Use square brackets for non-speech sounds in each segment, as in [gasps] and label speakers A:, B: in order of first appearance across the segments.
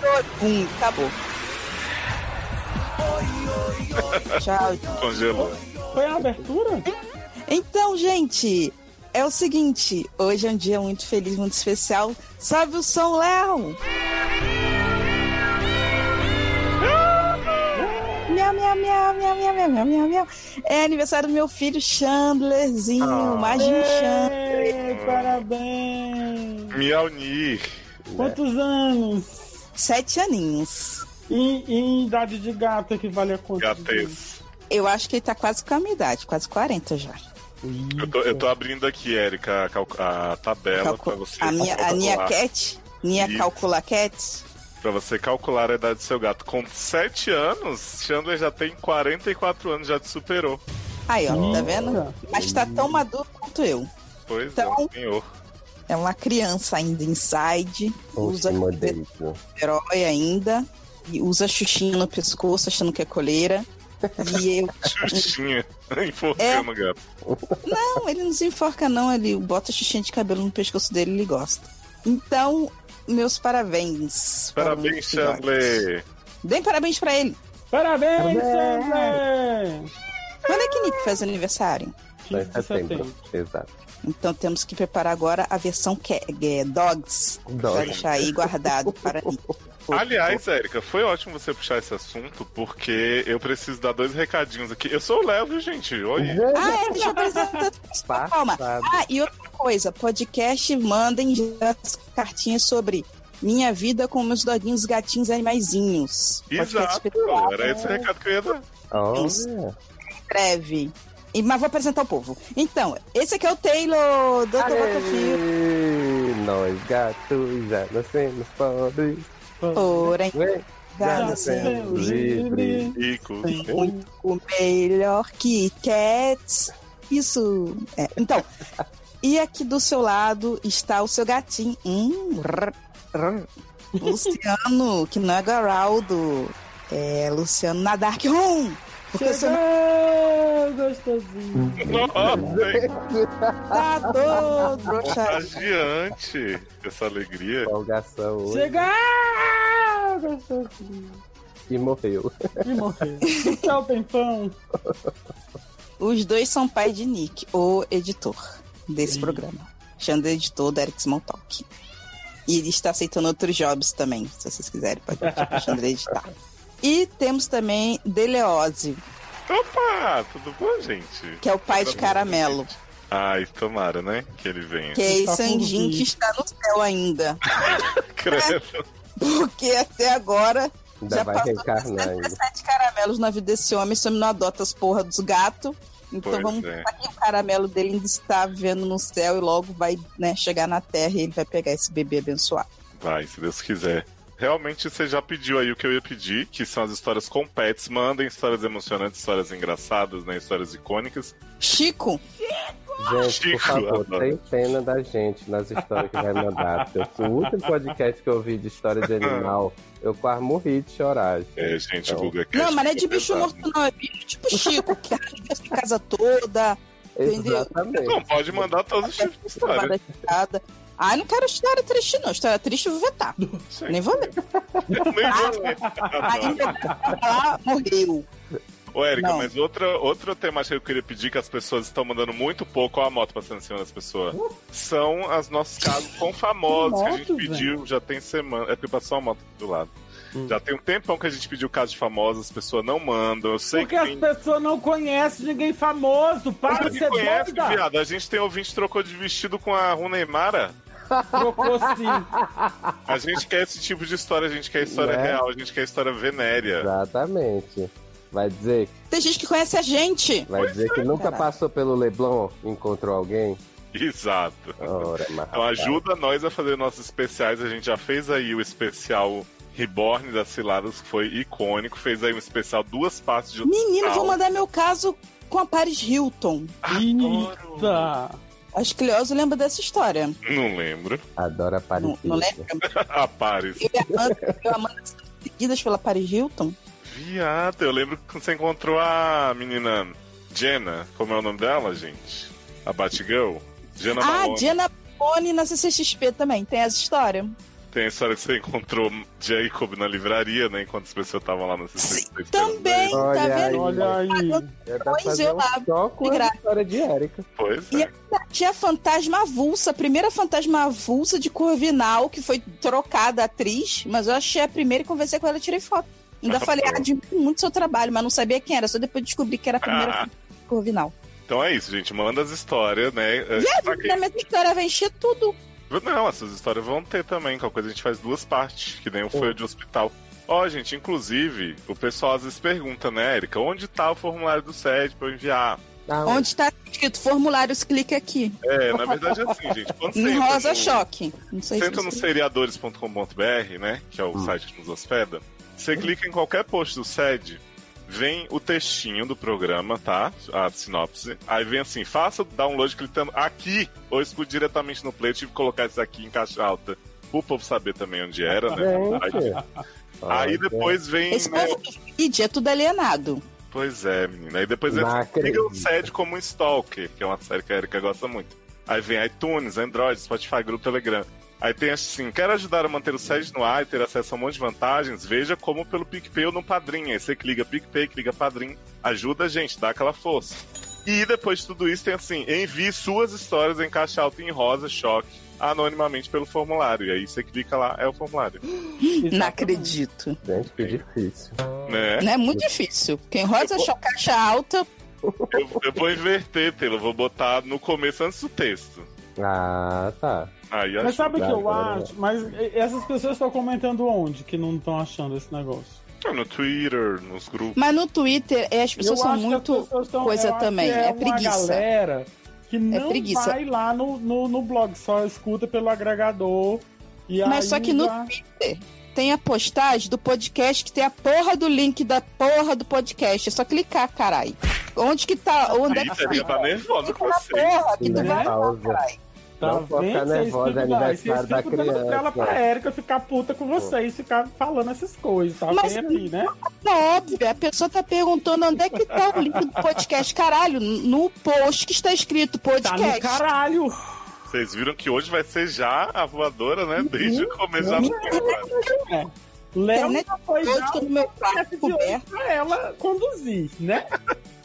A: Foi, pum, Um, acabou. Tchau.
B: Congelou.
C: Foi a abertura?
A: Então, gente, é o seguinte: hoje é um dia muito feliz, muito especial. Sabe o som, Léo? Miau, miau, miau, miau, miau, miau, miau, miau, miau. É aniversário do meu filho Chandlerzinho,
B: Ah.
A: mais de um Chandler.
C: Ei, parabéns!
B: Miaunir.
C: Quantos anos?
A: Sete aninhos.
C: E, e em idade de gato equivale a quanto?
B: Gatês.
A: Eu acho que ele tá quase com a minha idade, quase 40 já.
B: Eu tô, eu tô abrindo aqui, Érica, a, cal- a tabela
A: Calcu-
B: pra você
A: a minha, a minha
B: calcular.
A: cat, minha
B: Isso.
A: calcula cat.
B: Pra você calcular a idade do seu gato. Com 7 anos, Chandler já tem 44 anos, já te superou.
A: Aí, ó,
B: Hum.
A: tá vendo? Mas tá tão maduro quanto eu.
B: Pois é,
A: Então-
B: um senhor. [laughs]
A: É uma criança ainda inside,
D: Ou
A: usa
D: cima
A: camiseta
D: dele.
A: de herói ainda, e usa xuxinha no pescoço, achando que é coleira.
B: [laughs]
A: E eu.
B: Xuxinha. Enforcando
A: É.
B: o gato.
A: Não, ele não se enforca, não. Ele bota xuxinha de cabelo no pescoço dele ele gosta. Então, meus parabéns. para o
B: Parabéns,
A: filhote.
B: Chandler.
A: Deem parabéns pra ele.
C: Parabéns,
D: Parabéns.
C: Sandler!
A: Quando é que Nick faz aniversário?
C: 15
D: Tá
C: de
D: em setembro.
C: setembro.
D: Exato.
A: Então temos que preparar agora a versão que é Dogs. Pra
D: Dog.
A: deixar aí guardado para mim.
B: Aliás, Érica, foi ótimo você puxar esse assunto, porque eu preciso dar dois recadinhos aqui. Eu sou o Léo, viu, gente? Oi.
A: Ah, é, deixa eu apresentar. Calma.
D: Passado.
A: Ah, e outra coisa, podcast mandem as cartinhas sobre minha vida com meus doguinhos, gatinhos, animaizinhos.
B: Exato.
A: Podcast espiritual,
B: Era esse recado que eu ia dar.
D: Olha.
A: breve. E, mas vou apresentar o povo. Então, esse aqui é o Taylor, Dr. Battlefield.
D: Aê! Nós gatos já nascemos pobres.
A: Porém,
D: Ué, já
A: nada assim,
D: nascemos livres.
B: Rico.
A: o melhor que Cats. Isso. É, então, e aqui do seu lado está o seu gatinho. Hum, rrr, rrr. Luciano, que não é Garaldo. É Luciano na Dark Room. Porque o seu
C: Chegou, gostosinho.
B: Nossa, hein?
A: tá matador, trouxa.
B: Adiante essa alegria.
D: Folgação hoje
C: Chegou, gostosinho.
D: e morreu.
C: E morreu. Tchau, Pempão.
A: Os dois são pai de Nick, o editor desse programa. Xander, editor da Eric Small Talk. E ele está aceitando outros jobs também, se vocês quiserem, pode pedir para Xander editar. E temos também Deleose,
B: Opa, tudo bom, gente?
A: que é o pai de Caramelo,
B: Ai, tomara, né? Que ele venha. [laughs]
A: que é
C: Está
A: esse
C: por
A: anjinho
C: vir.
A: que está no céu ainda. [laughs]
B: Credo.
A: Porque até agora,
D: Ainda
A: Já
D: vai
A: passou
D: reencarnar
A: [laughs]
D: ainda.
A: 17 caramelos na vida desse homem, esse homem não adota as porra dos gatos. Então
B: Pois
A: vamos
B: é.
A: pensar que o caramelo dele ainda está vivendo no céu e logo vai né, chegar na terra e ele vai pegar esse bebê abençoado.
B: Vai, se Deus quiser. Realmente você já pediu aí o que eu ia pedir, que são as histórias com pets. Mandem histórias emocionantes, histórias engraçadas, né? Histórias icônicas.
A: Chico,
D: Gente, por
B: Chico,
D: favor,
B: adoro.
D: tem pena da gente nas histórias que vai mandar. porque assim, O último podcast que eu vi de história de animal, eu quase morri de chorar. gente.
B: É, gente,
D: Então,
B: o Guga Cast
A: não, mas não é de
B: fica
A: bicho
B: pesado.
A: morto, não. É bicho tipo Chico, que rasga essa casa toda, entendeu?
D: Exatamente.
B: Não, pode
A: [laughs]
B: mandar todos os tipos de história.
A: tomada de casa. Ai, não quero história triste, não. História triste, eu vou vetar.
B: gente.
A: Nem vou ler.
B: Nem vou ler. Ah, não.
A: Ainda lá, morreu.
B: Ô, Érica,
A: Não.
B: mas outra, outra temática que eu queria pedir, que as pessoas estão mandando muito pouco, ó a moto passando em cima das pessoas, são os nossos casos com famosos que a gente
C: Moto, velho.
B: pediu, já tem semana. É porque passou uma moto aqui do lado. Já tem um tempão que a gente pediu caso de famosos, as pessoas não mandam. Eu sei
C: Porque
B: que
C: as
B: tem.
C: pessoas não conhecem ninguém famoso. Para de
B: Ninguém
C: ser
B: conhece,
C: doida.
B: viado. A gente tem ouvinte que trocou de vestido com a Runeimara.
C: Trocou sim.
B: A gente quer esse tipo de história, a gente quer história
D: Né?
B: real, a gente quer história venérea.
D: Exatamente. Vai dizer,
A: Tem gente que conhece a gente.
D: vai dizer
A: é,
D: que nunca
A: Caralho.
D: passou pelo Leblon e encontrou alguém?
B: Exato.
D: Ora, mas
B: Então ajuda nós a fazer nossos especiais. A gente já fez aí o especial Reborn das Ciladas, que foi icônico. Fez aí um especial duas partes de
A: Menino, vou
B: Não.
A: mandar meu caso com a Paris Hilton.
C: Eita.
A: Acho que Leozo lembra dessa história.
B: Não lembro. [laughs]
D: adora
A: Não, é não
D: parecer.
A: lembra?
B: A Paris.
A: Eu e a Amanda, eu e a Amanda somos seguidas pela Paris Hilton.
B: Viado, eu lembro que você encontrou a menina Jenna. Como é o nome dela, gente? A Batgirl? Jenna
A: ah,
B: Malone.
A: Diana Boni na CCXP também. Tem essa história.
B: Tem a história que você encontrou Jacob na livraria, né? Enquanto as pessoas estavam lá na
A: Sim,
B: sexta-feira.
A: também, tá
D: Olha
A: vendo?
D: aí.
C: Olha aí.
D: É pra
A: Pois
D: fazer
A: eu
D: um
A: lá,
D: só com
A: de
D: a
A: graça.
D: história de Érica.
B: Pois
A: E
B: é.
A: Tinha a fantasma avulsa, a primeira fantasma avulsa de Corvinal, que foi trocada a atriz, mas eu achei a primeira e conversei com ela e tirei foto. Ainda
B: Ah,
A: falei,
B: pô.
A: ah, admiro muito seu trabalho, mas não sabia quem era, só depois descobri que era a primeira
B: Ah.
A: fantasma de Corvinal.
B: Então é isso, gente. Manda as histórias, né? Pra quem-
A: Na minha história vai encher tudo.
B: Tá Não, essas histórias vão ter também. Qualquer coisa a gente faz duas partes, que nem o foi de hospital. Ó, gente, inclusive, o pessoal às vezes pergunta, né, Erika, onde tá o formulário do SED pra eu enviar?
D: Ah,
A: Onde tá escrito formulários, clique aqui.
B: É, na verdade é assim, gente. Quando você
A: Em
B: entra
A: rosa
B: no-
A: choque. Não sei se
B: Senta no
A: você-
B: seriadores.com.br, né? Que é o
D: Hum.
B: site que nos hospeda. Você
A: Hum.
B: clica em qualquer post do SED, vem o textinho do programa, tá? A sinopse. Aí vem assim, faça o download clicando aqui, ou escute diretamente no play. Eu tive que colocar isso aqui em caixa alta. O povo saber também onde era, né? Aí,
D: Gente.
B: aí
D: Olha.
B: depois vem.
A: Esse
B: né,
A: povo do feed é tudo alienado.
B: Pois é, menina. Aí depois
D: Não
B: eles ligam o
D: acredito.
B: SED como um Stalker, que é uma série que a Erika gosta muito. Aí vem iTunes, Android, Spotify, Grupo Telegram. Aí tem assim, quero ajudar a manter o SED no ar e ter acesso a um monte de vantagens? Veja como pelo PicPay ou no Padrim. Aí você clica PicPay, clica Padrim, ajuda a gente, dá aquela força. E depois de tudo isso tem assim, envie suas histórias em caixa alta e em rosa, choque, anonimamente pelo formulário. E aí você clica lá, é o formulário.
A: Não
C: Exatamente.
A: acredito.
D: Gente, que difícil.
B: Né?
A: É muito difícil. Quem rosa choque caixa alta,
B: Eu, eu vou inverter, Taylor, vou botar no começo antes do texto.
D: Ah, tá.
B: Aí
C: Mas
B: ajuda.
C: sabe o que eu
D: Agora-
C: acho? Mas essas pessoas estão comentando onde que não estão achando esse negócio?
B: Ah, No Twitter, nos grupos.
A: mas no Twitter é, as pessoas
C: eu
A: são
C: acho que as
A: muito.
C: pessoas tão-
A: coisa
C: eu acho
A: também,
C: que
A: é
C: uma
A: preguiça. É
C: galera que não
A: preguiça.
C: vai lá no, no, no blog, só escuta pelo agregador. E
A: Mas
C: aí
A: só que no
C: já-
A: tem a postagem do podcast que tem a porra do link da porra do podcast. É só clicar, carai. Onde que tá? Onde é que
B: Eita, já
A: fica?
B: tá nervosa com
A: Fica na
B: você.
A: porra que tu
C: Sim,
A: vai.
D: Pausa.
C: Tá
D: Não pode
C: vendo?
D: ficar
C: Vocês
D: nervosa,
C: ficam-
D: né, aniversário
C: vocês ficam
D: da
C: dando
D: criança.
C: trela pra Érica ficar puta com vocês, ficar falando essas coisas, tá
A: Mas-
C: vendo aí, né?
A: Não, óbvio, a pessoa tá perguntando onde é que tá o link do podcast. Caralho, no post que está escrito
C: Tá no
A: podcast.
C: caralho.
B: Vocês viram que hoje vai ser já a voadora,
A: Uhum.
B: né? Desde o começo já
A: Menina,
C: Léo
A: Internet
C: já foi
A: eu
C: já tá
A: tô no meu quarto né?
C: de hoje
A: coberto.
C: pra ela conduzir, né?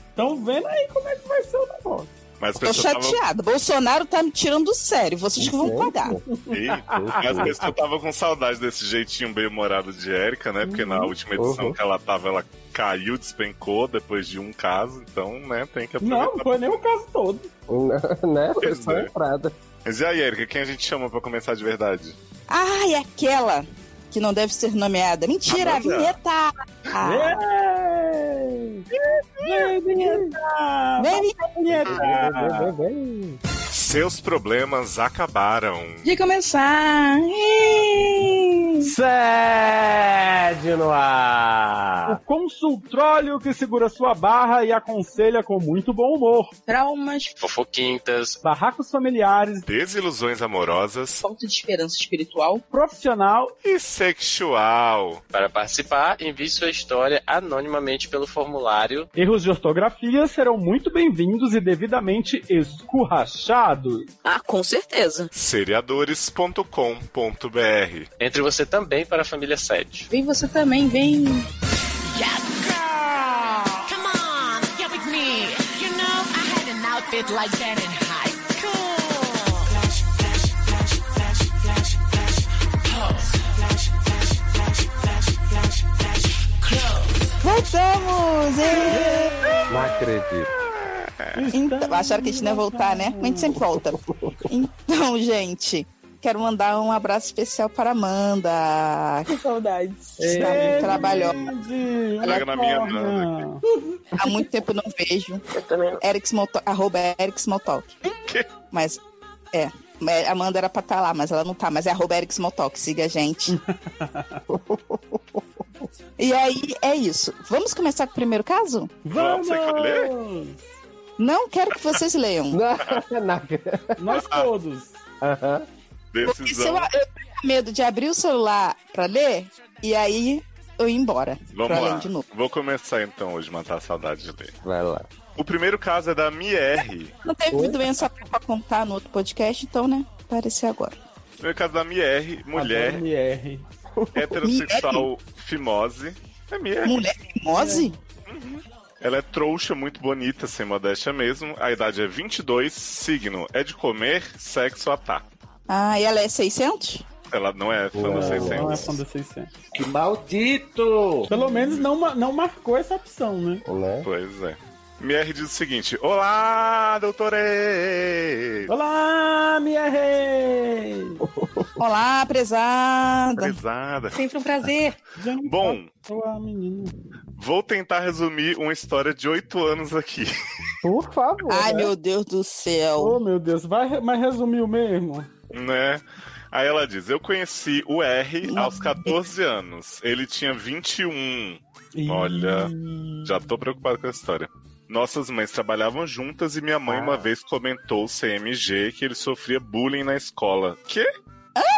C: Estão vendo aí como é que vai ser o negócio.
B: Mas as
A: Tô
B: pessoas estavam
A: chateada. Bolsonaro tá me tirando do sério. Vocês que vão
D: Gente,
A: pagar.
C: Ah,
B: Ih, Mas as
D: tudo.
B: pessoas estavam com saudade desse jeitinho bem humorado de Erika, né? Porque na última edição
D: Uhum.
B: que ela tava, ela caiu, despencou depois de um caso. Então, né, tem que aproveitar.
C: Não, não foi nem o caso todo.
D: [laughs] né? Foi
B: Pois
D: só
B: é.
D: entrada.
B: Mas e aí, Erika, quem a gente chama pra começar de verdade?
A: Ah, é aquela que não deve ser nomeada. Mentira,
B: Ah,
A: a
B: mas é.
A: vinheta! Ah,
C: Ei!
A: vem,
C: Vem, vinheta! Vem,
B: Ah.
C: vinheta!
D: Vem, vem, vem.
B: Seus problemas acabaram.
A: De começar!
D: Sede no
C: O
B: Ah.
D: ar!
C: consultróleo que segura sua barra e aconselha com muito bom humor.
A: Traumas,
E: fofoquintas,
C: Barracos familiares,
B: Desilusões amorosas
A: falta de esperança espiritual.
C: profissional
B: e sexual.
E: para participar, envie sua história anonimamente pelo formulário.
C: Erros de ortografia serão muito bem-vindos e devidamente escurrachados.
A: Ah, com certeza.
B: seriadores.com.br.
E: Entre você também para a família 7.
A: Vem você também, vem.
F: Come on, get with me. You know I had an outfit like that in high school. Flash, flash, flash, flash, flash, flash, pose. Flash, flash, flash, flash, flash, flash, close.
A: Voltamos! ê!
D: Não acredito.
A: Então, acharam que a gente não ia voltar, né? Mas a gente sempre volta. Então, [laughs] gente, quero mandar um abraço especial para a Amanda.
G: Que saudades.
A: Está muito trabalhosa.
B: Pega na minha mão
A: Há muito tempo não vejo.
G: Eu também não.
A: Eric Small Talk- arroba Eric Small Talk.
B: Quê?
A: Mas, é. mas a Amanda era pra estar lá, mas ela não tá. Mas é arroba Eric Small Talk, siga a
B: [laughs]
A: gente. e aí, é isso. Vamos começar com o primeiro caso?
B: Vamos, você quer ler?
C: Vamos!
A: Não quero que vocês
B: [laughs]
D: [laughs]
A: leiam.
D: Não, não acredito.
C: Nós
B: Ah,
C: todos.
D: Aham.
A: Porque se eu,
B: Decisão.
A: eu tenho medo de abrir o celular pra ler, e aí eu ir embora. pra
B: Vamos
A: ler
B: lá.
A: de novo.
B: Vou começar então hoje, matar a saudade dele.
D: Vai lá.
B: O primeiro caso é da Mier.
A: Não teve doença pra contar no outro podcast, então, né? Aparecer agora.
B: Primeiro caso é da Mier, mulher
G: MR.
B: heterossexual fimose. É Mier.
A: Mulher mimose?
B: Ela é trouxa, muito bonita, sem modéstia mesmo. A idade é 22, signo é de comer, sexo, ataque.
A: Ah, e ela é 600?
B: Ela não é fã do
D: Uau.
C: Não é
B: 600.
C: fã do 600.
G: Que maldito!
C: Pelo menos não, ma- não marcou essa opção, né?
D: Né?
B: Pois é. Mier diz o seguinte: Olá, doutore!
C: Olá, minha rei!
A: Olá, prezada.
B: Pesada.
H: Sempre um prazer.
C: Já não tá
B: Bom,
C: passou a menina.
B: vou tentar resumir uma história de oito anos aqui. [laughs]
C: Por favor.
A: Ai,
C: né?
A: meu Deus do céu.
C: Oh, meu Deus, vai, re- mas resumiu mesmo.
B: né? Aí ela diz: Eu conheci o R aos 14 anos. Ele tinha 21.
C: Ih,
B: Olha, Já tô preocupado com essa história. Nossas mães trabalhavam juntas e minha mãe
A: Ah.
B: uma vez comentou CMG que ele sofria bullying na escola. Quê?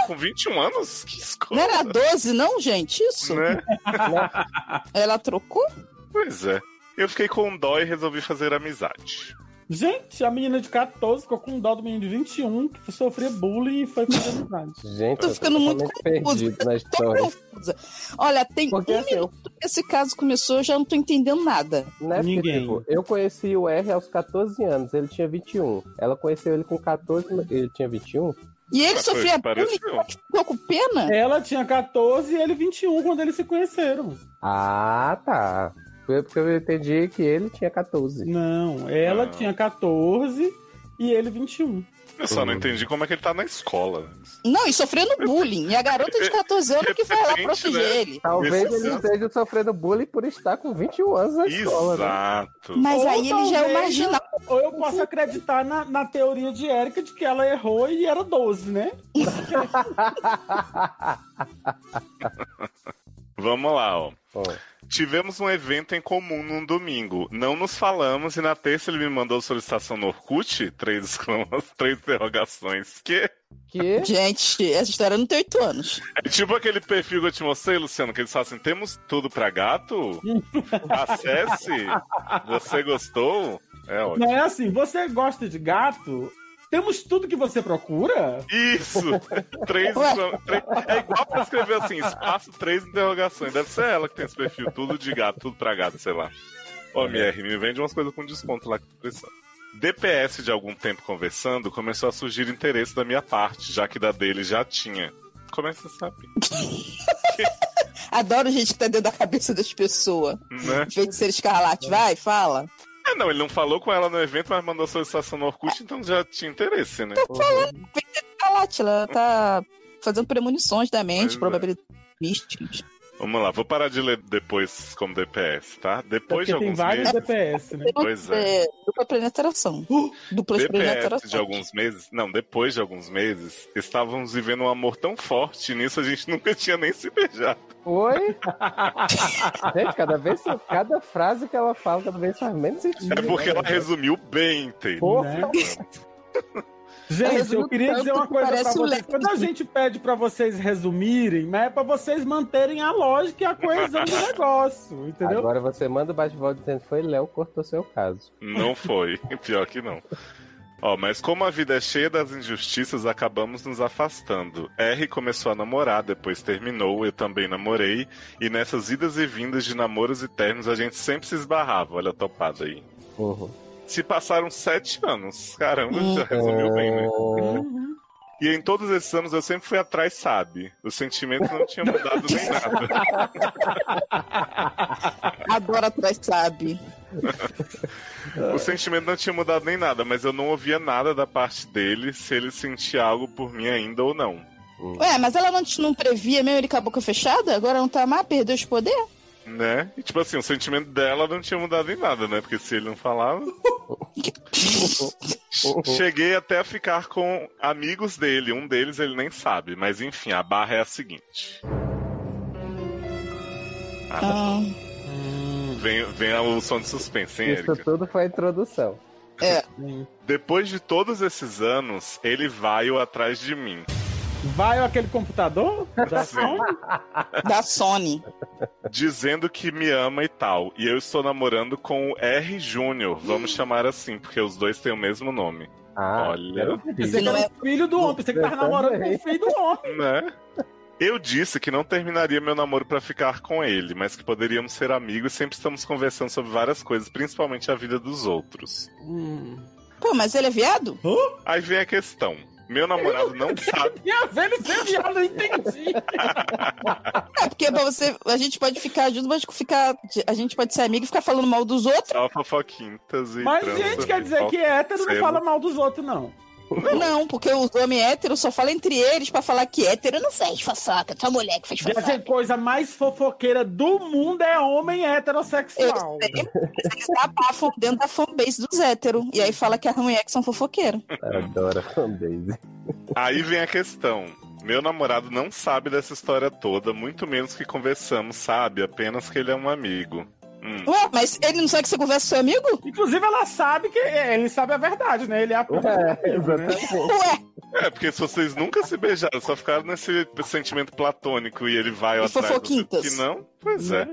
B: Com 21 anos? Que escola?
A: Não era 12, não, gente? Isso?
B: Né?
A: Ela trocou?
B: Pois é. Eu fiquei com dó e resolvi fazer amizade.
C: Gente, a menina de 14 ficou com dó do menino de 21 que sofria bullying e foi fazer amizade.
D: Gente,
A: Tô
D: eu
A: ficando muito
D: totalmente
A: confusa.
D: perdido na
A: Tô
D: história.
A: confusa. Então, Olha, tem
C: Porque
A: um
C: é seu.
A: minuto que esse caso começou, eu já não tô entendendo nada.
D: Né? Porque,
C: Ninguém.
D: tipo, eu conheci o R aos 14 anos, ele tinha 21. Ela conheceu ele com 14, ele tinha 21?
A: E ele
B: Ah, foi,
A: sofria bullying,
B: pareceu.
A: ela ficou com pena?
C: Ela tinha 14 e ele 21 quando eles se conheceram.
D: Ah, tá. Foi porque eu entendi que ele tinha 14.
C: Não, ela
B: Ah.
C: tinha 14 e um. ele 21.
B: Eu só não entendi como é que ele tá na escola.
A: Não, e sofrendo bullying. E a garota de 14 anos que foi lá
B: Repente,
A: proteger
B: né?
A: ele.
D: Talvez
B: Esse-
D: ele esteja sofrendo bullying por estar com 21 anos na escola, né?
B: Exato.
A: Mas
C: Ou
A: aí ele já é o
C: talvez-
A: marginal.
C: Ou eu posso acreditar na, na teoria de Érica de que ela errou e era 12, né?
B: Vamos lá, ó.
D: Ó,
B: Tivemos um evento em comum num domingo. Não nos falamos e na terça ele me mandou solicitação no Orkut. Três exclamações, [laughs] três interrogações. Que?
D: que
A: Gente, essa história não tem 8 anos.
B: É tipo aquele perfil que eu te mostrei, Luciano, que eles falam assim: temos tudo pra gato? Acesse? Você gostou? É ótimo.
C: Não é assim, você gosta de gato? Temos tudo que você procura? É
B: Isso! Três, exclama- três- É igual pra escrever assim: espaço, três interrogações. Deve ser ela que tem esse perfil, tudo de gato, tudo pra gato, sei lá.
C: É.
B: Ô, MR, me vende umas coisas com desconto lá que tô precisando. DPS, de algum tempo conversando, começou a surgir interesse da minha parte, já que da dele já tinha. Começa a saber,
A: Adoro gente que tá dentro da feiticeira cabeça das pessoas.
B: né?
A: Feiticeiro escarlate, vai, fala.
B: É, não, ele não falou com ela no evento, mas mandou solicitação no Orkut, então já tinha interesse, né?
A: Escarlate, ela tá fazendo premonições da
B: Pois
A: mente,
B: é.
A: probabilidades místicas.
B: Vamos lá, vou parar de ler depois como DPS, tá? Depois de
C: É Porque tem
B: alguns
C: vários
B: meses.
C: DPS,
A: [laughs] Tá
C: né?
B: Pois é. Uh,
A: Dupla
B: [gasps]
A: penetração. Dupla
B: DPS
A: penetração.
B: de alguns meses, não, depois de alguns meses, estávamos vivendo um amor tão forte, nisso a gente [laughs] nunca tinha nem se beijado.
D: Oi? Gente, cada vez, cada frase que ela fala, cada vez faz menos sentido.
B: É porque ela
D: né?
B: resumiu bem, entendeu?
D: Porra.
C: Gente, eu
A: Resumiu
C: queria
A: tanto
C: dizer uma
A: que
C: coisa pra
A: parece um
C: vocês.
A: leque.
C: Quando a gente pede pra vocês resumirem, mas é pra vocês manterem a lógica e a coesão
B: [laughs]
C: do negócio, entendeu?
D: Agora você manda o bate-volta dizendo foi Léo que cortou seu caso.
B: Não foi, [laughs] pior que não. Ó, mas como a vida é cheia das injustiças, acabamos nos afastando. R começou a namorar, depois terminou, eu também namorei, e nessas idas e vindas de namoros e términos a gente sempre se esbarrava, olha a topada aí.
D: Uhum.
B: Se passaram sete anos, caramba, já resumiu bem, né?
D: Hum,
B: E em todos esses anos eu sempre fui atrás, sabe? O sentimento não tinha mudado nem nada.
A: Adoro atrás, sabe?
B: O sentimento não tinha mudado nem nada, mas eu não ouvia nada da parte dele se ele sentia algo por mim ainda ou não.
A: Ué, mas ela não, não previa mesmo ele com a boca fechada? Agora não tá mais, perdeu os
B: [laughs]
A: poderes?
B: Né? E tipo assim, o sentimento dela não tinha mudado em nada, né? Porque se ele não falava. Cheguei até a ficar com amigos dele, um deles ele nem sabe, mas enfim, a barra é a seguinte.
A: Ah,
B: Vem, vem o som de suspense, hein,
D: Isso
B: Erika?
D: tudo foi a introdução.
B: Depois de todos esses anos, ele vai ou atrás de mim. Assim,
C: Vai aquele computador? Tá da
B: Sim.
C: Sony?
A: da Sony.
B: dizendo que me ama e tal.
C: Hum.
B: E eu estou namorando com o R Júnior, vamos chamar assim, porque os dois têm o mesmo nome.
D: Ah,
B: Olha.
D: era um filho.
C: Você que
A: Não
C: era
A: é-
C: o filho do homem, você que tava
D: Eu
C: namorando com
D: também.
C: o filho do homem. [laughs]
B: Né? Eu disse que não terminaria meu namoro pra ficar com ele, mas que poderíamos ser amigos e sempre estamos conversando sobre várias coisas, principalmente a vida dos outros.
A: Pô, mas ele é viado?
B: Aí vem a questão. Meu
C: [laughs]
B: namorado não sabe.
C: E a velha ser viado, eu entendi.
B: Então,
A: É, porque pra você, a gente pode ficar junto, mas ficar, a gente pode ser amigo e ficar falando mal dos outros.
B: Só fofoquintas e.
C: Mas,
B: transa
C: gente,
B: e
C: quer dizer
B: volta.
C: que é- hétero não
B: cedo.
C: fala mal dos outros, não.
B: Uhum.
A: Não, porque os homens héteros só falam entre eles pra falar que hétero não fez façoca, tua mulher que fez
C: E
A: façoca.
C: a coisa mais fofoqueira do mundo é homem
A: Eu
C: heterossexual.
A: sei, mas eles abafam dentro da fanbase dos héteros. E aí fala que as mulheres que são fofoqueiras.
D: Adora
C: [laughs]
D: fanbase.
B: Aí vem a questão. Meu namorado não sabe dessa história toda, muito menos que conversamos, sabe? Apenas que ele é um amigo. Hum.
A: Ué, mas ele não sabe que você conversa com seu amigo?
C: Inclusive, ela sabe que é, ele sabe a verdade, né? Ele é a
D: É, exatamente.
A: Ué,
B: É, porque se vocês nunca se beijaram, só ficaram nesse sentimento platônico e ele vai
A: E
B: atrás
A: fofoquintas.
B: você que não, pois é.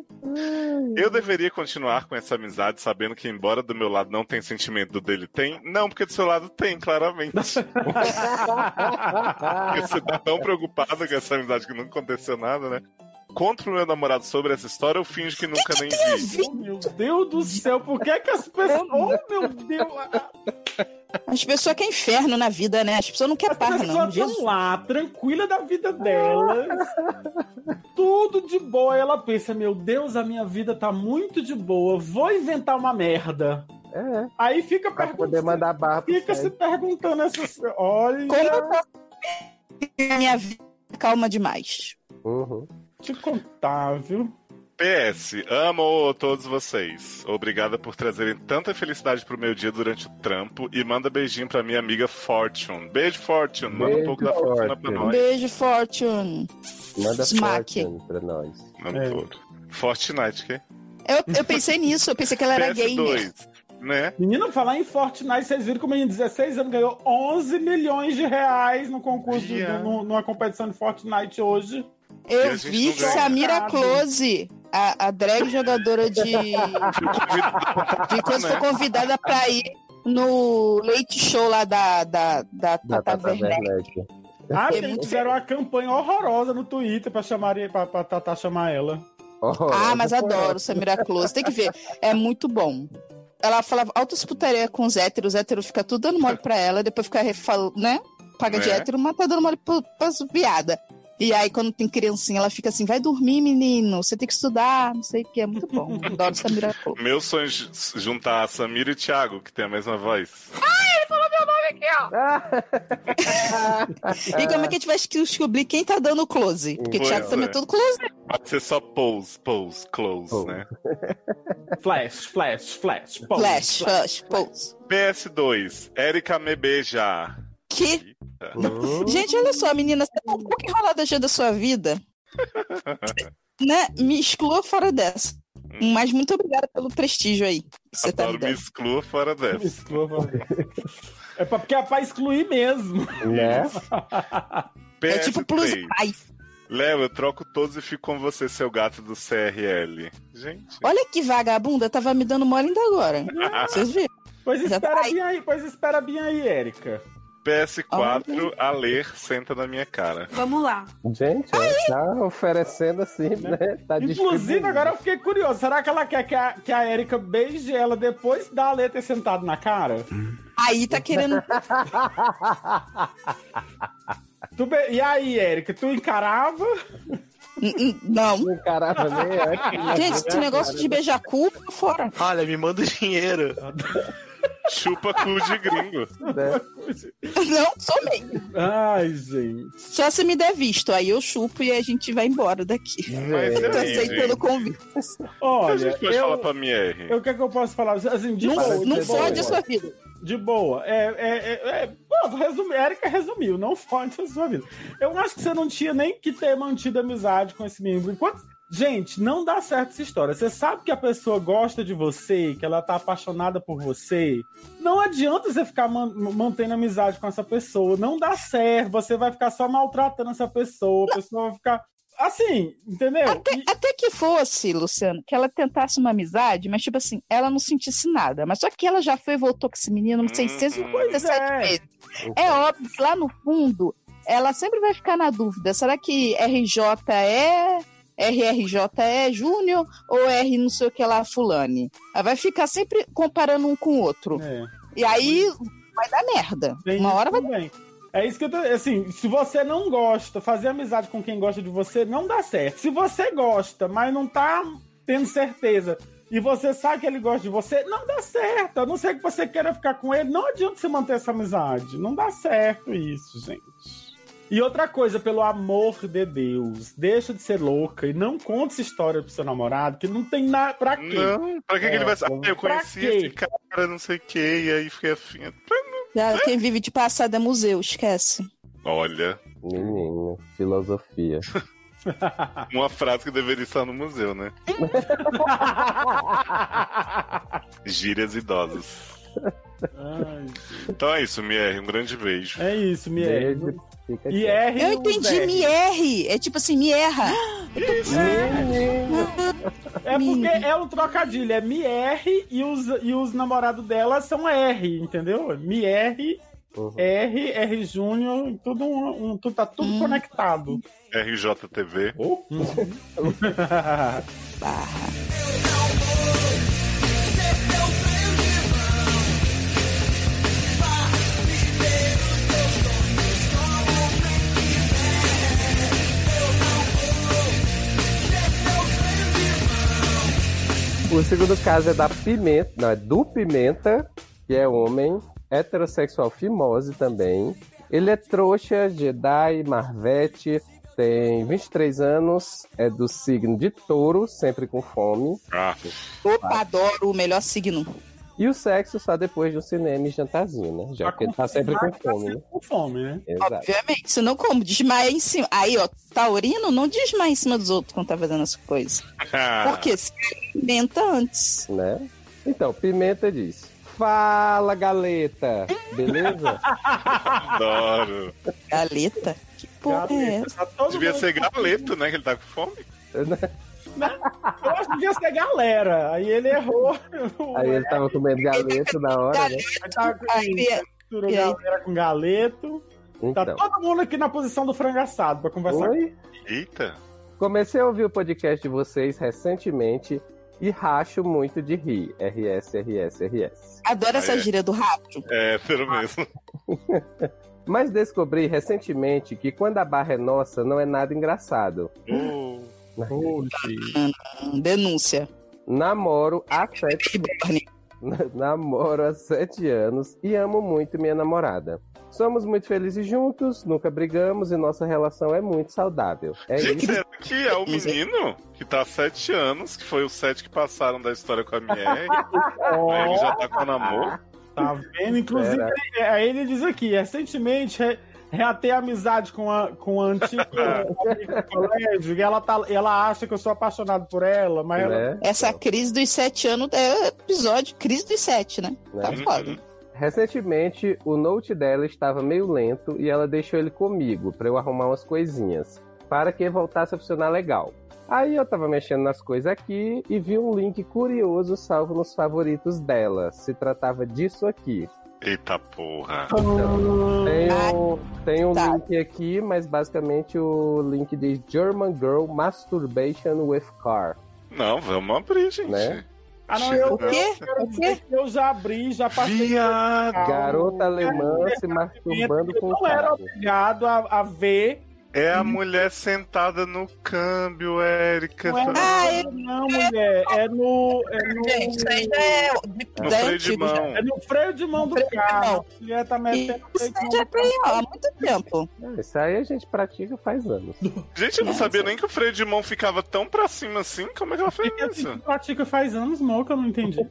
B: Eu deveria continuar com essa amizade sabendo que, embora do meu lado não tem sentimento, do dele tem? Não, porque do seu lado tem, claramente. Porque você tá tão preocupado com essa amizade que nunca aconteceu nada, né? Conto pro meu namorado sobre essa história, eu finge que nunca nem vi.
C: Meu Deus do céu, por que que as pessoas... Oh, meu Deus!
A: as pessoas que é inferno na vida, né? As pessoas não querem
C: As
A: par, não.
C: pessoas
A: Jesus.
C: estão lá, tranquila da vida delas. Tudo de boa. Ela pensa, meu Deus, a minha vida tá muito de boa. Vou inventar uma merda.
D: [laughs] É,
C: Aí fica
D: pra poder
C: perguntando...
D: mandar barra pro
C: Fica assim. se
D: Fred.
C: perguntando essas... Olha...
A: Como eu posso ter a minha vida calma demais?
D: Uhum.
C: te contar, viu?
B: PS, amo todos vocês. Obrigada por trazerem tanta felicidade pro meu dia durante o trampo e manda beijinho pra minha amiga Fortune. Beijo, Fortune. Manda um
D: Beijo,
B: pouco da fortuna pra
D: Fortune.
B: nós.
A: Um Beijo, Fortune.
D: Manda
A: Smack.
D: Fortune pra nós.
B: Manda
C: É.
B: todo. Fortnite, que?
A: Eu, eu pensei nisso, eu pensei que ela era gamer.
B: PS2, né?
C: Menino, falar em Fortnite, vocês viram que o menino de 16 anos ganhou 11 milhões de reais no concurso, de-
B: Viado.
C: no- numa competição de Fortnite hoje.
B: E a
A: Eu
B: gente
A: vi
B: não ganha
A: Samira
C: nada.
A: Close, a, a drag jogadora de, de coisa, foi
B: Né?
A: convidada pra ir no leite show lá da, da, da,
D: Da
A: Tata
D: Tata
A: Werneck.
D: Werneck.
C: Ah,
A: É
C: eles
A: muito
C: fizeram uma campanha horrorosa no Twitter pra, chamar, pra, pra Tatá chamar ela.
A: Ah, mas adoro Samira Close. Tem que ver. É muito bom. Ela falava altas putaria com os héteros. Os héteros fica tudo dando mole pra ela. Depois fica refal... né? Paga de
B: Né?
A: hétero, mas tá dando mole pra- pras piada. E aí, quando tem criancinha, ela fica assim, vai dormir, menino. Você tem que estudar, não sei o que. É muito bom. Adoro Samira Close.
B: [laughs] Meu sonho é ju- juntar a Samira e o Thiago, que tem a mesma voz.
A: E como é que a gente vai descobrir quem tá dando close? Porque o
B: Pois
A: Thiago também
B: é.
A: é todo close.
B: Pode ser só pose, pose, close,
D: Pose.
B: né?
C: Flash, flash, flash. pô.
A: Flash, flash, pose.
B: PS2, Erika me beija.
A: Que...
D: Hum,
A: [laughs] Gente, olha só, menina. Você tá um pouco enrolada já da sua
B: [laughs]
A: vida. né, me exclua fora dessa. Mas muito obrigada pelo prestígio aí que você tá me
B: Hum. Adoro, me
A: dando.
B: exclua fora
C: Me
B: dessa.
C: exclua, valeu. É pra, porque é pra excluir mesmo.
D: né?
A: É tipo plus
B: PS3,
A: pai.
B: Léo, eu troco todos e fico com você, seu gato do CRL. Gente.
A: Olha que vagabunda, tava me dando mole ainda agora. Vocês viram?
C: Pois
A: Já
C: espera
A: tá aí.
C: bem aí, pois espera bem aí, Érica.
B: PS4, a ler, senta na minha cara.
H: Vamos lá.
D: Gente, ela tá oferecendo assim, né? Tá
C: Inclusive,
D: distribuindo.
C: agora eu fiquei curioso. Será que ela quer que a, que a Erika beije ela depois da Lê ter sentado na cara?
A: Aí tá
B: [laughs]
A: querendo.
C: Tu be- E aí, Erika, tu encarava?
A: N- n- Não.
D: Não encarava
C: [laughs]
D: nem antes, né?
A: Gente, esse negócio de beijar cu, tá fora. [laughs]
E: Olha, me manda o dinheiro.
B: Chupa cu
C: [laughs]
B: de gringo.
D: né?
A: Não, somente.
C: Ai, gente.
A: Só se me der visto. Aí eu chupo e a gente vai embora daqui.
B: Mas
A: [laughs] Tô
B: peraí,
A: aceitando o
B: É gente.
A: convite.
B: A
C: É. Olha,
B: gente pode falar
C: eu,
B: pra MR.
C: eu, o que é que eu posso falar? Assim, de boa.
A: Não,
D: de
A: não
D: boa.
A: fode a sua vida.
C: De boa. É, é, é, é... Pô, resumi... Erika resumiu, não fode a sua vida. Eu acho que você não tinha nem que ter mantido amizade com esse menino. Enquanto... Gente, não dá certo essa história. Você sabe que a pessoa gosta de você, que ela tá apaixonada por você. Não adianta você ficar man- mantendo amizade com essa pessoa. Não dá certo. Você vai ficar só maltratando essa pessoa. A pessoa vai ficar. Assim, entendeu?
A: Até,
C: E-
A: É, até que fosse, Luciano, que ela tentasse uma amizade, mas tipo assim, ela não sentisse nada. Mas só que ela já foi e voltou com esse menino uns
B: Hum,
A: 617
C: é.
A: vezes. É óbvio que lá no fundo, ela sempre vai ficar na dúvida. Será que RJ é... RRJ é Júnior ou R não sei o que lá fulane. Ela vai ficar sempre comparando um com o outro.
C: É.
A: E aí vai dar merda.
C: Tem
A: Uma
C: isso
A: hora vai
C: também. É isso que eu tô. Assim, se você não gosta, fazer amizade com quem gosta de você não dá certo. Se você gosta, mas não tá tendo certeza. E você sabe que ele gosta de você, não dá certo. A não ser que você queira ficar com ele, não adianta você manter essa amizade. Não dá certo isso, gente. E outra coisa, pelo amor de Deus, deixa de ser louca e não conte essa história pro seu namorado, que não tem nada pra quê.
B: Não, pra que, que
C: É,
B: ele vai Ah, eu
C: pra
B: conheci
C: quê?
B: esse cara, não sei o que, e aí fiquei afim. Pra-
A: Ah, Quem vive de passado é museu, esquece.
B: Olha,
D: Menino, filosofia.
C: Ah.
B: uma frase que deveria estar no
C: [laughs]
B: museu, né? Gírias idosas.
C: Ai,
B: Então é isso, Mier, um grande beijo.
C: é isso, Mier.
D: Beijo. Fica
C: E
D: quieto.
C: R. um
A: Eu entendi, me erre. É tipo assim, me erra.
C: É porque é um trocadilho, é MR e os, e os namorados dela são R, entendeu? MR,
D: Uhum.
C: R, R Júnior, tudo um, um- tudo, tá tudo
A: Hum.
C: conectado.
B: RJTV.
C: Oh.
D: O segundo caso é da Pimenta, não, é do Pimenta, que é homem, heterossexual fimose também. Ele é trouxa, Jedi, Marvete, tem 23 anos, é do signo de touro, sempre com fome.
B: Ah,
A: Opa, adoro o melhor signo.
D: E o sexo só depois do cinema e jantarzinho, né? Já
C: Tá
D: que ele tá sempre com fome, né?
C: Com fome, né?
D: Exato.
A: Obviamente, senão como? Desmaia em cima. Aí, ó, taurino não desmaia em cima dos outros quando tá fazendo essa coisa.
B: Ah.
A: Porque se alimenta antes.
D: Né? Então, Pimenta diz: Fala, galeta! [laughs] Beleza?
B: adoro.
A: Galeta? Que porra é
C: Galeta,
A: essa?
C: tá todo
B: Devia
C: mundo-
B: ser galeto, né? Que ele tá com fome.
C: Eu acho que devia ser galera. Aí ele errou. [laughs]
D: Aí é ele tava comendo galeta na hora, né?
C: Aí tava tá com-
A: Aí, é-
C: misturou
A: e aí?
C: galera com galeto. Tá
D: Então.
C: todo mundo aqui na posição do frango assado pra conversar.
D: Oi?
B: Eita.
D: Comecei a ouvir o podcast de vocês recentemente e racho muito de rir. RS, RS, RS.
A: adoro
B: Ah,
A: essa
B: é.
A: gíria do rápido.
B: É, pelo
C: Ah.
B: mesmo.
D: Mas descobri recentemente que quando a barra é nossa, não é nada engraçado.
B: Uh,
C: É, Oxi.
A: Hum, Denúncia. é
D: Namoro há [laughs]
A: Que
D: sete,
A: borne.
D: namoro há sete anos e amo muito minha namorada. Somos muito felizes juntos, nunca brigamos e nossa relação é muito saudável. É
B: gente,
D: isso.
B: será que é o menino que tá há sete anos, que foi os sete que passaram da história com a Mier? Aí ele já tá com namoro?
C: Tá vendo? Inclusive,
D: Era.
C: é, aí ele diz aqui, recentemente re, reatei a amizade com a, com a
D: [laughs]
C: antiga
D: É.
C: amiga do colégio, e ela, tá, ela acha que eu sou apaixonado por ela, mas ela...
D: Né?
A: Essa crise dos sete anos é episódio crise dos sete, né?
D: Né?
B: Uhum.
A: Tá foda.
D: Recentemente, o note dela estava meio lento e ela deixou ele comigo pra eu arrumar umas coisinhas, para que voltasse a funcionar legal. Aí eu tava mexendo nas coisas aqui e vi um link curioso salvo nos favoritos dela. Se tratava disso aqui.
B: Eita porra.
D: Tem um, tem um
A: tá.
D: link aqui, mas basicamente o link diz German Girl Masturbation with Car.
B: Não, vamos abrir, gente.
D: Né?
C: Ah, não,
B: Chega,
C: eu,
A: O quê?
C: eu quero
A: O
C: dizer
A: quê?
C: que eu já abri, já passei... É,
B: Viado.
D: Garota alemã se masturbando
C: Ah. Eu
D: com
C: não era
D: cara.
C: obrigado a, a ver.
B: É a mulher sentada no câmbio, Érica.
C: Não, é,
A: Ah,
C: não, não, mulher. É no. É no,
A: Gente, isso aí já é
B: Tá No
A: já é
B: freio de
A: antigo, já.
B: mão.
C: é no freio de mão do
A: Freio de
C: carro.
A: mão.
C: A mulher tá
A: Isso
C: metendo freio de
A: aí
C: mão
A: já
C: do carro.
A: tem ó, há muito tempo.
D: Isso aí a gente pratica faz anos.
B: Gente, eu não sabia nem que o freio de mão ficava tão pra cima assim. Como é que ela fez
C: E assim,
B: isso?
C: pratica faz anos, mal que eu não entendi.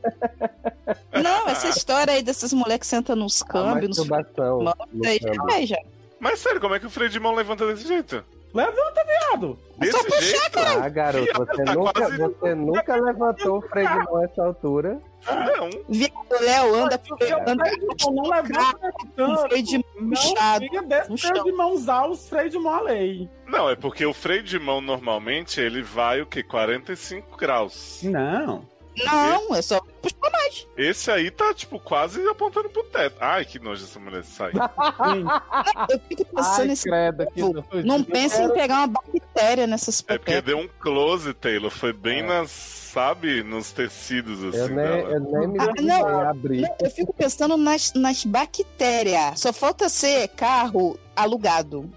A: Não, essa história aí dessas mulheres que sentam nos
D: A
B: Ah,
A: câmbios, nos
D: masturbação
A: Não,
D: no
A: aí já
D: câmbio.
A: vai, já.
B: Mas sério, como é que o freio de mão levanta desse jeito?
C: Levanta, viado!
B: Desse
A: só puxar,
B: jeito,
D: Ah, garoto, você
B: Tá
D: nunca,
B: quase-
D: você nunca levantou o freguinho a essa altura.
B: não.
A: Viado, o Léo anda
C: Se você
A: anda-
C: pega de mão, não levanta
A: com freio de
C: tanto. Não
A: puxado,
C: fica desse freio
A: puxado.
C: de mão usar os freios de mão além.
B: Não, é porque o freio de mão normalmente ele vai o quê? 45 graus.
C: Não.
A: Não, é só puxar mais.
B: Esse aí tá, tipo, quase apontando pro teto. Ai, que nojo essa mulher sair.
C: Sim.
A: Eu fico pensando
H: Ai,
A: nesse
H: credo, que
A: povo.
H: nojo.
A: Não pensa em pegar uma bactéria nessas
B: É porque
A: pepecas.
B: deu um close, Taylor. Foi bem
D: É.
B: nas, sabe, nos tecidos,
D: Eu
B: assim,
D: nem,
B: dela.
D: eu nem me
A: Ah, não.
D: lembrei abrir.
A: Não, Eu fico pensando nas, nas bactérias. Só falta ser carro alugado.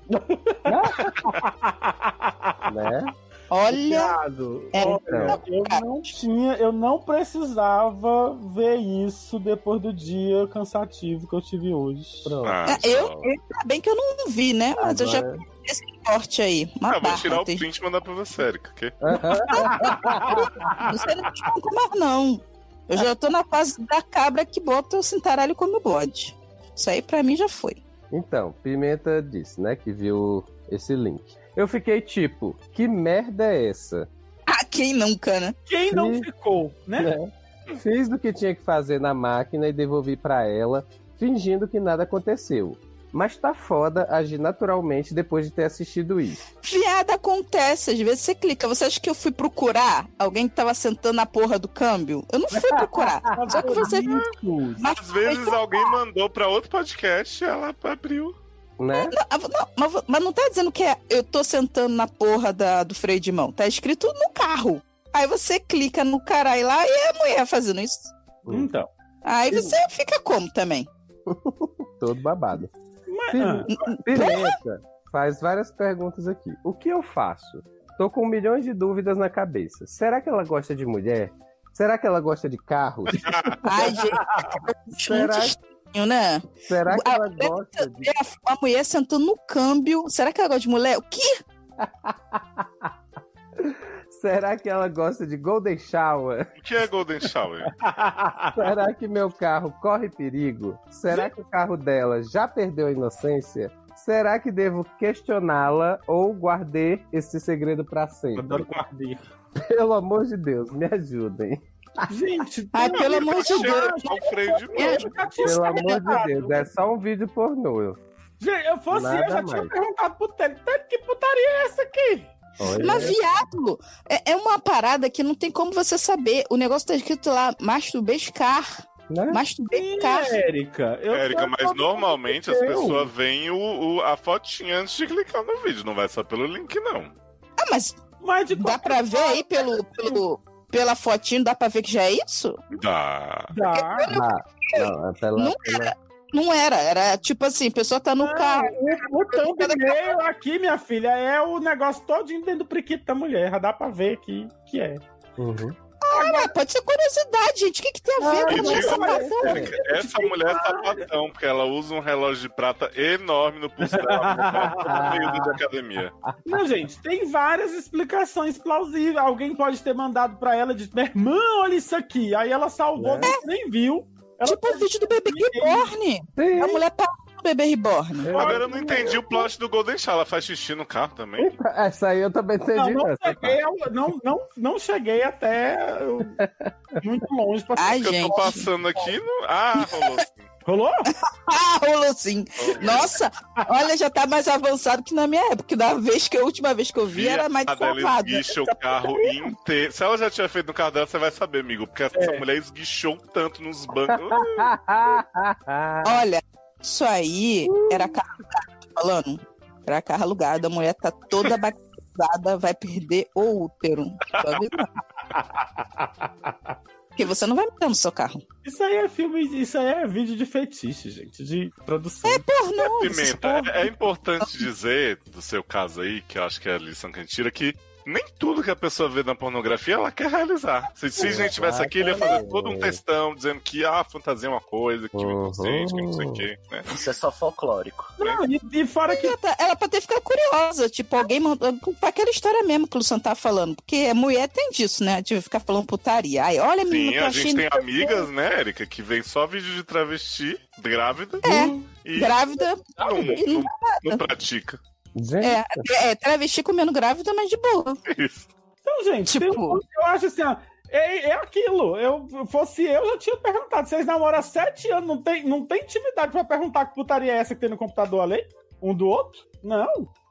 D: né?
A: [laughs] Olha,
C: Viado,
A: É,
C: olha, eu não tinha, eu não precisava ver isso depois do dia cansativo que eu tive hoje.
D: Pronto.
B: Ah,
A: né, É, eu-
B: só.
A: ainda bem que eu não vi, né? Mas eu já
D: Agora-
A: vi esse corte aí. Uma
B: Ah, vou tirar o
A: barra. tem-
B: print e mandar pra você, Erika. que-
A: Você não desconta mais, não. Eu já tô na fase da cabra que bota o cintaralho como bode. Isso aí pra mim já foi.
D: Então, Pimenta disse, né, que viu esse link. Eu fiquei tipo, que merda é essa?
A: Ah, quem nunca, né?
C: Quem não
D: Sim.
C: ficou, né?
A: É.
D: Fiz o que tinha que fazer na máquina e devolvi pra ela, fingindo que nada aconteceu. Mas tá foda agir naturalmente depois de ter assistido isso.
A: Viada acontece, às vezes você clica. Você acha que eu fui procurar alguém que tava sentando na porra do câmbio? Eu não fui
C: [laughs]
A: procurar.
C: Tá
A: Só que você. Mas,
B: Às vezes alguém mandou pra outro podcast e ela abriu.
D: Né?
C: Então.
A: Ah, não, mas, mas não tá dizendo que é eu tô sentando na porra da- do freio de mão. Tá escrito no carro. Aí você clica no caralho lá e é a mulher fazendo isso.
D: Hum,
C: Então.
A: Aí você fica como também?
D: Todo babado.
C: Mas,
D: Sim.
C: ah,
D: Pimenta faz várias perguntas aqui. O que eu faço? Tô com milhões de dúvidas na cabeça. Será que ela gosta de mulher? Será que ela gosta de carros?
A: Ai, gente. é
D: Será?
A: Muito estranho, né?
D: Será que
A: Ah,
D: ela gosta de.
A: Ver a, a mulher sentando no câmbio. Será que ela gosta de mulher? O quê?
D: Será que ela gosta de Golden Shower?
B: O que é Golden Shower?
C: Ah.
D: Será que meu carro corre perigo? Será que o carro dela já perdeu a inocência? Será que devo questioná-la ou guardei esse segredo pra sempre?
C: Adoro guardei.
D: Pelo amor de Deus, me ajudem.
C: Gente,
A: Ai,
C: tem
A: pelo
C: uma
A: amor de
B: Achei
A: Deus.
B: o freio de mão.
A: É,
C: justificativa,
D: Pelo amor de
C: viado.
D: Deus, é só um vídeo pornô.
C: Gente, eu fosse eu,
D: Nada
C: já tinha
D: mais.
C: perguntado pro Télio, Télio, que putaria é essa aqui?
D: Olha.
A: Mas, viado, é, é uma parada que não tem como você saber. O negócio tá escrito lá, masturbescar.
D: Né?
C: É.
A: Masturbecar.
C: Érica, eu
B: Érica,
C: eu-
B: mas
C: eu-
B: normalmente as
C: eu-
B: pessoas veem o, o- a fotinha antes de clicar no vídeo, não vai só pelo link, não.
A: Ah, mas
C: Mas de
A: Dá pra ver aí pelo, pelo, pela fotinho, dá pra ver que já é isso?
B: Dá.
C: Dá.
D: Ah, não, é pela-
A: Não
D: pela-
A: Não era, era tipo assim, a pessoa tá no carro.
C: O, o thumbnail aqui, minha filha, é o negócio todinho dentro do priquito da mulher. Já dá pra ver aqui que é.
D: Uhum.
A: Ah, pode ser curiosidade, gente. O que, tá que tem a ver
C: Ah,
A: com
B: eu
A: isso?
B: digo,
A: Mas-
B: Érica, essa mulher é sapatão, porque ela usa um relógio de prata enorme no
A: [laughs]
B: pulso dela, no período de academia.
C: Não, gente, tem várias explicações plausíveis. Alguém pode ter mandado pra ela de minha irmã, olha isso aqui. Aí ela salvou, mas nem viu. Ela
A: Tipo o vídeo do bebê reborn.
D: Sim.
A: A mulher parou no bebê reborn. [laughs]
B: Agora eu não entendi o plot do Golden Shower. Ela faz xixi no carro também?
D: Essa aí eu também
C: não,
D: entendi.
C: não,
D: essa
C: cheguei, ao- não, não, não cheguei até eu- muito longe pra
A: Ai,
B: Que eu
A: gente.
B: tô passando aqui no. Ah, rolou sim.
C: Rolou?
A: Ah, rolou sim.
B: Rolou.
A: Nossa, olha, já tá mais avançado que na minha época. Da vez que a última vez que eu vi era mais
B: a dela
A: salvada.
B: esguicha o carro inteiro. Se ela já tinha feito no carro dela, você vai saber, amigo. Porque essa
A: É.
B: mulher esguichou um tanto nos bancos.
D: parte.
A: Olha, isso aí
B: Uh.
A: era carro alugado, tô falando. Era carro alugado, a mulher tá toda batizada, vai perder o útero. Tô
B: [laughs]
A: avisando. Porque você não vai meter no seu carro.
C: Isso aí é filme, isso aí é vídeo de fetiche, gente, de produção.
A: É, Pornô, você né?
B: Pimenta,
A: porra.
B: é, é importante dizer, do seu caso aí, que eu acho que é a lição que a gente tira, que nem tudo que a pessoa vê na pornografia ela quer realizar. Se, se a gente tivesse aqui, ele ia fazer todo um textão dizendo que ah, fantasia é uma coisa, que o inconsciente, que não sei o quê, né?
A: Uhum.
G: Isso é só folclórico.
C: Não, e, e fora que
A: Ela tá- Ela pode ter ficado curiosa, tipo, alguém mandou. Pra aquela história mesmo que o Luciano tá falando. Porque a mulher tem disso, né? De ficar falando putaria. Aí, olha, menina, tá
B: Sim,
A: que é eu
B: a
A: achei
B: gente tem amigas, né, Erika, que vem só vídeo de travesti, grávida,
A: É.
B: e
A: grávida.
B: não,
A: e não-
B: não- não pratica.
D: [laughs] Gente,
A: É, é, é travesti comendo grávida, mas de boa.
B: Isso.
C: Então, gente,
A: Tipo-
C: tem um- eu acho assim, ó, é, é aquilo. Eu fosse eu, já tinha perguntado. Vocês namoram há sete anos, não tem, não tem intimidade pra perguntar que putaria é essa que tem no computador ali? Um do outro? Não.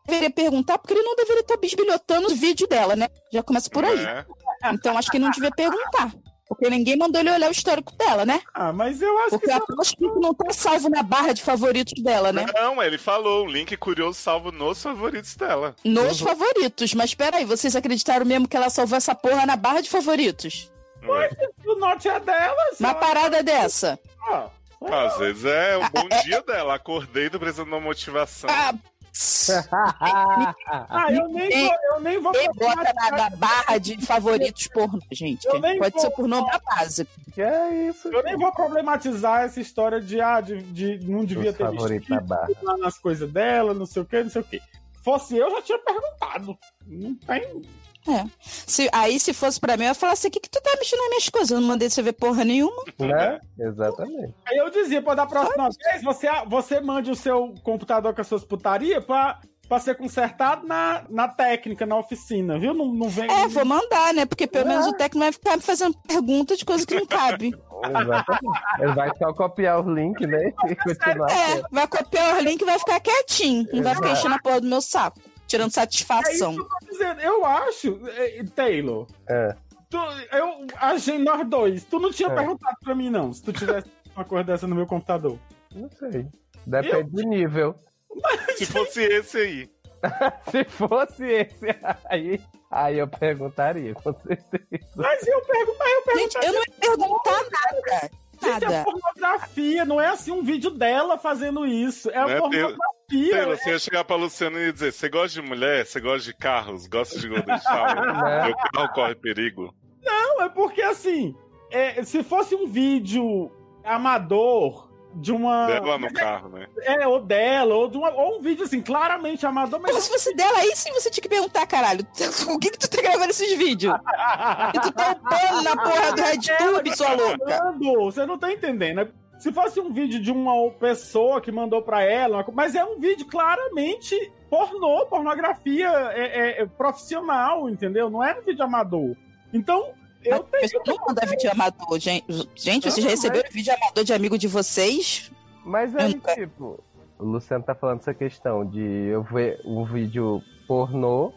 A: Deveria perguntar, porque ele não deveria estar bisbilhotando o vídeo dela, né? Já começa por aí.
B: Né?
A: Então acho que ele não devia perguntar. Porque ninguém mandou ele olhar o histórico dela, né?
C: Ah, mas eu acho
A: Porque
C: que.
A: a
C: isso-
A: que não tá salvo na barra de favoritos dela, né?
B: Não, ele falou um link curioso salvo nos favoritos dela.
A: Nos favoritos. Mas peraí, vocês acreditaram mesmo que ela salvou essa porra na barra de favoritos?
B: É.
C: O norte é dela,
A: Uma
C: só-
A: parada dessa.
C: ó.
B: Às vezes é um bom dia dela. Acordei tô precisando de uma motivação.
A: Ah,
C: É.
D: É.
C: Ah, eu nem vou, eu nem vou
A: Quem
C: continuar-
A: bota na, na barra de favoritos pornô, gente?
C: Eu nem
A: Pode
C: vou-
A: ser pornô da base.
D: [laughs] que é isso?
C: Eu nem vou problematizar essa história de, ah, de, de não devia
D: Os
C: ter
D: favoritos
C: visto
D: da barra.
C: aquilo lá nas coisas dela, não sei o que, não sei o que. Fosse eu, já tinha perguntado. Não tem.
A: Se, aí, se fosse pra mim, eu ia falar assim: o que, que tu tá mexendo nas minhas coisas? Eu não mandei você ver porra nenhuma.
D: Né?
C: [laughs]
D: Exatamente.
C: Aí eu dizia, pô, da próxima vez, você, você mande o seu computador com as suas putarias pra, pra ser consertado na, na técnica, na oficina, viu? Não, não vem.
A: É, vou mandar, né? Porque pelo
C: É.
A: menos o técnico vai ficar me fazendo pergunta de coisa que não cabe.
D: Exatamente. Ele vai só copiar os links, né?
C: [laughs]
D: E continuar.
A: É, vai copiar o link e vai ficar quietinho. Não vai ficar
D: Exato.
A: enchendo a porra do meu saco. Tirando
C: É isso
A: satisfação.
C: que eu tô dizendo. Eu acho, eh, Taylor.
D: É.
C: Tu, eu, a gente, nós dois. Tu não tinha
D: É.
C: perguntado pra mim, não, se tu tivesse [laughs] uma coisa dessa no meu computador.
D: Não sei. Depende do nível.
B: Se fosse esse aí.
D: Se fosse esse aí, aí eu perguntaria, com certeza.
C: Mas eu pergunto, mas É eu
A: Gente,
C: pergunto.
A: eu não ia perguntar nada.
C: Gente, é
A: Nada.
C: pornografia, não é assim um vídeo dela fazendo isso. É
B: Né,
C: pornografia.
B: Taylor, você ia chegar pra Luciana e ia dizer: Você gosta de mulher? Você gosta de carros? Gosta de Golden Shower?
D: Né?
B: Meu carro corre perigo.
C: Não, é porque assim, é, se fosse um vídeo amador de uma.
B: Dela no carro, né?
C: É, ou dela, ou, de uma, ou um vídeo assim, claramente amador,
A: Mas
C: mas.
A: se fosse dela, aí sim você tinha que perguntar, caralho. [laughs] O que que tu tá gravando esses vídeos? E tu tá upando na porra do
C: É,
A: RedTube, sua louca.
C: Mano, Você não tá entendendo. né? Se fosse um vídeo de uma pessoa que mandou pra ela, uma co- mas é um vídeo claramente pornô, pornografia é, é, é profissional, entendeu? Não é um vídeo amador. Então, eu
A: Mas a pessoa não manda vídeo amador, gente. Gente, vocês já receberam vídeo amador de amigo de vocês?
D: Mas aí,
A: Nunca.
D: tipo, o Luciano tá falando essa questão de eu ver um vídeo pornô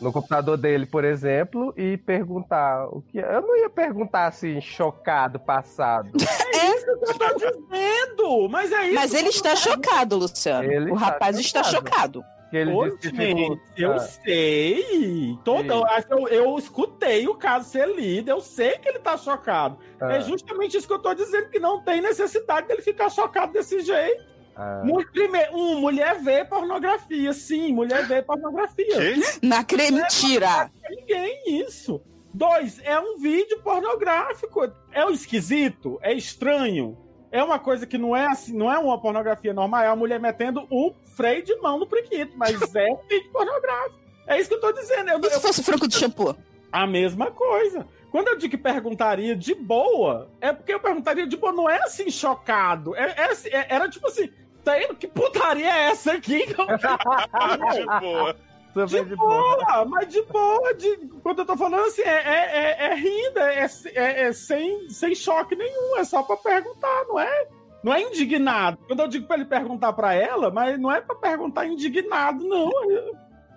D: no computador dele, por exemplo, e perguntar o que. Eu não ia perguntar assim, chocado, passado.
C: eu tô dizendo, mas é isso.
A: Mas ele está chocado, Luciano.
D: Ele
A: o
D: está
A: rapaz está
D: chocado.
A: chocado.
D: Que ele
C: Ô,
D: disse que
C: gente,
D: ficou-
C: eu
D: Ah,
C: sei. Todo, eu, acho- eu, eu escutei o caso ser lido, eu sei que ele tá chocado.
D: ah,
C: É justamente isso que eu tô dizendo, que não tem necessidade dele ficar chocado desse jeito.
D: ah.
C: Mu- Primeiro, um, mulher vê pornografia, sim, mulher vê pornografia.
B: Que?
A: Na cre...
C: É,
A: Mentira.
C: Ninguém é isso. Dois, é um vídeo pornográfico. É um esquisito, é estranho. É uma coisa que não é assim, não é uma pornografia normal, é uma mulher metendo o freio de mão no priquito, mas é um vídeo pornográfico. É isso que eu tô dizendo. Eu,
A: E se
C: eu-
A: fosse franco de shampoo?
C: a mesma coisa. Quando eu digo que perguntaria de boa, é porque eu perguntaria de boa, não é assim chocado. É, é assim- é- era tipo assim, Taylor, que putaria é essa aqui?
D: [laughs]
B: Ah, De boa.
D: Super
C: De
D: ah. de boa.
C: boa, mas de boa. De... Quando eu tô falando assim, é, é, é, é rindo, é, é- é sem, sem choque nenhum, é só pra perguntar, não é? Não é indignado. Quando eu digo pra ele perguntar pra ela, mas não é pra perguntar indignado, não.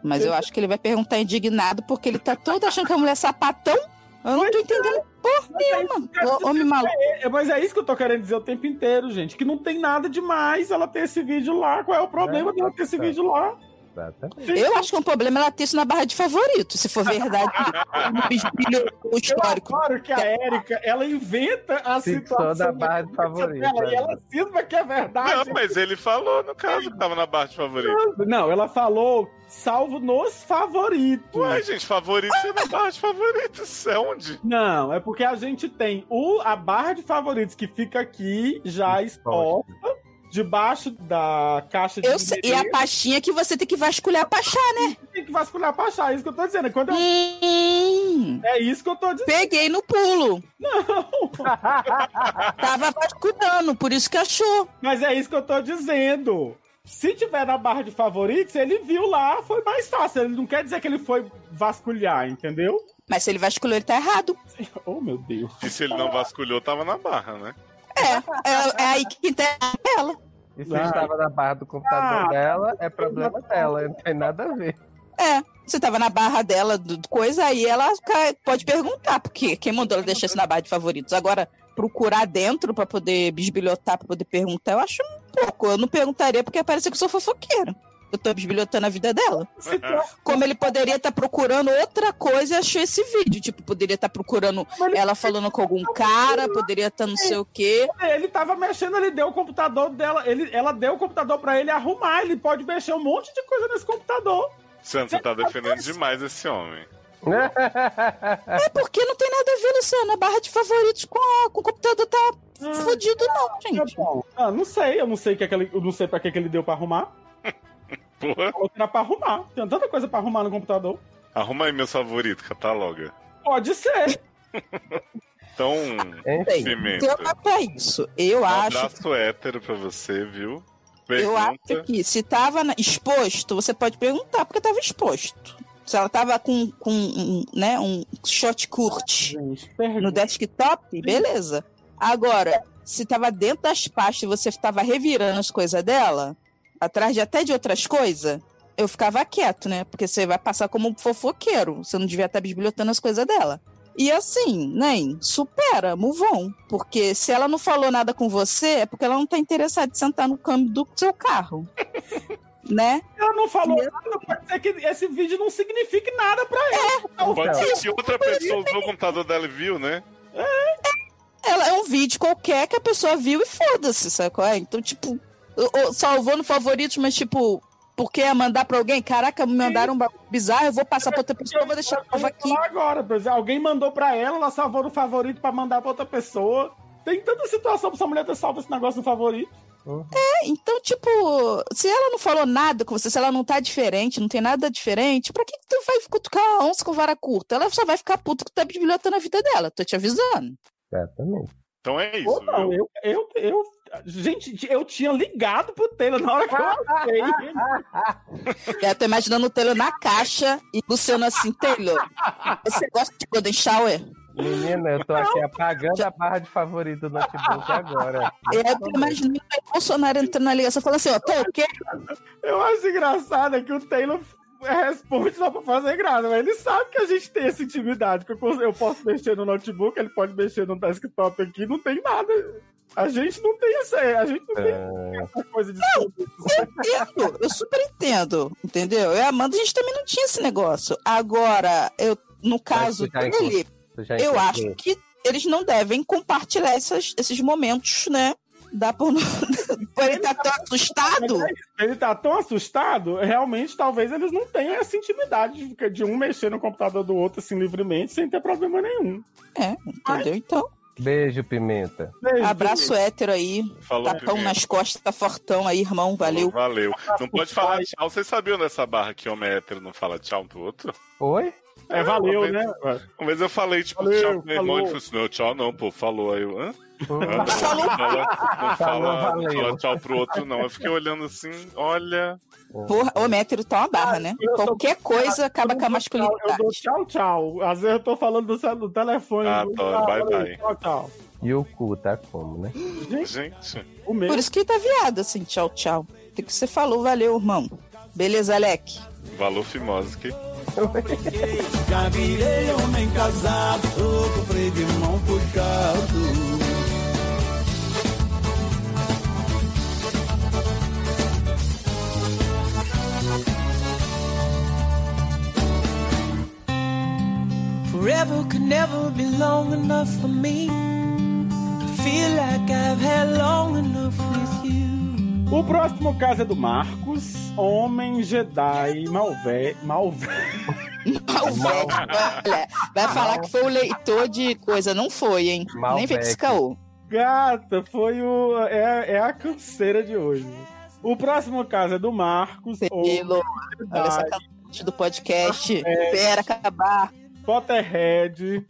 A: Mas eu acho que ele vai perguntar indignado, porque ele tá todo achando que a mulher é sapatão. Eu não tô entendendo porra nenhuma. Ô, Homem maluco.
C: É, mas é isso que eu tô querendo dizer o tempo inteiro, gente. Que não tem nada demais ela ter esse vídeo lá. Qual é o problema
D: É,
C: dela ter esse
D: tá.
C: vídeo lá?
D: Exatamente.
A: Eu acho que é um problema ela ter isso na barra de favorito, se for verdade. Bisbilho o
C: Eu
A: histórico.
C: adoro que a Érica, ela inventa a
D: Ficção
C: situação
D: É. da barra de
C: cabeça
D: favorito,
C: dela, E
D: né?
C: ela cisma que é
B: Não,
C: verdade.
B: mas ele falou no caso que tava na barra de favorito.
C: Não, ela falou salvo nos favoritos.
B: Ué, gente, favorito é na barra de favorito. Isso é onde?
C: Não, é porque a gente tem o, a barra de favoritos que fica aqui, já exposta, debaixo da caixa de
A: Eu sei- e a pastinha que você tem que vasculhar pra achar.
C: tem que vasculhar pra achar. É isso que eu tô dizendo. Quando eu-
A: Hum,
C: É isso que eu tô dizendo.
A: peguei no pulo. Tava vasculhando, por isso que achou.
C: Mas é isso que eu tô dizendo. Se tiver na barra de favoritos, ele viu lá, foi mais fácil. Ele não quer dizer que ele foi vasculhar, entendeu?
A: Mas se ele vasculhou, ele tá errado.
C: Oh, meu Deus.
B: E se ele não vasculhou, tava na barra, né?
A: É, é, é aí que tá ela.
D: E se
C: Ah.
D: estava na barra do computador
C: Ah.
D: dela, é problema dela, não tem nada a ver.
A: É. Você tava na barra dela, do, do coisa, aí ela ca- pode perguntar, porque quem mandou ela deixar isso na barra de favoritos? Agora, procurar dentro pra poder bisbilhotar, pra poder perguntar, eu acho um pouco. Eu não perguntaria porque parece que eu sou fofoqueira. Eu tô bisbilhotando a vida dela.
C: Se tu-
A: Como ele poderia estar procurando outra coisa e achou esse vídeo. Tipo, poderia estar procurando
C: Mas ele-
A: ela falando com algum cara, poderia estar não sei o quê.
C: Ele tava mexendo, ele deu o computador dela, ele, ela deu o computador pra ele arrumar, ele pode mexer um monte de coisa nesse computador.
B: Santos, você tá defendendo demais esse homem.
A: É porque não tem nada a ver, Luciana. A barra de favoritos com, a- com o computador tá fudido, não,
C: Tá
A: gente.
C: bom. Ah, não sei, eu não sei o que, é que ele, eu não sei para que, que ele deu pra arrumar.
B: [laughs] Porra,
C: Falou que era pra arrumar. Tem tanta coisa pra arrumar no computador.
B: arruma aí meu favorito, cataloga.
C: Pode ser.
B: Então,
D: [laughs]
A: Sei.
B: pimenta.
A: Então, é pra isso. Eu
B: Um
A: acho.
B: abraço hétero pra você, viu?
A: Eu acho
B: Pergunta.
A: que se tava na- exposto, você pode perguntar porque tava exposto. Se ela tava com, com um, né, um shot curte
C: Gente,
A: no
C: pergunta.
A: desktop, beleza. Agora, se tava dentro das pastas e você tava revirando as coisas dela, atrás de até de outras coisas, eu ficava quieto, né? Porque você vai passar como um fofoqueiro. Você não devia estar bisbilhotando as coisas dela. E assim, nem supera, move on. Porque se ela não falou nada com você, é porque ela não tá interessada em sentar no câmbio do seu carro. [laughs] né?
C: Ela não falou nada, pode ser que esse vídeo não signifique nada pra ele. Então,
B: Pode
D: Então.
B: ser que outra pessoa usou o computador dela e viu, né?
A: Ela é um vídeo qualquer que a pessoa viu e foda-se, sacou? É, Então, tipo, eu- eu salvou no favoritos, mas tipo, porque ia mandar pra alguém? Caraca, me mandaram um bagulho bizarro, eu vou passar pra outra pessoa, eu vou deixar
C: eu vou
A: a aqui.
C: falar agora, por exemplo, alguém mandou pra ela, ela salvou no favorito pra mandar pra outra pessoa. Tem tanta situação pra essa mulher ter salvo esse negócio no favorito.
A: Então, tipo, se ela não falou nada com você, se ela não tá diferente, não tem nada diferente, pra que que tu vai cutucar a onça com vara curta? Ela só vai ficar puta que tu tá bisbilhotando a vida dela, tô te avisando.
D: Exatamente.
B: Então é isso,
C: Ou não,
B: viu?
C: eu, eu, eu. Gente, eu tinha ligado pro Taylor na hora que eu achei.
A: Eu tô imaginando o Taylor na caixa e Luciano assim, Taylor, você gosta de Golden Shower?
D: Menina, eu tô aqui apagando a barra de favorito do notebook agora.
A: Eu tô imaginando o Bolsonaro entrando na ligação e falando assim, ó, Taylor, que
C: Eu acho engraçado é que o Taylor responde só pra fazer graça, mas ele sabe que a gente tem essa intimidade, que eu, cons- eu posso mexer no notebook, ele pode mexer no desktop aqui, não tem nada. A gente não tem essa, a gente não tem
B: É.
C: essa coisa de
A: entendo, eu super entendo, entendeu? Eu e a Amanda, a gente também não tinha esse negócio. Agora, eu, no caso
D: ficar em né,
A: dele,
D: Tu já
A: eu
D: encontrou?
A: acho que eles não devem compartilhar essas- esses momentos, né? Dá por. [laughs] por ele tá tão assustado.
C: Ele tá tão assustado, realmente talvez eles não tenham essa intimidade de, ficar- de um mexer no computador do outro assim livremente sem ter problema nenhum.
A: Entendeu? Então,
D: Beijo, Pimenta.
C: Beijo,
A: abraço é. hétero aí.
B: Falou
A: Tapão
B: primeiro.
A: nas costas, tá fortão aí, irmão. tá Valeu.
B: Valeu. Não pode falar tchau. Vocês sabiam nessa barra que homem hétero não fala tchau um pro outro?
D: Oi?
C: É, valeu, né?
B: Uma vez eu falei, tipo,
C: Valeu,
B: tchau pro meu irmão,
C: falou.
B: ele falou assim, não, tchau não, pô, falou. Aí eu, hã? Hã?
D: Hum.
A: [laughs] Falou.
B: Não fala, não
D: Falou,
B: fala, não
D: valeu.
B: fala tchau pro outro, não. Eu fiquei olhando assim, olha...
A: Porra, homem hétero tá uma barra, né?
C: eu sou-
A: Qualquer coisa acaba
C: Eu
A: com a
C: dou tchau, Eu dou
A: masculinidade.
C: tchau, tchau. Às vezes eu tô falando do, cel- do telefone.
B: Ah,
C: do-
B: tá. Bye,
C: valeu,
B: bye.
C: Tchau, tchau.
D: E o cu tá como, né?
B: Gente,
C: O meu.
A: Por isso que ele tá viado, assim, tchau, tchau. Tem que você falou, valeu, irmão. Beleza, Alec?
B: valor fimoso que...
H: Já virei homem casado, comprei de mão puxado. Forever could never be long enough for me. Feel like I've had long enough with you.
C: O próximo caso é do Marcos, homem Jedi malvé. malvé.
A: Malvete, olha. Vai falar que foi o leitor de coisa. Não foi, hein? Nem vem com esse
D: Malbec.
A: caô.
C: Gata, foi o. É, é a canseira de hoje. O próximo caso é do Marcos, homem
A: Pelo, olha essa
C: Jedi, Ah, é.
A: cacete do podcast. Espera acabar.
C: Potterhead,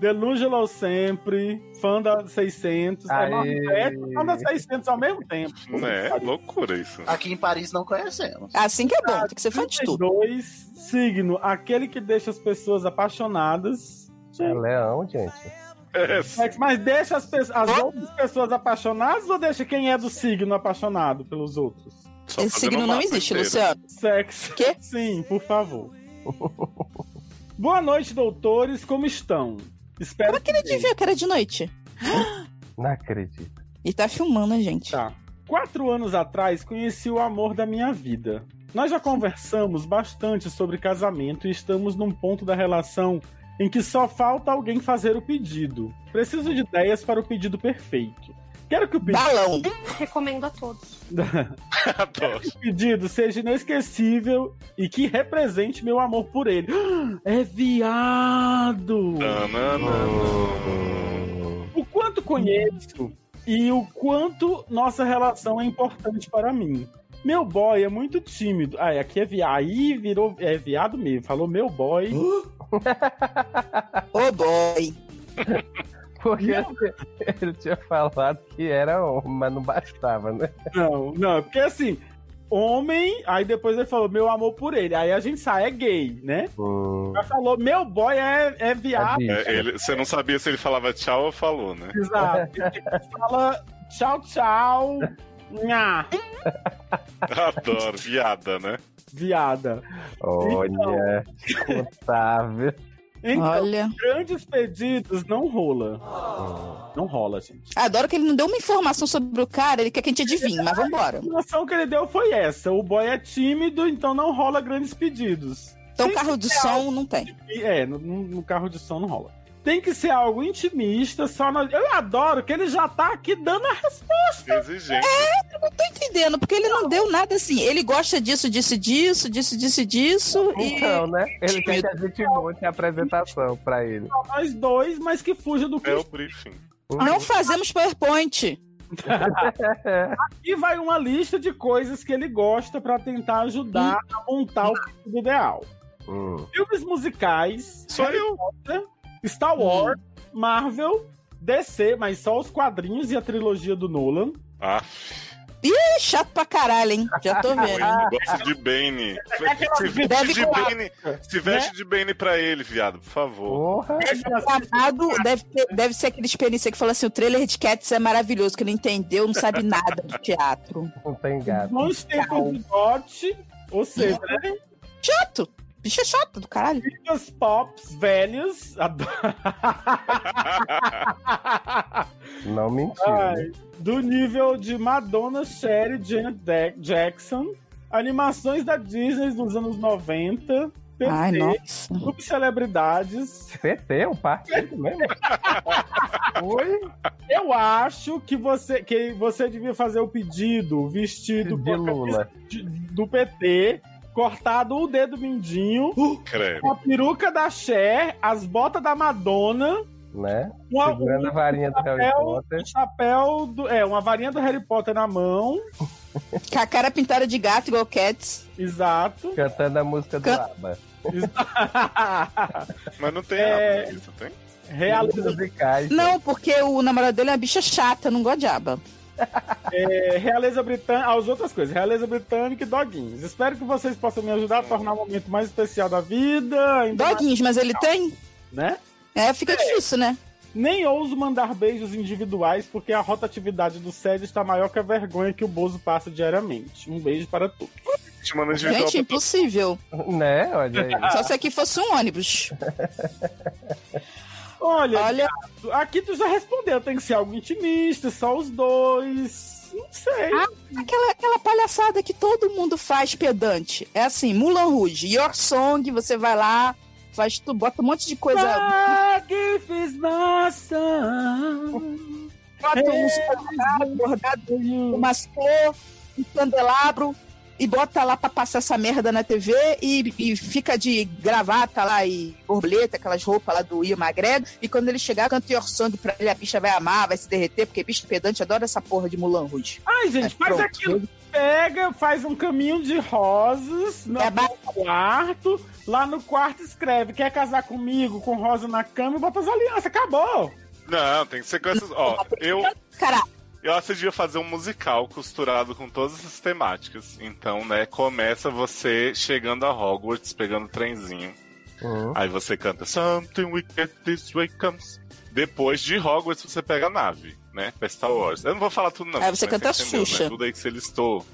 C: Delusional sempre, fã da 600, é
D: Aê.
C: Marvete, fã da 600 ao mesmo tempo.
B: Né? Loucura isso.
I: Aqui em Paris não conhecemos.
A: Assim que é bom, tem que ser fã de tudo.
C: 32, signo, aquele que deixa as pessoas apaixonadas.
D: É leão, gente.
B: É,
C: Mas- Mas deixa as, pe- as outras pessoas apaixonadas ou deixa quem é do signo apaixonado pelos outros?
B: só fazendo
A: Esse signo não
B: mapa
A: existe,
B: inteiro.
A: Luciano.
C: Sexo.
A: Quê?
C: [laughs] Sim, por favor. Boa noite, doutores. Como estão? Espero
A: Como é que ele
C: bem.
A: adivinhou que era de noite?
D: Não acredito.
A: Ele tá filmando a gente.
C: Tá. Quatro anos atrás conheci o amor da minha vida. Nós já conversamos bastante sobre casamento e estamos num ponto da relação em que só falta alguém fazer o pedido. Preciso de ideias para o pedido perfeito. Quero que o pedido,
A: Balão.
J: Recomendo a todos.
B: [laughs] Adoro.
C: o pedido seja inesquecível e que represente meu amor por ele. [gasps] É viado!
B: Tananana.
C: o quanto conheço e o quanto nossa relação é importante para mim. Meu boy é muito tímido. Ah, aqui é viado. Aí virou. É viado mesmo. Falou meu boy.
A: Ô, boy.
D: Porque [laughs] ele tinha falado que era homem, mas não bastava, né?
C: Não, não. Porque assim, homem. Aí depois ele falou meu amor por ele. Aí a gente sai, é gay, né?
A: Hum.
C: Mas falou meu boy é, é viado.
B: É, ele- você não sabia se ele falava tchau ou falou,
C: [laughs]
B: né?
C: Exato. Ele Fala tchau, tchau. Nha,
B: Adoro, viada, né?
C: viada.
D: Olha, descontável.
C: Então,
A: Olha.
C: grandes pedidos não rola. Não rola, gente.
A: Adoro que ele não deu uma informação sobre o cara, ele quer que a gente adivinhe, mas vambora.
C: A noção que ele deu foi essa. O boy é tímido, então não rola grandes pedidos.
A: Então, carro de som não tem.
C: E, é, no, no- no carro de som não rola. Tem que ser algo intimista, só na- Eu adoro que ele já tá aqui dando a resposta.
B: Exigente.
A: Não tô entendendo, porque ele não deu nada assim. Ele gosta disso, disso, disso, disso, disso, disso. E
D: Então, né? Ele quer que a gente
A: Então.
D: monte a apresentação pra ele.
C: pra Nós dois, mas que fuja do que.
B: É o briefing.
A: não fazemos PowerPoint.
C: E vai uma lista de coisas que ele gosta pra tentar ajudar a montar o pedido ideal.
D: Hum.
C: Filmes musicais,
B: Só eu.
C: Star Wars, Marvel, DC, mas só os quadrinhos e a trilogia do Nolan.
B: Ah,
A: É chato pra caralho, hein? Já tô
B: eu [laughs]
A: vendo.
B: não gosto de Bane. Se veste
A: Deve
B: de
A: colar.
B: Bane, se veste de Bane pra ele, viado, por favor.
D: Porra!
A: Babado deve, ter- deve ser aquele experiência que fala assim: o trailer de Cats é maravilhoso, que não entendeu, não sabe nada de teatro.
D: Não tem gato.
C: Bons tempos de Dot, ou seja, né?
A: Chato! Bicho é chato do caralho.
C: Filhas pops velhas. adoro-
D: Não mentira.
C: Ai, do nível de Madonna, Sherry, Janet Da- Jackson. Animações da Disney dos anos 90. PT,
A: Ai, nossa.
C: subcelebridades.
D: PT, o um
C: [laughs]
D: partido mesmo? Oi?
C: Eu acho que você, que você devia fazer o pedido vestido
D: De Lula.
C: de- do PT, cortado o dedo mindinho,
B: Credo.
C: a peruca da Cher, as botas da Madonna,
D: Né?
C: uma,
D: Segurando a varinha do Harry
C: Chapéu.
D: Potter.
C: um chapéu, do, é, uma varinha do Harry Potter na mão,
A: Com a cara pintada de gato igual Cats.
C: exato. [laughs]
D: Cantando a música do
A: Canta.
D: ABBA.
B: Mas não tem
C: É.
B: nada disso, tem?
D: Filmes
C: Realiza,
D: musicais.
A: Não, porque o namorado dele é uma bicha chata, não gosta de aba.
C: é, realeza britânica, as outras coisas, realeza britânica e doguinhos. Espero que vocês possam me ajudar a tornar o momento mais especial da vida, ainda mais,
A: Doguinhos, mas ele tem?
C: né?
A: É, fica difícil, né?
C: Nem ouso mandar beijos individuais, porque a rotatividade do SED está maior que a vergonha que o Bozo passa diariamente. Um beijo para todos.
B: Te manda individual.
A: Gente, impossível.
D: Né? Olha aí.
A: Só se aqui fosse um ônibus.
C: Olha,
A: Olha,
C: Viado, aqui tu já respondeu, tem que ser algo intimista, só os dois. Não sei.
A: Ah, aquela, é aquela palhaçada que todo mundo faz pedante. É assim, Mulan Rouge, Your Song, você vai lá, faz tu bota um monte de
C: Ah,
A: coisa,
C: Forgive is my son.
A: bota uns bordados, bordado, umas flor, um candelabro e bota lá pra passar essa merda na TV e, e fica de gravata lá e borboleta, aquelas roupas lá do Ian McGregor. E quando ele chegar, canta Your Song pra ele, a bicha vai amar, vai se derreter, porque bicho pedante adora essa porra de Mulan Rouge.
C: Ai, gente, faz
A: Pronto.
C: aquilo. Pega, faz um caminho de rosas. Não,
A: É a barra
C: quarto, lá no quarto escreve, quer casar comigo, com rosa na cama e bota as alianças, acabou.
B: Não, tem que ser com essas. Ó, eu,
A: Caralho,
B: eu acho que devia fazer um musical costurado com todas essas temáticas. Então, né, começa você chegando a Hogwarts, pegando o trenzinho.
D: Uhum.
B: Aí você canta Something we get this way comes. Depois de Hogwarts você pega a nave, né? Pra Star Wars. Eu não vou falar tudo, não.
A: Aí você
B: mas
A: canta
B: entendeu,
A: Xuxa.
B: Né? Tudo aí que você listou.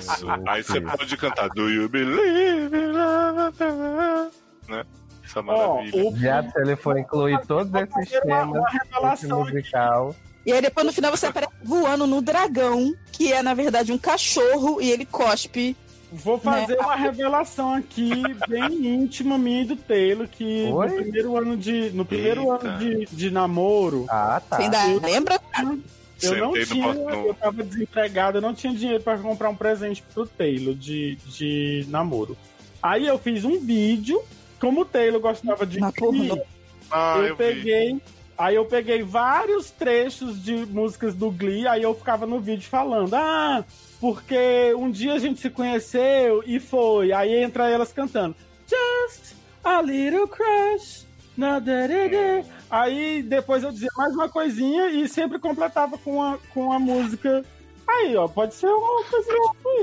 B: Isso. aí você pode cantar Do You Believe in Love? Né? Essa maravilha.
C: Ó, o
D: Já se ele for incluir todos
C: Vou
D: esses
C: fazer uma- uma
D: temas nesse
C: revelação aqui.
D: musical,
A: E aí depois no final você aparece voando no dragão, que é na verdade um cachorro, e ele cospe.
C: Vou fazer uma revelação aqui bem íntima minha e do Taylor, que
D: Oi?
C: no primeiro ano de, no primeiro
B: Eita.
C: ano de, de namoro,
D: ah tá.
A: Você ainda lembra?
C: eu não
B: Sentei
C: tinha,
B: no, no-
C: eu tava desempregado, eu não tinha dinheiro pra comprar um presente pro Taylor de, de namoro. Aí eu fiz um vídeo, como o Taylor gostava de
A: Uma
C: filme,
A: pornô.
B: Ah,
C: eu,
B: eu, vi.
C: peguei. Aí eu peguei vários trechos de músicas do Glee, aí eu ficava no vídeo falando, ah, porque um dia a gente se conheceu e foi. Aí entra elas cantando, Just a Little Crush, na da da da. Aí depois eu dizia mais uma coisinha e sempre completava com a, com a música. Aí, ó, pode ser uma coisa.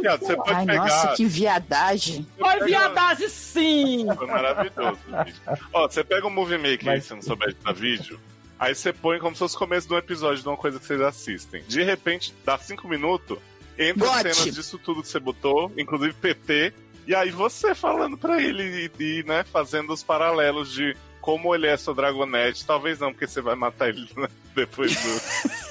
B: Viado, Você pode
A: Ai,
B: pegar.
A: nossa, que viadagem.
C: Foi viadagem, sim!
B: Foi maravilhoso o vídeo. Ó, você pega um movie maker aí, se não souber editar vídeo, aí você põe como se fosse o começo de um episódio de uma coisa que vocês assistem. De repente, dá cinco minutos, entra
A: Got.
B: cenas disso tudo que você botou, inclusive PT, e aí você falando pra ele e, e, né, fazendo os paralelos de como ele é sua dragonete, talvez não, porque você vai matar ele né, [laughs] depois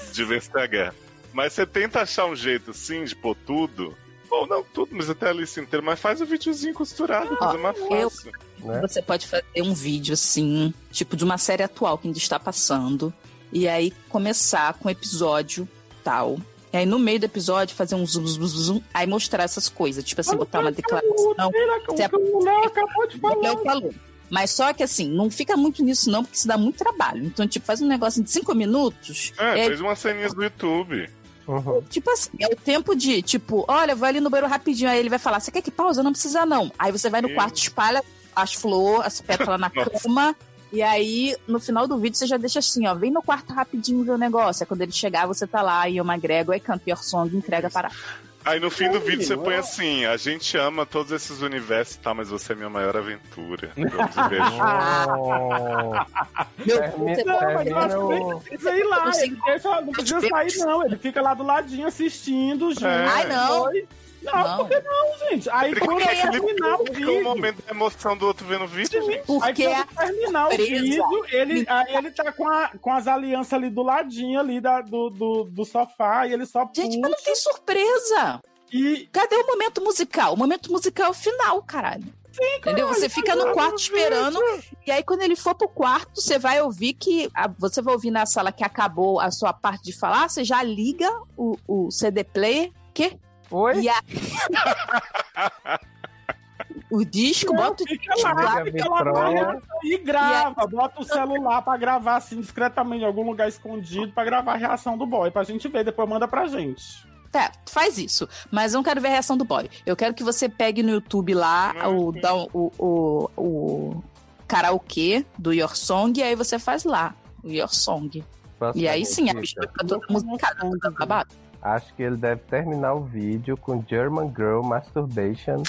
B: do- de vencer a guerra. Mas você tenta achar um jeito, sim, de pôr tudo. Bom, não tudo, mas até a lista inteira. Mas faz o videozinho costurado, coisa mais
A: eu-
B: fácil.
D: É.
A: Você pode fazer um vídeo assim, tipo de uma série atual que ainda está passando, e aí começar com um episódio tal. E aí no meio do episódio fazer um zoom, zoom, zoom, zoom, aí mostrar essas coisas, tipo assim, botar uma
C: O
A: declaração. é
C: Taylor,
A: você-
C: o que o Léo acabou de falar.
A: Gabriel falou. Mas só que assim, não fica muito nisso não, porque isso dá muito trabalho. Então, tipo, faz um negócio de cinco minutos.
B: É,
A: e aí,
B: fez umas ceninhas do YouTube.
D: Uhum.
A: Tipo assim, é o tempo de, tipo, olha, vou ali no banheiro rapidinho. Aí ele vai falar, você quer que pausa? Não precisa não. Aí você vai no
B: Sim.
A: quarto, espalha as flores, as pétalas na
B: [laughs] Nossa.
A: cama. E aí, no final do vídeo, você já deixa assim, ó, vem no quarto rapidinho ver o negócio. Aí quando ele chegar, você tá lá, e eu magrego, aí canta your song, entrega a parada.
B: Aí no fim do
C: Ai,
B: vídeo você
C: uau.
B: põe assim: a gente ama todos esses universos e tal, mas você é minha
C: [laughs]
B: maior aventura. Eu te vejo.
D: Oh.
A: Ah, Meu
D: Termi-
A: Deus, tá
C: Não, mas eu acho
D: termina
C: que
D: o-
C: Sei lá,
A: Eu sei
C: ele deixa, não precisa
A: Deus.
C: sair, não. Ele fica lá do ladinho
B: É.
C: assistindo, gente.
B: Ai,
A: não.
C: Oi. Não,
A: Não.
C: porque não, gente? Aí
B: É Porque
C: quando
B: aquele
C: terminar o
B: público é um
C: vídeo.
B: momento assim. da emoção do outro vendo o vídeo,
C: Sim,
B: gente.
C: Aí
A: Porque
C: quando terminar o
A: surpresa.
C: vídeo, ele, aí ele tá com, a- com as alianças ali do ladinho ali da, do, do, do sofá e ele só puxa
A: Gente, mas não tem surpresa.
C: e
A: Cadê o momento musical? O momento musical é o final, caralho. Entendeu? Você fica no quarto esperando, e aí quando ele for pro quarto, você vai ouvir que. a- você vai ouvir na sala que acabou a sua parte de falar, você já liga o, o CD player
D: Oh. Oi?
A: e a- o disco, bota o
C: fica
A: disco lá.
C: lá,
D: Liga
C: fica lá na
D: a vitrola.
C: reação e grava. Bota o celular pra gravar assim discretamente em algum lugar escondido pra gravar a reação do boy, pra gente ver, depois manda pra gente.
A: Tá, faz isso. Mas eu não quero ver a reação do boy. Eu quero que você pegue no YouTube lá o, dá um, o, o, o, o karaokê do Your Song, e aí você faz lá o Your Song.
D: Posso
A: E
D: dar
A: aí
D: uma
A: sim, a
D: dica?
A: mistura fica toda musicada, toda babada.
D: Acho que ele deve terminar o vídeo com German Girl
A: [laughs]
D: Masturbation.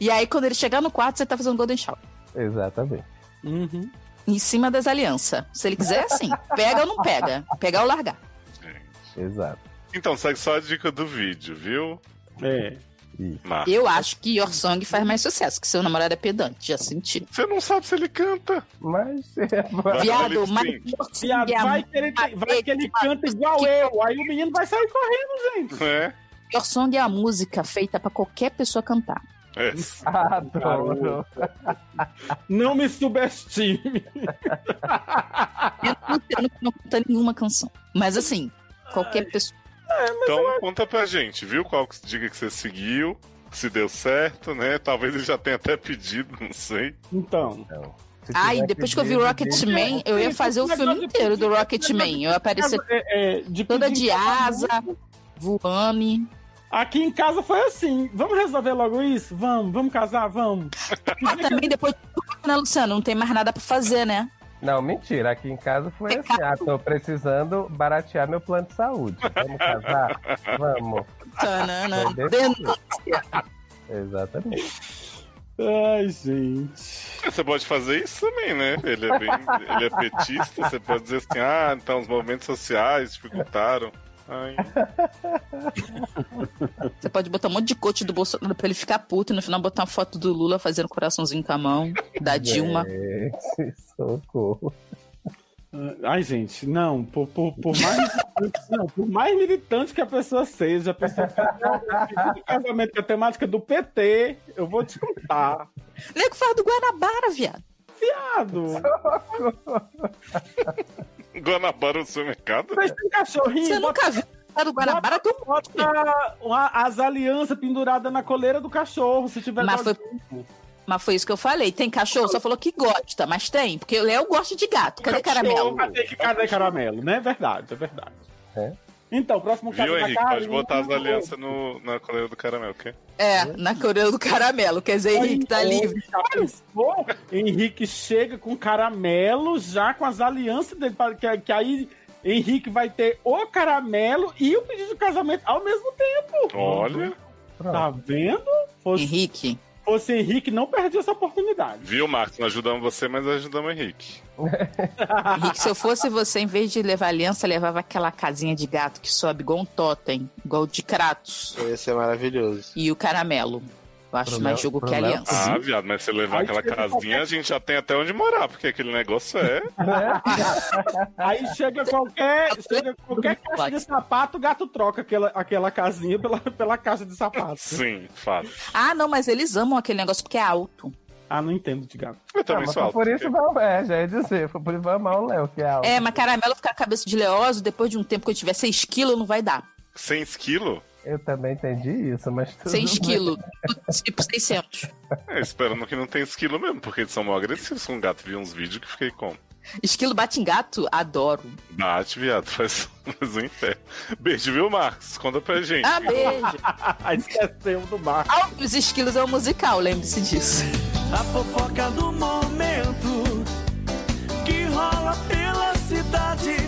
A: E aí, quando ele chegar no quarto, você tá fazendo Golden Shower.
D: Exatamente.
A: Em cima das alianças. Se ele quiser, sim. Pega ou não pega. Pegar ou largar.
D: Exato.
B: Então, segue só a dica do vídeo, viu?
C: É.
B: Mas
A: Eu acho que Your Song faz mais sucesso, que seu namorado é pedante. Já senti.
B: você não sabe se ele canta.
D: Mas [laughs]
B: Vai dar
A: Viado,
B: lip
A: mas
B: sync.
A: Your Song
C: Viado,
A: é a
C: vai que ele, tem- vai que ele canta igual eu. Aí o menino vai sair correndo, gente.
B: né?
A: Your Song é a música feita pra qualquer pessoa cantar.
B: É.
D: adoro.
C: Não me subestime.
A: Eu não entendo que não canta nenhuma canção. Mas assim, qualquer pessoa.
B: Então conta pra gente, viu? Qual que- dica que você seguiu, se deu certo, né? Talvez ele já tenha até pedido, não sei.
C: Então.
D: Se
A: Ai,
D: tiver
A: depois
D: que
A: que eu vi
D: ver,
A: Rocketman, eu ia fazer o filme inteiro do Rocketman. Eu ia aparecer
C: É, é, de
A: toda
C: pedir
A: de
C: em casamento,
A: asa, Voame.
C: Aqui em casa foi assim. Vamos resolver logo isso? Vamos, vamos casar, vamos.
A: Ah, também depois, né, Luciano? Não tem mais nada pra fazer, né?
D: Não, mentira. Aqui em casa foi assim. Ah, tô precisando baratear meu plano de saúde. Vamos casar? Vamos.
A: Tanana.
D: Entendeu?
A: Denúncia.
D: Exatamente. [laughs]
C: Ai, gente.
B: Você pode fazer isso também, né? Ele é, bem, ele é petista, você pode dizer assim, ah, então os movimentos sociais dificultaram. Ai,
A: Você pode botar um monte de coach do Bolsonaro pra ele ficar puto e no final botar uma foto do Lula fazendo coraçãozinho com a mão, da Dilma.
D: Gente, socorro.
C: Ai, gente, não. Por, por, por mais, não, por mais militante que a pessoa seja, a pessoa que casamento com a temática do PT, eu vou te contar.
A: Nego fala do Guanabara, viado.
C: Viado,
B: Guanabara no supermercado?
C: vocês têm cachorrinho?
A: Você nunca viu falar do Guanabara? Tu morre.
C: Bota uma- as alianças penduradas na coleira do cachorro, se tiver
A: Mas foi-
C: doguinho.
A: Mas foi isso que eu falei. Tem cachorro, só falou que gosta, mas tem. Porque o Léo gosta de gato. Cadê caramelo?
C: Cadê, que- cadê caramelo, né? É verdade, é verdade.
D: É.
C: Então, próximo caso
B: Viu,
C: da
B: Henrique? Pode
C: Karine.
B: botar as alianças no, na coleira do caramelo, ok?
A: É, na coreia do caramelo. Quer dizer, Henrique tá
C: Henrique,
A: livre.
C: já pensou? Henrique chega com caramelo, já com as alianças dele, pra- que, que aí Henrique vai ter o caramelo e o pedido de casamento ao mesmo
D: Uhum.
C: tempo.
B: Olha.
C: Tá vendo? Fosse,
A: Henrique.
C: fosse Henrique, não perdia essa oportunidade.
B: Viu, Marcos? Não ajudamos você, mas ajudamos o Henrique.
A: Henrique, se eu fosse você, em vez de levar aliança, levava aquela casinha de gato que sobe igual um totem, igual o de Kratos.
I: Ia ser maravilhoso.
A: E o caramelo. Eu acho
D: Problema-
A: mais jogo que
D: problema-
A: aliança.
B: Ah, viado, mas se levar
C: Aí
B: aquela
C: chega
B: casinha, a gente já tem até onde morar, porque aquele negócio é.
D: [laughs]
C: Aí chega qualquer, chega qualquer caixa de sapato, o gato troca aquela, aquela casinha pela, pela caixa de sapato.
B: Sim, fato.
A: Ah, não, mas eles amam aquele negócio porque é alto.
C: Ah, não entendo de
B: [laughs]
C: gato.
B: Eu
D: Ah,
B: também sou
D: mas foi
B: alto.
D: por isso vai, é, já ia dizer, foi por isso vai amar o Léo, que é alto.
A: É, mas caramelo ficar cabeça de leoso, depois de um tempo que eu tiver 6 quilos, não vai dar.
B: 100 quilos?
D: Eu também entendi isso, mas tudo
A: 6
D: bem.
A: quilos. [laughs] Tipo 600.
B: É, esperando que não tenha esquilo mesmo, porque eles são mó agressivos com gato. Vi uns vídeos que fiquei com.
A: Esquilo bate em gato? Adoro.
B: Bate, viado, faz, [laughs] faz um inferno. Beijo, viu, Marcos? Conta pra gente.
A: Ah, beijo.
C: Aí esqueceu do mar.
A: Alves Esquilos é um musical, lembre-se disso.
H: A fofoca do momento que rola pela cidade.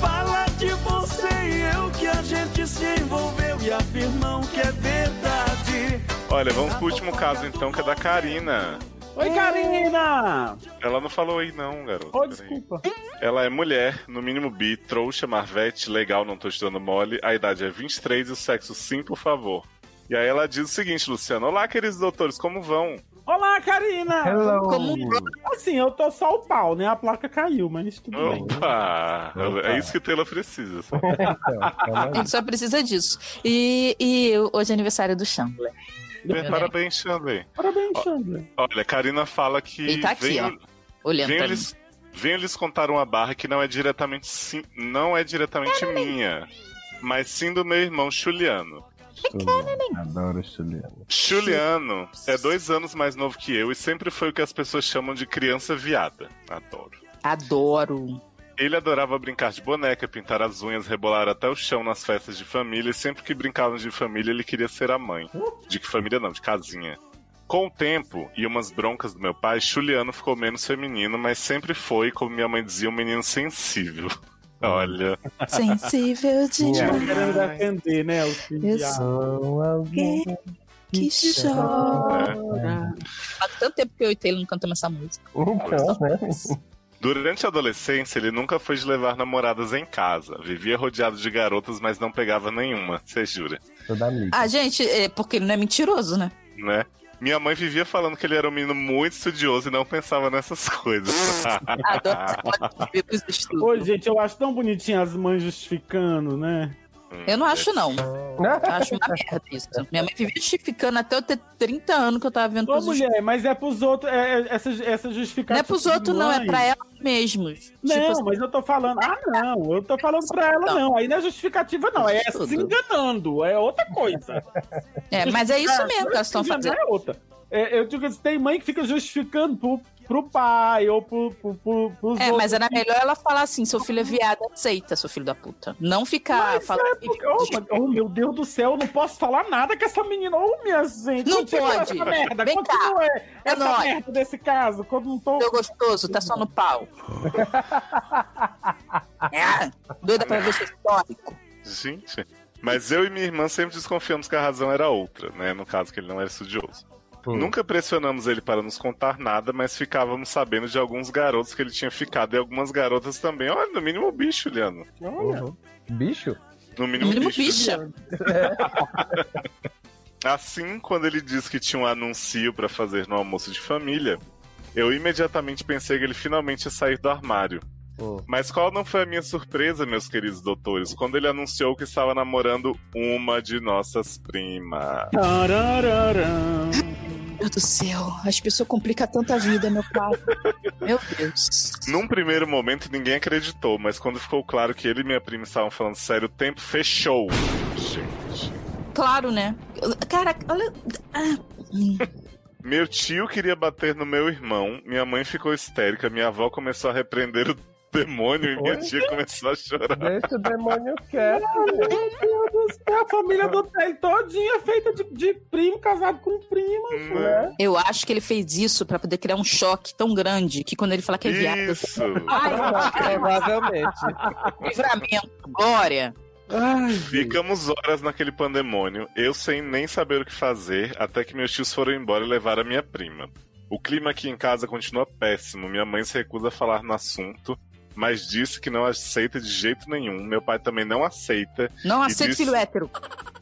H: Fala de você e eu que a gente se envolveu e afirmam que é verdade.
B: Olha, vamos pro último caso então, que é da Karina.
C: Oi, Karina!
B: Ela não falou aí, não, garoto.
C: Ô,
B: Peraí.
C: desculpa.
B: Ela é mulher, no mínimo bi, trouxa, marvete, legal, não tô te dando mole. A idade é 23 e o sexo sim, por favor. E aí ela diz o seguinte, Luciano. Olá, queridos doutores, como vão?
C: Olá, Karina!
D: Hello.
A: Como um
C: Assim, eu tô só o pau, né? A placa caiu, mas tudo bem.
B: Opa!
D: Opa.
B: É isso que Taylor precisa. sabe?
D: Então,
A: A
D: calma aí.
A: gente só precisa disso. E, e hoje é aniversário do Chandler.
B: Parabéns, Chandler.
C: Parabéns, Chandler.
B: Olha, Karina fala que
A: Ele tá aqui, ó,
B: venho,
A: Olhando
B: venho
A: pra mim.
B: lhes, venho lhes contar uma barra que não é diretamente sim- não é diretamente minha, mas sim do meu irmão Juliano.
A: é
D: Juliano, Adoro o Juliano.
B: Juliano é dois anos mais novo que eu e sempre foi o que as pessoas chamam de criança viada. Adoro.
A: Adoro.
B: Ele adorava brincar de boneca, pintar as unhas, rebolar até o chão nas festas de família, e sempre que brincavam de família, ele queria ser a mãe. De que família não, de casinha. Com o tempo e umas broncas do meu pai, Juliano ficou menos feminino, mas sempre foi, como minha mãe dizia, um menino sensível. [laughs] Olha,
A: Sensível
C: Não
A: demais
C: querendo defender, né? Os filhos.
A: Isso.
D: Sou alguém
A: Ah. que chora.
B: né?
A: Há tanto tempo que eu e Taylor não cantamos essa música.
D: Então, né? menino?
B: Durante a adolescência, ele nunca foi de levar namoradas em casa. Vivia rodeado de garotas, mas não pegava nenhuma, você jura?
D: Toda amiga.
A: Ah, gente, é porque ele não é mentiroso, né?
B: né? Minha mãe vivia falando que ele era um menino muito estudioso e não pensava nessas
A: [laughs]
B: coisas. [laughs]
A: Adoro essa foto de ver os
C: Ô,
A: estudos.
C: gente, eu acho tão bonitinho as mães justificando, né?
A: Eu não acho, não. Eu acho uma merda isso. Minha mãe vivia justificando até eu ter 30 anos que eu tava vendo
C: Ô,
A: pros outros.
C: mulher, mas é pros outros. É, é- essa, essa justificativa.
A: Não é pros
C: de
A: outros, não, é
C: mãe.
A: pra ela mesmos.
C: Não,
A: assim,
C: mas eu tô falando. Ah, não, eu tô falando pra ela, não. Aí não é justificativa, não. É
A: Tudo.
C: se enganando, é outra coisa.
A: é, mas é isso mesmo que elas estão
C: Não
A: fazendo.
C: assim, é outra. É, eu digo que tem mãe que fica justificando por, pro pai ou pro, pro, pro, pros
A: É, mas
C: outros.
A: era melhor ela falar assim: seu filho é viado, aceita, seu filho da puta. Não ficar
C: Mas
A: falando.
C: é porque- oh, mas- oh, meu Deus do céu, eu não posso falar nada que essa menina. Ô, minha gente.
A: Não
C: continua
A: pode.
C: Essa merda,
A: Vem cá.
C: continua
A: É
C: essa
A: nóis.
C: merda desse caso. Quando não tô.
A: Seu gostoso, tá só no pau. [laughs] é, doida pra ver seu histórico.
B: Gente. Mas eu e minha irmã sempre desconfiamos que a razão era outra, né? No caso que ele não era estudioso. Nunca pressionamos ele para nos contar nada, mas ficávamos sabendo de alguns garotos que ele tinha ficado e algumas garotas também. Olha, no mínimo bicho, Liano.
C: Olha.
D: Uhum. Bicho?
B: No mínimo,
A: Mínimo
B: bicho.
A: bicha.
B: Assim, quando ele disse que tinha um anúncio pra fazer no almoço de família, eu imediatamente pensei que ele finalmente ia sair do armário.
D: Hum.
B: Mas qual não foi a minha surpresa, meus queridos doutores, quando ele anunciou que estava namorando uma de nossas primas?
C: Tarararã.
A: Meu Deus do céu, as pessoas complicam tanto a vida, meu pai. Meu Deus.
B: Num primeiro momento ninguém acreditou, mas quando ficou claro que ele e minha prima estavam falando sério, o tempo fechou. Gente.
A: Claro, né? Cara, olha. Ah, hum.
B: Meu tio queria bater no meu irmão, minha mãe ficou histérica, minha avó começou a repreender o demônio e minha
D: Oi?
B: tia começou a chorar.
D: Deixa o demônio quieto.
C: Meu Deus do céu, É a família do hotel todinha é feita de, de primo casado com prima.
B: Né?
A: Eu acho que ele fez isso pra poder criar um choque tão grande que quando ele fala que é viado, eu
B: Isso!
D: Provavelmente.
A: tenho livramento, glória.
C: Ai,
B: Ficamos horas naquele pandemônio, eu sem nem saber o que fazer, até que meus tios foram embora e levaram a minha prima. O clima aqui em casa continua péssimo, minha mãe se recusa a falar no assunto, mas disse que não aceita de jeito nenhum, meu pai também não aceita,
A: Não
B: E
A: aceito
B: disse-
A: filho hétero.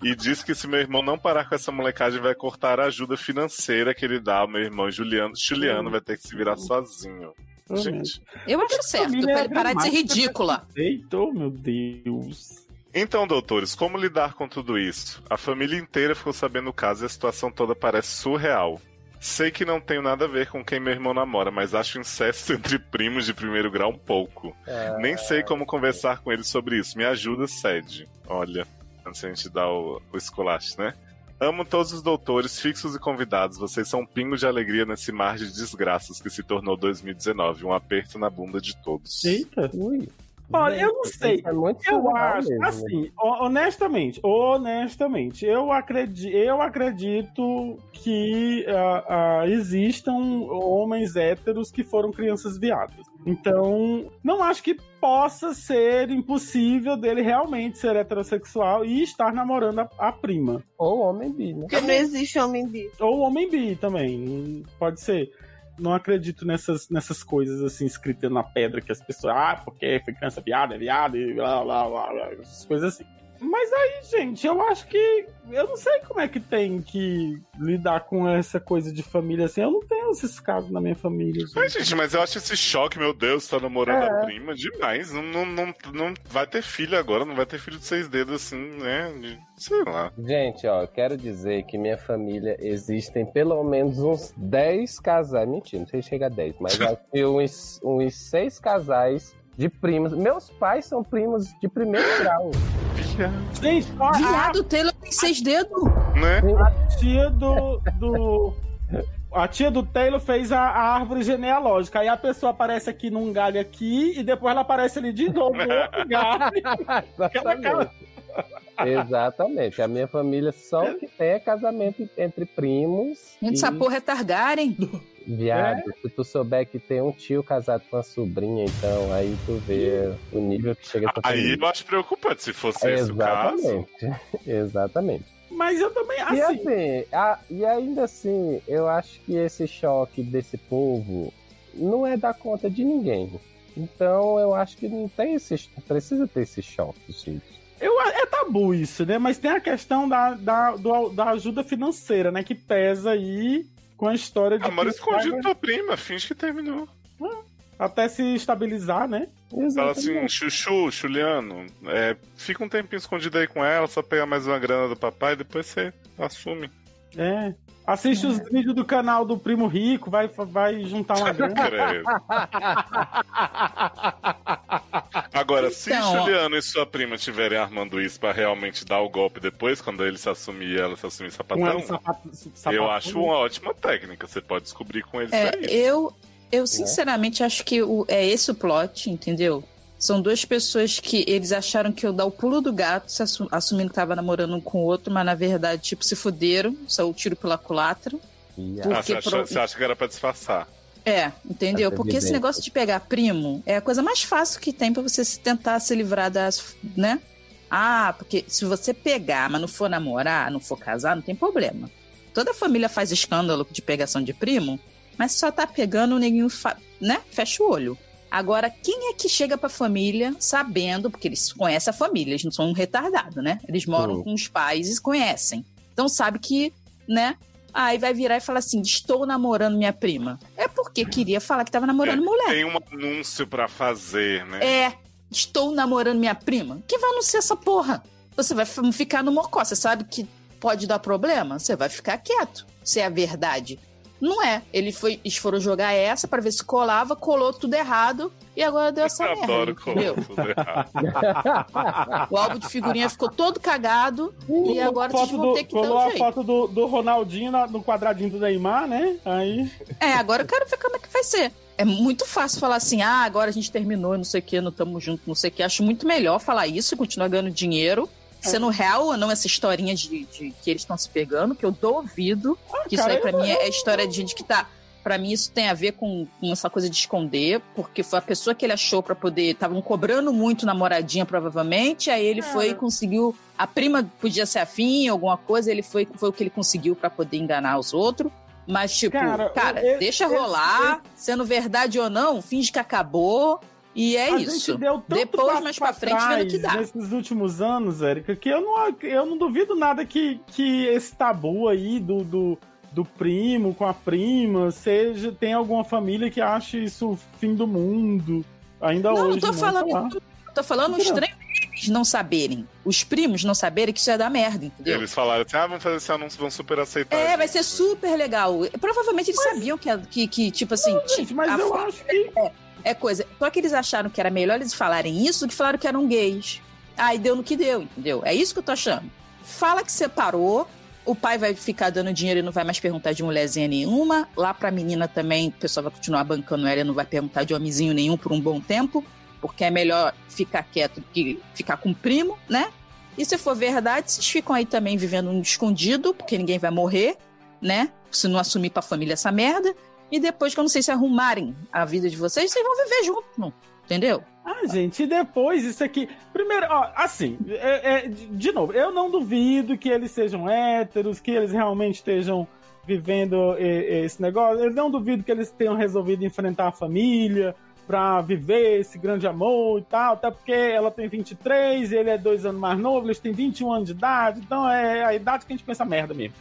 B: e diz que se meu irmão não parar com essa molecagem, vai cortar a ajuda financeira que ele dá ao meu irmão Juliano. Juliano vai ter que se virar sozinho. Gente.
A: Eu acho certo,
C: família
A: pra
C: é
A: ele parar de ser
C: dramática.
A: ridícula.
C: Eita, meu Deus.
B: Então, doutores, como lidar com tudo isso? A família inteira ficou sabendo o caso e a situação toda parece surreal. Sei que não tenho nada a ver com quem meu irmão namora, mas acho incesto [laughs] entre primos de primeiro grau um pouco.
D: Ah,
B: Nem sei como conversar com ele sobre isso. Me ajuda, Sede. Olha, antes a gente dar o, o esculacho, né? Amo todos os doutores, fixos e convidados. Vocês são um pingo de alegria nesse mar de desgraças que se tornou 2019. Um aperto na bunda de todos.
C: Eita.
D: Ui.
C: Olha, eu não
D: Gente,
C: sei.
D: É muito
C: Eu
D: surreal
C: acho,
D: mesmo. né?
C: assim, ho- honestamente, honestamente, eu acredito, eu acredito que ah, ah, existam homens héteros que foram crianças viadas. Então, não acho que possa ser impossível dele realmente ser heterossexual e estar namorando a, a prima.
D: Ou homem bi, né?
J: Porque não existe homem bi.
C: Ou homem bi também, pode ser. Não acredito nessas, nessas coisas assim escritas na pedra que as pessoas. Ah, porque foi criança viada, é viada, e blá blá blá blá, essas coisas assim. Mas aí, gente, eu acho que. Eu não sei como é que tem que lidar com essa coisa de família assim. Eu não tenho esses casos na minha família.
B: Mas,
C: Gente.
B: gente, mas eu acho esse choque, meu Deus, tá namorando
D: É.
B: a prima demais. Não, não, não, não vai ter filho agora, não vai ter filho de seis dedos assim, né? De- Sei lá.
D: Gente, ó, eu quero dizer que minha família existem pelo menos uns 10 casais. Mentira, não sei se chega a 10, mas acho que uns, uns 6 casais de primos. Meus pais são primos de primeiro grau.
C: Gente,
A: Ah.
C: ó, a
A: Viado, Taylor tem seis dedos.
B: Né?
C: tia do. do... A tia do Taylor fez a, a árvore genealógica. Aí a pessoa aparece aqui num galho aqui e depois ela aparece ali de novo no outro galho.
D: [laughs] Exatamente. Exatamente. A minha família só o que tem é casamento entre primos.
A: Gente,
D: e-
A: essa porra é Targaryen.
D: Viado,
B: É.
D: se tu souber que tem um tio casado com uma sobrinha, então aí tu vê o nível que chega essa
B: Aí
D: família.
B: eu acho preocupante se fosse esse o caso.
D: Exatamente. [laughs] Exatamente.
C: Mas eu também,
A: é
D: E
C: assim,
D: assim, a- e ainda assim, eu acho que esse choque desse povo não é da conta de ninguém. Então eu acho que não tem esse. não Precisa ter esse choque, gente.
C: eu, é tabu isso, né? Mas tem a questão da, da, do- da ajuda financeira, né? Que pesa aí com a história de.
B: Amor
C: que
B: escondido da prima, finge que terminou.
C: Até se estabilizar, né?
B: Fala assim, Chuchu, Juliano, é, fica um tempinho escondido aí com ela, só pega mais uma grana do papai, depois você assume.
C: É. Assiste os vídeos do canal do Primo Rico, vai, vai juntar
B: [laughs]
C: uma grana.
B: Credo. Agora, se
A: Então, ó.
B: Juliano e sua prima estiverem armando isso pra realmente dar o golpe depois, quando ele se assumir e ela se assumir
C: com
B: sapatão,
C: ela, sapato, sapato,
B: eu acho uma ótima técnica. Você pode descobrir com eles
A: É,
B: aí.
A: eu, Eu sinceramente acho que o- é esse o plot, entendeu? São duas pessoas que eles acharam que eu dar o pulo do gato, se assu- assumindo que tava namorando um com o outro, mas na verdade, tipo, se fuderam, saiu o tiro pela culatra.
B: Ah, você,
A: Porque
B: achou-
A: pro-
B: você acha que era pra disfarçar?
A: É, entendeu?
B: Até
A: Porque esse
B: evidente.
A: negócio de pegar primo é a coisa mais fácil que tem pra você se tentar se livrar das, né? Ah, porque se você pegar, mas não for namorar, não for casar, não tem problema. Toda família faz escândalo de pegação de primo, mas só tá pegando, ninguém, fa- né? Fecha o olho. Agora, quem é que chega pra família sabendo, porque eles conhecem a família, eles não são um retardado, né? Eles moram
D: Hum.
A: com os pais e conhecem. Então sabe que, né? Aí vai virar e falar assim: estou namorando minha prima. É porque queria falar que tava namorando mulher.
B: Tem um anúncio pra fazer, né?
A: É, estou namorando minha prima. Que vai anunciar essa porra? Você vai f- ficar no mocó. Você sabe que pode dar problema? Você vai ficar quieto. Se é a verdade. Não é. Ele foi, eles foram jogar essa pra ver se colava, colou tudo errado e agora deu essa merda.
B: Adoro
A: entendeu?
B: como tudo é errado.
A: O álbum de figurinha ficou todo cagado e
C: Colou
A: agora
C: foto
A: vocês vão
C: do-
A: ter que dar
C: colou
A: um
C: a
A: jeito.
C: foto do, do Ronaldinho na- no quadradinho do Neymar, né? Aí.
A: É, agora eu quero ver como é que vai ser. É muito fácil falar assim, ah, agora a gente terminou, não sei o que, não estamos juntos, não sei o que. Acho muito melhor falar isso e continuar ganhando dinheiro, sendo real ou não essa historinha de, de que eles estão se pegando, que eu duvido.
C: ah,
A: que isso
D: cara,
A: aí pra
D: eu-
A: mim é
D: eu-
A: história de gente que tá. Pra mim isso tem a ver com, com essa coisa de esconder, porque foi a pessoa que ele achou pra poder. Estavam cobrando muito namoradinha, provavelmente. Aí ele foi e conseguiu. A prima podia ser afim, alguma coisa. Ele foi, foi o que ele conseguiu pra poder enganar os outros. Mas, tipo,
D: Cara,
A: cara,
D: eu-
A: deixa
D: eu-
A: rolar. Sendo verdade ou não, finge que acabou. E é
C: a
A: isso.
C: Gente deu tanto
A: Depois,
C: passo
A: mais pra frente,
C: trás né?
A: vendo o que dá.
C: Nesses últimos anos, Érica, que eu não, eu não duvido nada que, que esse tabu aí do, do, do primo com a prima seja. Tem alguma família que ache isso o fim do mundo. Ainda
A: Não,
C: hoje.
A: não tô
C: né?
A: falando.
C: Sei lá.
A: Tô falando os três não saberem. Os primos não saberem que isso ia dar merda, entendeu?
B: Eles falaram assim: ah, vamos fazer esse anúncio, vão super aceitar.
A: É, vai ser super legal. Provavelmente eles sabiam que, que, que, tipo assim. ti-
C: mas
A: a
C: eu
A: foto
C: acho que.
A: É, é coisa. Só que eles acharam que era melhor eles falarem isso do que falaram que eram gays. Aí deu no que deu, entendeu? É isso que eu tô achando. Fala que separou, o pai vai ficar dando dinheiro e não vai mais perguntar de mulherzinha nenhuma. Lá pra menina também, o pessoal vai continuar bancando ela e não vai perguntar de homenzinho nenhum por um bom tempo, porque é melhor ficar quieto do que ficar com o primo, né? E se for verdade, vocês ficam aí também vivendo um escondido, porque ninguém vai morrer, né? Se não assumir pra família essa merda. E depois, quando vocês se arrumarem a vida de vocês, vocês vão viver junto, entendeu?
C: Ah, gente, e depois isso aqui. Primeiro, ó, assim, é- é, de de novo, eu não duvido que eles sejam héteros, que eles realmente estejam vivendo é, é, esse negócio. Eu não duvido que eles tenham resolvido enfrentar a família pra viver esse grande amor e tal, até porque ela tem 23, ele é dois anos mais novo, eles têm 21 anos de idade, então é a idade que a gente pensa merda mesmo.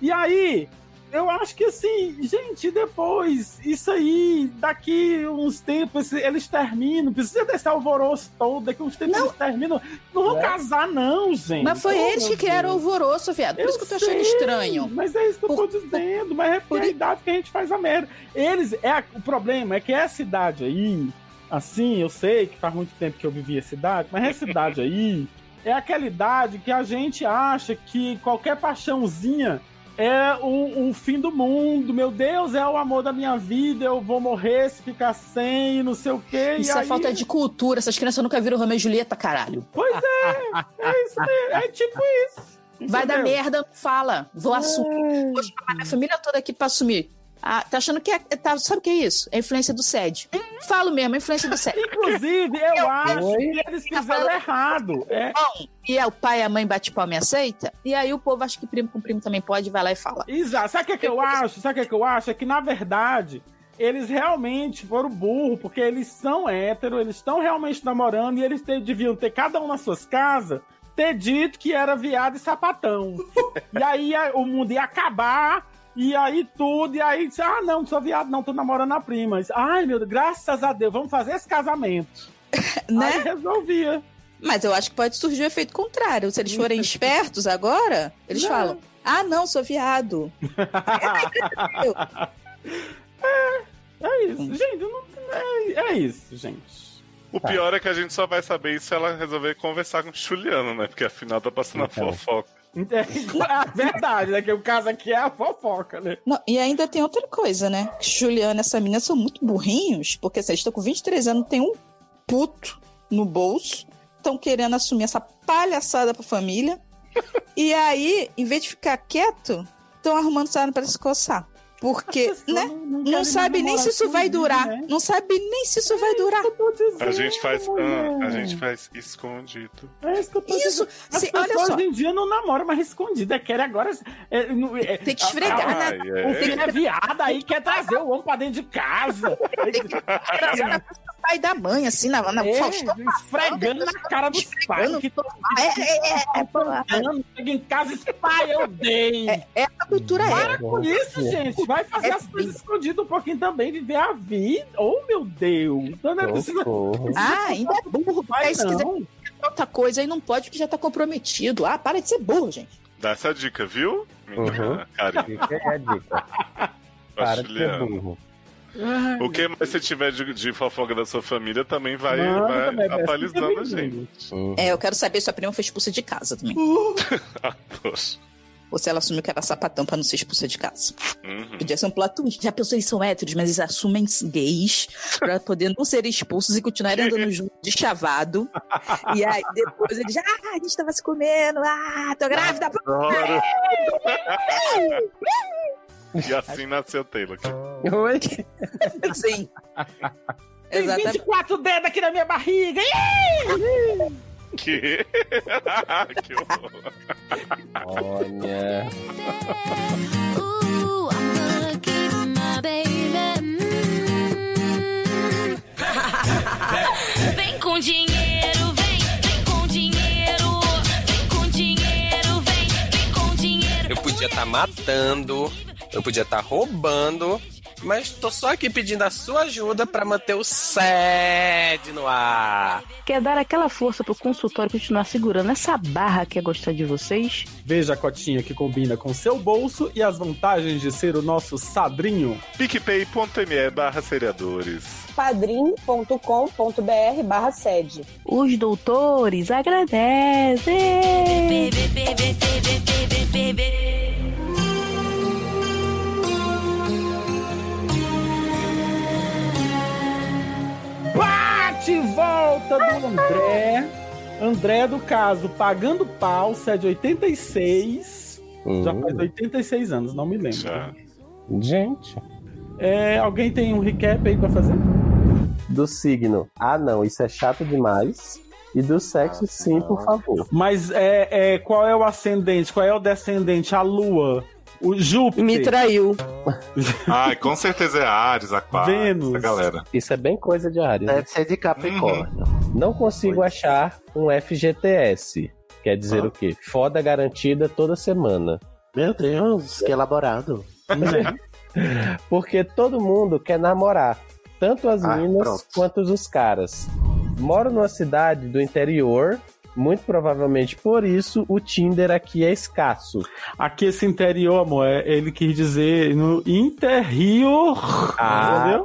C: E aí, eu acho que assim, gente, depois, isso aí, daqui uns tempos, esse- eles terminam, precisa desse alvoroço todo, daqui uns tempos eles terminam. Não vão casar, não, gente.
A: Mas foi
C: Oh,
A: eles
C: meu
A: que criaram o
C: Deus.
A: alvoroço, viado. Por isso que eu tô achando
C: sei,
A: estranho.
C: Mas é isso que eu tô dizendo, mas é por a idade que a gente faz a merda. Eles, é a- o problema é que essa idade aí, assim, eu sei que faz muito tempo que eu vivi essa idade, mas essa idade aí é aquela idade que a gente acha que qualquer paixãozinha é o, o fim do mundo, meu Deus, é o amor da minha vida, eu vou morrer se ficar sem, não sei o quê.
A: Isso
C: e
A: é
C: aí-
A: falta de cultura. Essas crianças nunca viram Romeu e Julieta, caralho.
C: Pois é, é isso mesmo, é
A: [laughs]
C: tipo isso.
A: Vai dar
C: entendeu? Hum.
A: merda, não fala. Vou assumir. Vou chamar minha família toda aqui pra assumir. Ah, tá achando que é. Tá, sabe o que é isso? É influência do SED. Falo mesmo, é influência do
C: [laughs]
A: SED.
C: Inclusive, eu acho que eles fizeram errado. É.
A: Bom, e é o pai e a mãe bate palma e aceita? E aí o povo acha que primo com primo também pode, vai lá e fala.
C: Exato. Sabe o que, é que eu acho? Sabe o que, é que eu acho? É que, na verdade, eles realmente foram burros, porque eles são héteros, eles estão realmente namorando e eles te- deviam ter, cada um nas suas casas, ter dito que era viado e sapatão. e aí a- o mundo ia acabar. E aí tudo, e aí disse, ah, não, não sou viado, não, tô namorando a prima. Disse, Ai, meu Deus, graças a Deus, vamos fazer esse casamento.
A: Né?
C: Aí resolvia.
A: Mas eu acho que pode surgir o efeito contrário. Se eles forem espertos agora, eles
D: Não.
A: falam: ah, não, sou viado.
C: É isso, gente, eu não- é, é isso, gente.
B: O pior é que a gente só vai saber isso se ela resolver conversar com o Juliano, né? Porque afinal tá passando a fofoca.
C: [laughs] É verdade, né? Que o caso aqui é a fofoca, né?
A: Não, e ainda tem outra coisa, né? Que Juliana e essa menina são muito burrinhos, porque assim, eles estão com 23 anos, tem um puto no bolso, estão querendo assumir essa palhaçada pra família. e aí, em vez de ficar quieto, estão arrumando sarna pra se coçar. Porque, né?
C: Não,
A: Não sabe nem se isso vai durar.
C: né?
A: Não sabe nem se isso
C: É.
A: vai durar.
B: A gente faz. ah, a
C: Uhum.
B: gente faz escondido.
C: É isso que eu tô
A: Isso,
C: dizendo. As
A: se- olha
C: pessoas
A: só.
C: hoje em dia não namoram mais escondida, querem agora. é, não- é,
A: Tem que esfregar, né?
B: Ai,
C: O
B: é.
C: filho é viado aí, quer trazer o homem pra dentro de casa.
A: Atrasar na frente do é pai e da mãe, assim, na, na
C: É,
A: Faustão.
C: esfregando na cara dos pais.
A: Esfregando.
C: Que todo
A: Ah, É, é, é, é, porra.
C: mundo chega em casa e diz, pai, eu dei.
A: é, é a cultura é.
C: Para com isso, gente. Vai fazer
A: É
C: as coisas escondidas um pouquinho também, viver a vida. Oh, meu Deus. Então não é preciso.
B: [laughs]
D: Socorro.
A: Ah, ainda é burro.
C: Vai,
A: Aí, se quiser
C: não.
A: outra coisa, aí não pode, porque já tá comprometido. Ah, para de ser burro, gente.
B: Dá essa dica, viu? Menina,
D: Uhum.
B: Karina,
D: Fica aí a dica. Para de ser
B: Juliana.
D: burro.
C: Ai,
B: O que mais você tiver de, de fofoca da sua família também vai,
C: manda,
B: vai
C: Bebeto,
B: atualizando
C: fica
B: a gente.
C: bem-vindo.
A: É, eu quero saber se a prima foi expulsa de casa também.
B: Poxa.
A: Ou se ela assumiu que era sapatão pra não ser expulsa de casa.
B: Uhum.
A: Podia ser um plot twist. Já pensou, eles são héteros, mas eles assumem gays pra poder não serem expulsos e continuarem andando junto de chavado. E aí depois eles, ah, a gente tava se comendo, ah, tô grávida. pô."
B: Adoro. e assim nasceu Taylor.
D: Oi?
A: Sim.
C: Tem
A: Exatamente.
C: 24 dedos aqui na minha barriga. Ih,
B: Que, que [laughs] horror.
D: Olha.
F: Ooh, I'm gonna keep my baby. mm. [laughs] Vem com dinheiro, vem, vem com dinheiro, vem com dinheiro, vem, vem com dinheiro.
K: Eu podia estar matando, eu podia estar roubando, mas tô só aqui pedindo a sua ajuda pra manter o sede no ar.
L: Quer dar aquela força pro consultório continuar segurando essa barra que é gostar de vocês?
C: Veja a cotinha que combina com seu bolso e as vantagens de ser o nosso sadrinho.
B: PicPay.me barra seriadores.
M: padrim.com.br barra sede.
L: Os doutores agradecem!
F: Baby, baby, baby, baby, baby.
C: Bate e volta do André. André do caso Pagando Pau, é sede 86. Já
D: Hum,
C: faz 86 anos, não me lembro.
B: Já.
D: Gente.
C: É, alguém tem um recap aí pra fazer?
D: Do signo. Ah, não, isso é chato demais. E do sexo, sim, por favor.
C: Mas é, é, qual é o ascendente? Qual é o descendente? A Lua? O Júpiter?
N: Me traiu.
B: Ai, com certeza é Ares, Aquário,
C: Vênus.
B: essa galera.
D: Isso é bem coisa de área.
H: Deve ser de Capricórnio.
D: Não consigo
H: Pois.
D: achar um FGTS. Quer dizer
B: Ah.
D: o quê? Foda garantida toda semana.
H: Meu Deus, que elaborado.
C: Né?
D: Porque todo mundo quer namorar. Tanto as
H: Ah,
D: minas
H: pronto.
D: quanto os caras. Moro numa cidade do interior. Muito provavelmente por isso o Tinder aqui é escasso.
C: Aqui esse interior, amor, é- ele quis dizer no interior.
D: Ah,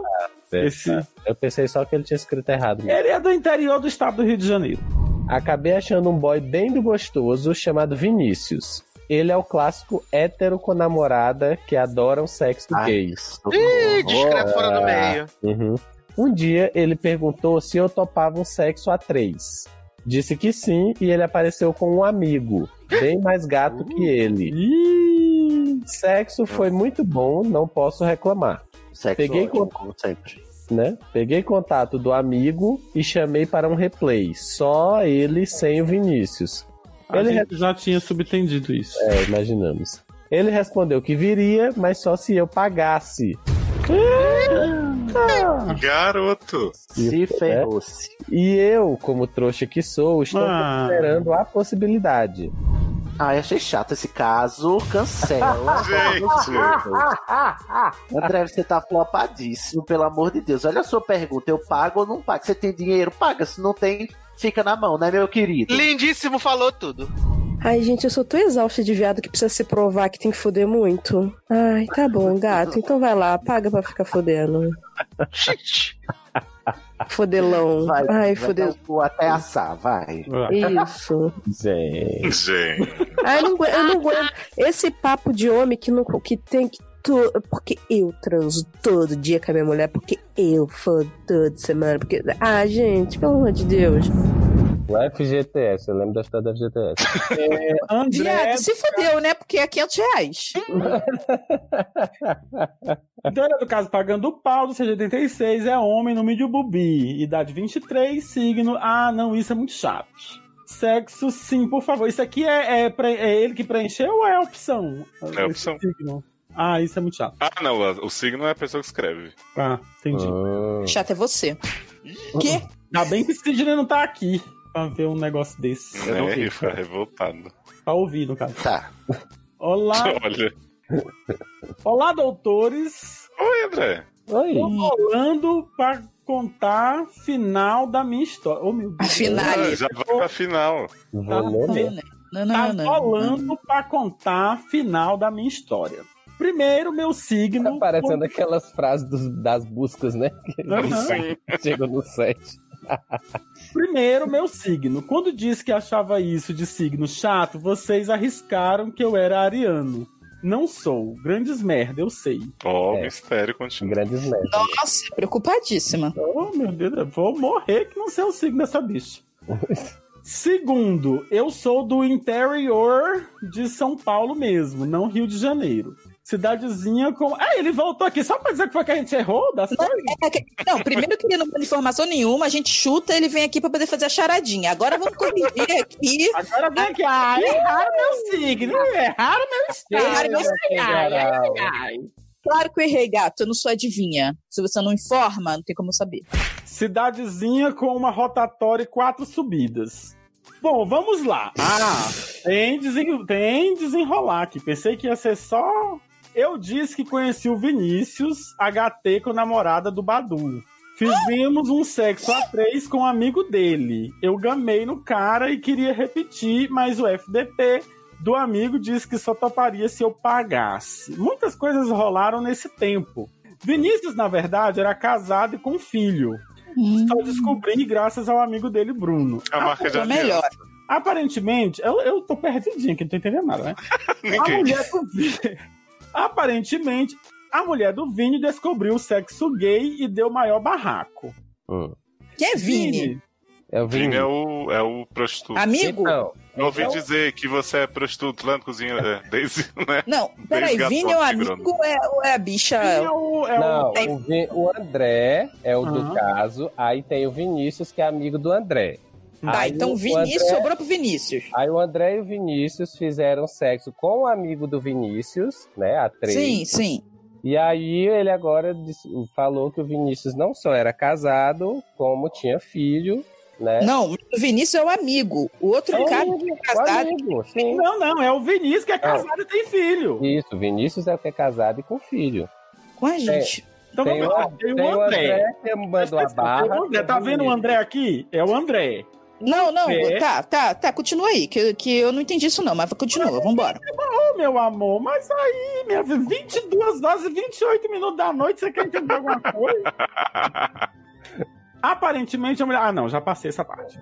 C: entendeu? Esse-
D: Eu pensei só que ele tinha escrito errado.
C: Ele é do interior do estado do Rio de Janeiro.
D: Acabei achando um boy bem do gostoso chamado Vinícius. Ele é o clássico hétero com namorada que adora um sexo
H: Ah.
D: gay.
H: Ih,
D: discreto fora do
H: meio.
D: Uhum. Um dia ele perguntou se eu topava um sexo a três. Disse que sim e ele apareceu com um amigo, bem mais gato que ele.
C: Ih,
D: Sexo foi muito bom, não posso reclamar,
H: Sexo
D: Peguei
H: ótimo,
D: com-
H: como sempre.
D: né? Peguei contato do amigo e chamei para um replay. Só ele sem o Vinícius.
C: a
D: Ele
C: gente já tinha subtendido isso.
D: É, imaginamos. Ele respondeu que viria, mas só se eu pagasse.
B: Garoto.
H: Se
D: né?
H: ferrou-se.
D: E eu, como trouxa que sou, estou
C: Ah.
D: considerando a
H: [laughs]
D: possibilidade.
H: Ai, achei chato esse caso. Cancela.
B: Gente.
H: Ah, André, você tá flopadíssimo, pelo amor de Deus. Olha a sua pergunta: eu pago ou não pago? Você tem dinheiro? Paga. Se não tem, fica na mão, né, meu querido?
M: Lindíssimo falou tudo.
L: Ai, gente, eu sou tão exausta de viado que precisa se provar que tem que foder muito. Ai, tá bom, gato. Então vai lá, paga pra ficar fodendo.
H: Gente,
L: Fodelão.
H: vai.
L: Ai,
H: vai
L: fodeu.
H: dar o cu Até assar, vai.
L: Isso.
D: Gente.
B: Gente.
L: Ah, eu não, agu- eu não aguento. Esse papo de homem que, não, que tem que. tu- porque eu transo todo dia com a minha mulher, porque eu fodo toda semana. Porque... Ah, gente, pelo amor de Deus.
D: O FGTS, eu lembro da história da FGTS.
C: é
J: Viado, se fudeu, né? Porque é 500 reais.
C: Então era do caso pagando o pau do 86, é homem no mídio bubi, idade 23, signo. Ah, não, isso é muito chato. Sexo, sim, por favor. Isso aqui é, é pre- é ele que preencheu ou é a opção?
B: É a opção.
C: Signo. Ah, isso é muito chato.
B: Ah, não, o signo é a pessoa que escreve.
C: Ah, entendi.
D: Hum.
J: Chato é você.
C: Quê? Ainda bem que o Sidney não tá aqui pra ver um negócio desse.
B: Eu não vi, foi revoltado.
C: Pra ouvir, no caso.
I: Tá.
C: Olá,
B: [laughs] Olha.
C: olá, doutores.
B: Oi, André.
D: Oi.
C: Tô rolando pra contar final da minha história. Oh, meu Deus.
B: Ah, Já vai pra final.
H: Ah,
J: Não,
A: Ah,
C: tá
A: né?
C: rolando pra contar final da minha história. Primeiro, meu signo.
D: Tá parecendo aquelas frases dos- das buscas, né? [laughs] Que
J: Uhum.
C: Aham.
D: você Chegou no site.
C: Primeiro, meu signo. Quando disse que achava isso de signo chato, vocês arriscaram que eu era ariano. Não sou. Grandes merda, eu sei.
B: Ó, o mistério continua.
D: Grandes merda.
J: Nossa, preocupadíssima.
C: Oh, meu Deus, eu vou morrer que não sei o signo dessa bicha. Segundo, eu sou do interior de São Paulo mesmo, não Rio de Janeiro. Cidadezinha com. Ah, ele voltou aqui só pra dizer que foi que a gente errou das coisas?
J: Não, primeiro que ele não manda informação nenhuma, a gente chuta, ele vem aqui pra poder fazer a charadinha. Agora vamos corrigir
C: [laughs]
J: aqui.
C: Agora vem aqui. Ah, erraram meu signo, é. erraram meu
J: Erraram
C: estado.
J: meu
C: Ai, ai, ai, ai.
J: Claro que eu errei, gato, eu não sou adivinha. Se você não informa, não tem como eu saber.
C: Cidadezinha com uma rotatória e quatro subidas. Bom, vamos lá. Ah, tem, desen- tem desenrolar aqui. Pensei que ia ser só. Eu disse que conheci o Vinícius, HT com namorada do Badu. Fizemos um sexo a três com um amigo dele. Eu gamei no cara e queria repetir, mas o FDP do amigo disse que só toparia se eu pagasse. Muitas coisas rolaram nesse tempo. Vinícius, na verdade, era casado e com um filho.
D: Hum.
C: Só descobri graças ao amigo dele, Bruno.
B: A marca
J: Ah, tá
B: de aliança. Melhor.
C: Aparentemente, eu, eu tô perdidinho aqui, não tô entendendo nada, né?
J: Ah,
B: Ninguém.
C: A mulher do Vini- [laughs] Aparentemente, a mulher do Vini descobriu o sexo gay e deu maior barraco.
J: Que é
C: Vini?
D: É o
B: Vini. é o, é o prostituto.
J: Amigo? Então,
B: eu ouvi
J: então-
B: dizer que você é prostituto lá na cozinha, é,
J: [laughs]
B: desde, né?
J: Não, peraí,
B: Desde
J: Vini
B: a
J: é o
B: foto,
J: amigo ou é, ou é a bicha?
A: Ah,
C: Vini é o- é
D: Não, o, Vi- o André é o do
J: Aham.
D: caso, aí tem o Vinícius, que é amigo do André.
J: Tá,
D: Aí
J: então
D: o
J: Vinícius sobrou pro Vinícius.
D: Aí o André e o Vinícius fizeram sexo com o amigo do Vinícius, né? A três.
J: Sim, sim.
D: E aí ele agora disse- falou que o Vinícius não só era casado, como tinha filho, né?
J: Não, o Vinícius é o amigo. O outro
D: É o
J: cara
D: amigo,
J: que é casado.
C: Não, não, é o Vinícius que é casado e tem filho.
D: Isso, Vinícius é o que é casado e com filho.
J: Com a
C: gente. Então
D: tem,
C: vamos lá,
D: o,
C: tem o
D: tem o
C: André.
D: André que mandou a barra.
C: Tem o André, tá vendo o André aqui? É o André.
J: Não, não,
C: É.
J: tá, tá, tá, continua aí, que, que eu não entendi isso não, mas continua, vambora.
C: Ô, meu amor, mas aí, minha filha, 22 horas e 28 minutos da noite, você quer entender alguma coisa? Aparentemente a mulher. Ah, não, já passei essa parte.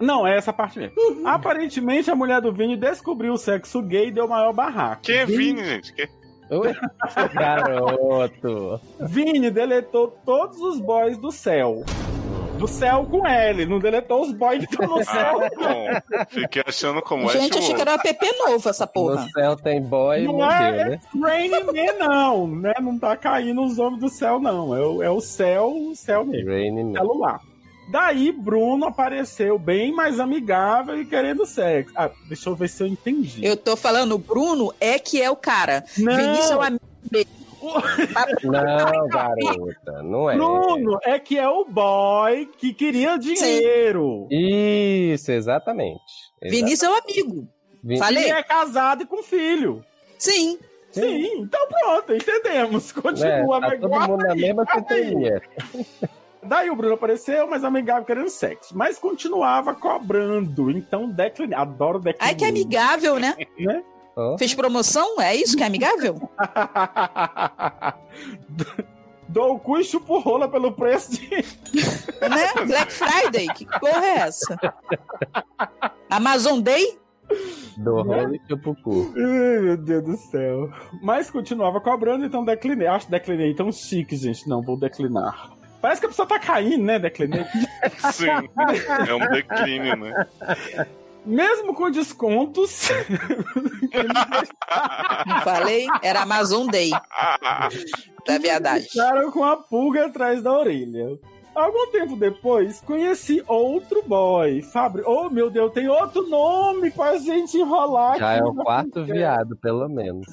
C: Não, é essa parte mesmo. Aparentemente a mulher do Vini descobriu o sexo gay e deu maior barraco.
B: Quem é Vini,
J: [laughs]
B: gente? Quem-
D: [laughs] Garoto.
C: Vini deletou todos os boys do céu. Do céu com L, não deletou os boys que estão
B: [laughs]
C: no céu.
B: Ah, bom. Fiquei achando como é
J: gente,
B: Show.
J: achei que era um app novo essa porra.
D: No céu tem boy e
C: Não é,
D: mulher,
C: é
D: né?
C: Rain Man, não, né? Não tá caindo os homens do céu, não. É o, é o céu, o céu mesmo.
D: Tipo,
C: Celular. Daí, Bruno apareceu bem mais amigável e querendo sexo. Ah, deixa eu ver se eu entendi.
J: Eu tô falando, o Bruno é que é o cara.
C: Não.
J: Vinícius é o amigo dele.
D: Não, garota, não é.
C: é Bruno é que é o boy que queria dinheiro.
D: Isso, exatamente.
J: Vinícius é o amigo.
D: Vin-
J: Falei?
C: E é casado e com filho.
J: Sim.
C: Sim, então pronto, entendemos. [laughs] Continua,
D: É, tá
C: mas
D: todo
C: guarda
D: mundo na
C: aí,
D: mesma
C: guarda aí.
D: sintonia.
C: Daí o Bruno apareceu, mas amigável querendo sexo. Mas continuava cobrando. Então declinei. Adoro declinar.
J: Ai, que amigável, né?
C: né?
J: Fez promoção? É isso que é
C: [laughs]
J: amigável?
C: [laughs] Dou o cu e chupo rola pelo preço de.
J: né? Black Friday? Que porra é essa? Amazon Day?
D: Do
C: Né?
D: rolo e chupa o cu.
C: Ai, meu Deus do céu. Mas continuava cobrando, então declinei. Acho que declinei tão chique, gente. Não, vou declinar. Parece que a pessoa tá caindo, né?
A: [laughs]
C: Declinei.
B: Sim, é um declínio, né?
C: Mesmo com descontos.
A: Falei, era Amazon
C: [laughs]
A: Day. Da É verdade.
C: Ficaram com a pulga atrás da orelha. Algum tempo depois, conheci outro boy. Fabri, oh meu Deus, tem outro nome pra gente enrolar
D: Já é o
C: na
D: quarto
C: fogueira.
D: viado, pelo menos.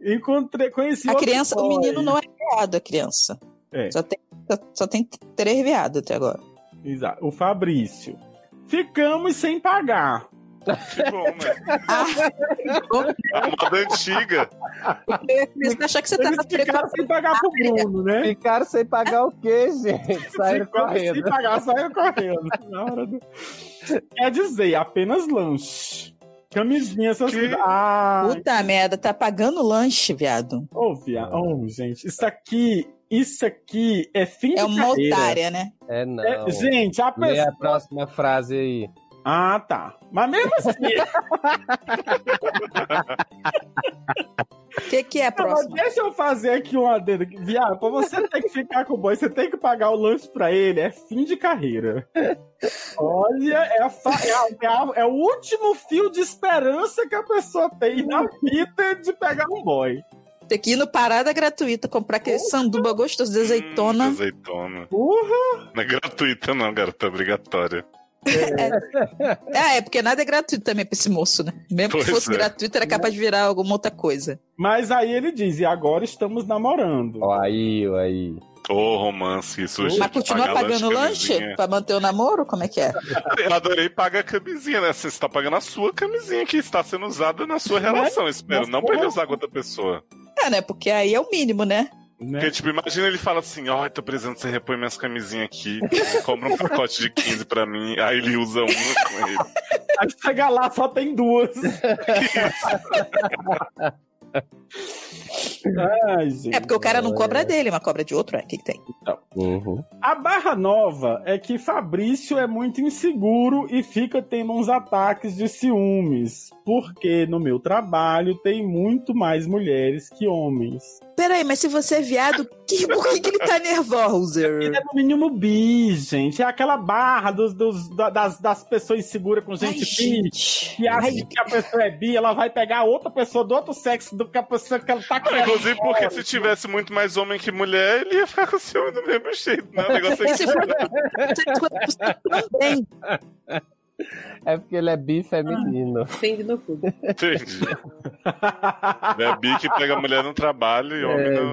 C: Encontrei, conheci
A: A
C: outro
A: criança, o
C: boy.
A: menino não é viado, a criança. Só, tem, só, só tem três viados até agora.
C: Exato. O Fabrício. Ficamos sem pagar.
B: Que bom, né?
J: Ah.
B: A moda é antiga.
A: Você achar que você tá
C: ficaram sem pagar pro Bruno, né?
D: Ficaram sem pagar o
C: [laughs]
D: quê, gente? Saíram
C: Ficou
D: correndo.
C: sem pagar, saiu correndo. Na hora do... Quer dizer, apenas lanche. Camisinha, essas coisas. Ah,
A: Puta merda, tá pagando lanche, viado.
C: Ô, via- ô, gente, isso aqui, isso aqui é fim de
A: É uma
C: carreira.
A: otária, né?
D: É, não.
C: É, gente, a
D: Lê
C: pessoa-
D: a próxima frase aí.
C: Ah, tá. Mas mesmo
A: O que, que é a
C: próxima? deixa eu fazer aqui um adendo. Viado, pra você ter que ficar com o boy, você tem que pagar o lanche pra ele. É fim de carreira. Olha, é, a fa- é a- é a- é o último fio de esperança que a pessoa tem na vida de pegar um boy.
A: Tem que ir no Parada Gratuita comprar aquele sanduba gostoso de azeitona.
B: Hum, Azeitona.
C: Porra!
B: Não é gratuita, não, garota. É obrigatória.
A: É, é, porque nada é gratuito também pra esse moço, né? Mesmo que
C: Pois
A: fosse
C: é.
A: gratuito, era capaz de virar alguma outra coisa.
C: Mas aí ele diz, e agora estamos namorando.
D: Ó, aí, ó, aí.
B: Ô, romance, isso gente,
A: Mas continua
B: pagar
A: pagando lanche,
B: camisinha.
A: pra manter o namoro? Como é que é?
B: Eu adorei pagar a camisinha, né? Você está pagando a sua camisinha que está sendo usada na sua relação, espero.
A: mas
B: Não pra ele
A: porra.
B: usar com outra pessoa.
A: É, né? Porque aí é o mínimo, né?
B: Porque, tipo, imagina ele fala assim: ó, tô precisando que você repõe minhas camisinhas aqui, compra um pacote de 15 pra mim, aí ele usa uma com ele.
C: Aí chega lá, só tem duas. Ai, gente.
A: É porque o cara não cobra dele, mas cobra de outro, é. O que, que tem?
C: A barra nova é que Fabrício é muito inseguro e fica tendo uns ataques de ciúmes. Porque no meu trabalho tem muito mais mulheres que homens.
A: Peraí, mas se você é viado, que, por que, que ele tá nervoso? Ele
C: é no mínimo bi, gente. É aquela barra dos, dos- da- das, das pessoas inseguras com gente bi. Que acha que a pessoa é bi, ela vai pegar outra pessoa do outro sexo do que a pessoa que ela tá
B: Não, inclusive, porque se
C: Olha,
B: tivesse muito mais homem que mulher, ele ia ficar com ciúme do mesmo jeito, né? O negócio é
D: Se
B: que...
D: for-
A: também.
D: É porque ele é
C: Ah.
D: bifeminino.
O: Tem no cu.
A: [laughs]
B: Entendi. É bi que pega mulher no trabalho e homem
D: É,
B: no.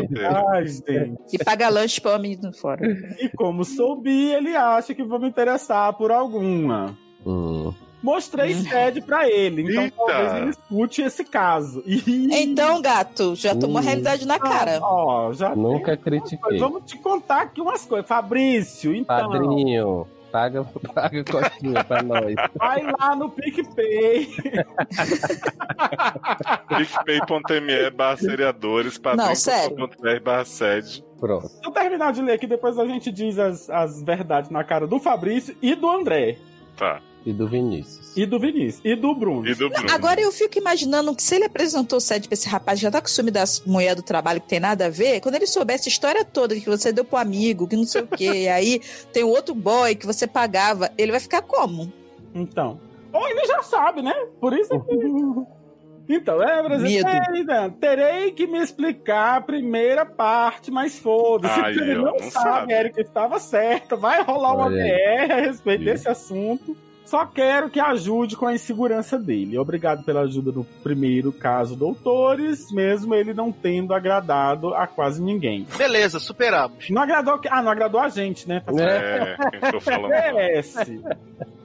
B: no roteiro.
C: Ai, gente.
A: E paga lanche pra homem indo fora.
C: E como sou bi, ele acha que vou me interessar por alguma.
D: Hum,
C: Mostrei sede pra ele, então
A: Eita.
C: talvez ele escute esse caso. [laughs]
A: Então, gato, já tomou a realidade na cara.
C: Ó, já
D: Nunca
C: Mas
D: critiquei.
C: vamos te contar aqui umas coisas. Fabrício, então.
D: Padrinho, paga, [laughs] paga coxinha pra nós.
C: Vai lá no PicPay. [laughs]
B: PicPay.me barra seriadores,
C: sério.
B: padrinho.com.br barra sede.
D: Pronto.
C: Deixa eu terminar de ler aqui, depois a gente diz as, as verdades na cara do Fabrício e do André.
B: Tá.
D: E do Vinícius.
C: E do Vinícius. E do Bruno.
B: E do
A: Agora eu fico imaginando que se ele apresentou o sede pra esse rapaz, já tá com ciúme das mulheres do trabalho que tem nada a ver, quando ele souber essa história toda que você deu pro amigo, que não sei o quê, e aí tem o outro boy que você pagava, ele vai ficar como?
C: Então. Ou ele já sabe, né? Por isso que. [laughs] Então, é, Brasil.
A: Medo.
C: Eita, Terei que me explicar a primeira parte, mas foda-se.
B: Aí,
C: porque Ele
B: ó,
C: não,
B: não sabe.
C: sabe, Érica estava certa. Vai rolar uma
B: Olha aí.
C: BR a respeito desse assunto. Só quero que ajude com a insegurança dele. Obrigado pela ajuda no primeiro caso, doutores, mesmo ele não tendo agradado a quase ninguém.
H: Beleza, superamos.
C: Não agradou. Ah, não agradou a gente, né? Tá
H: É,
C: certo.
H: quem ficou falando.
C: Merece.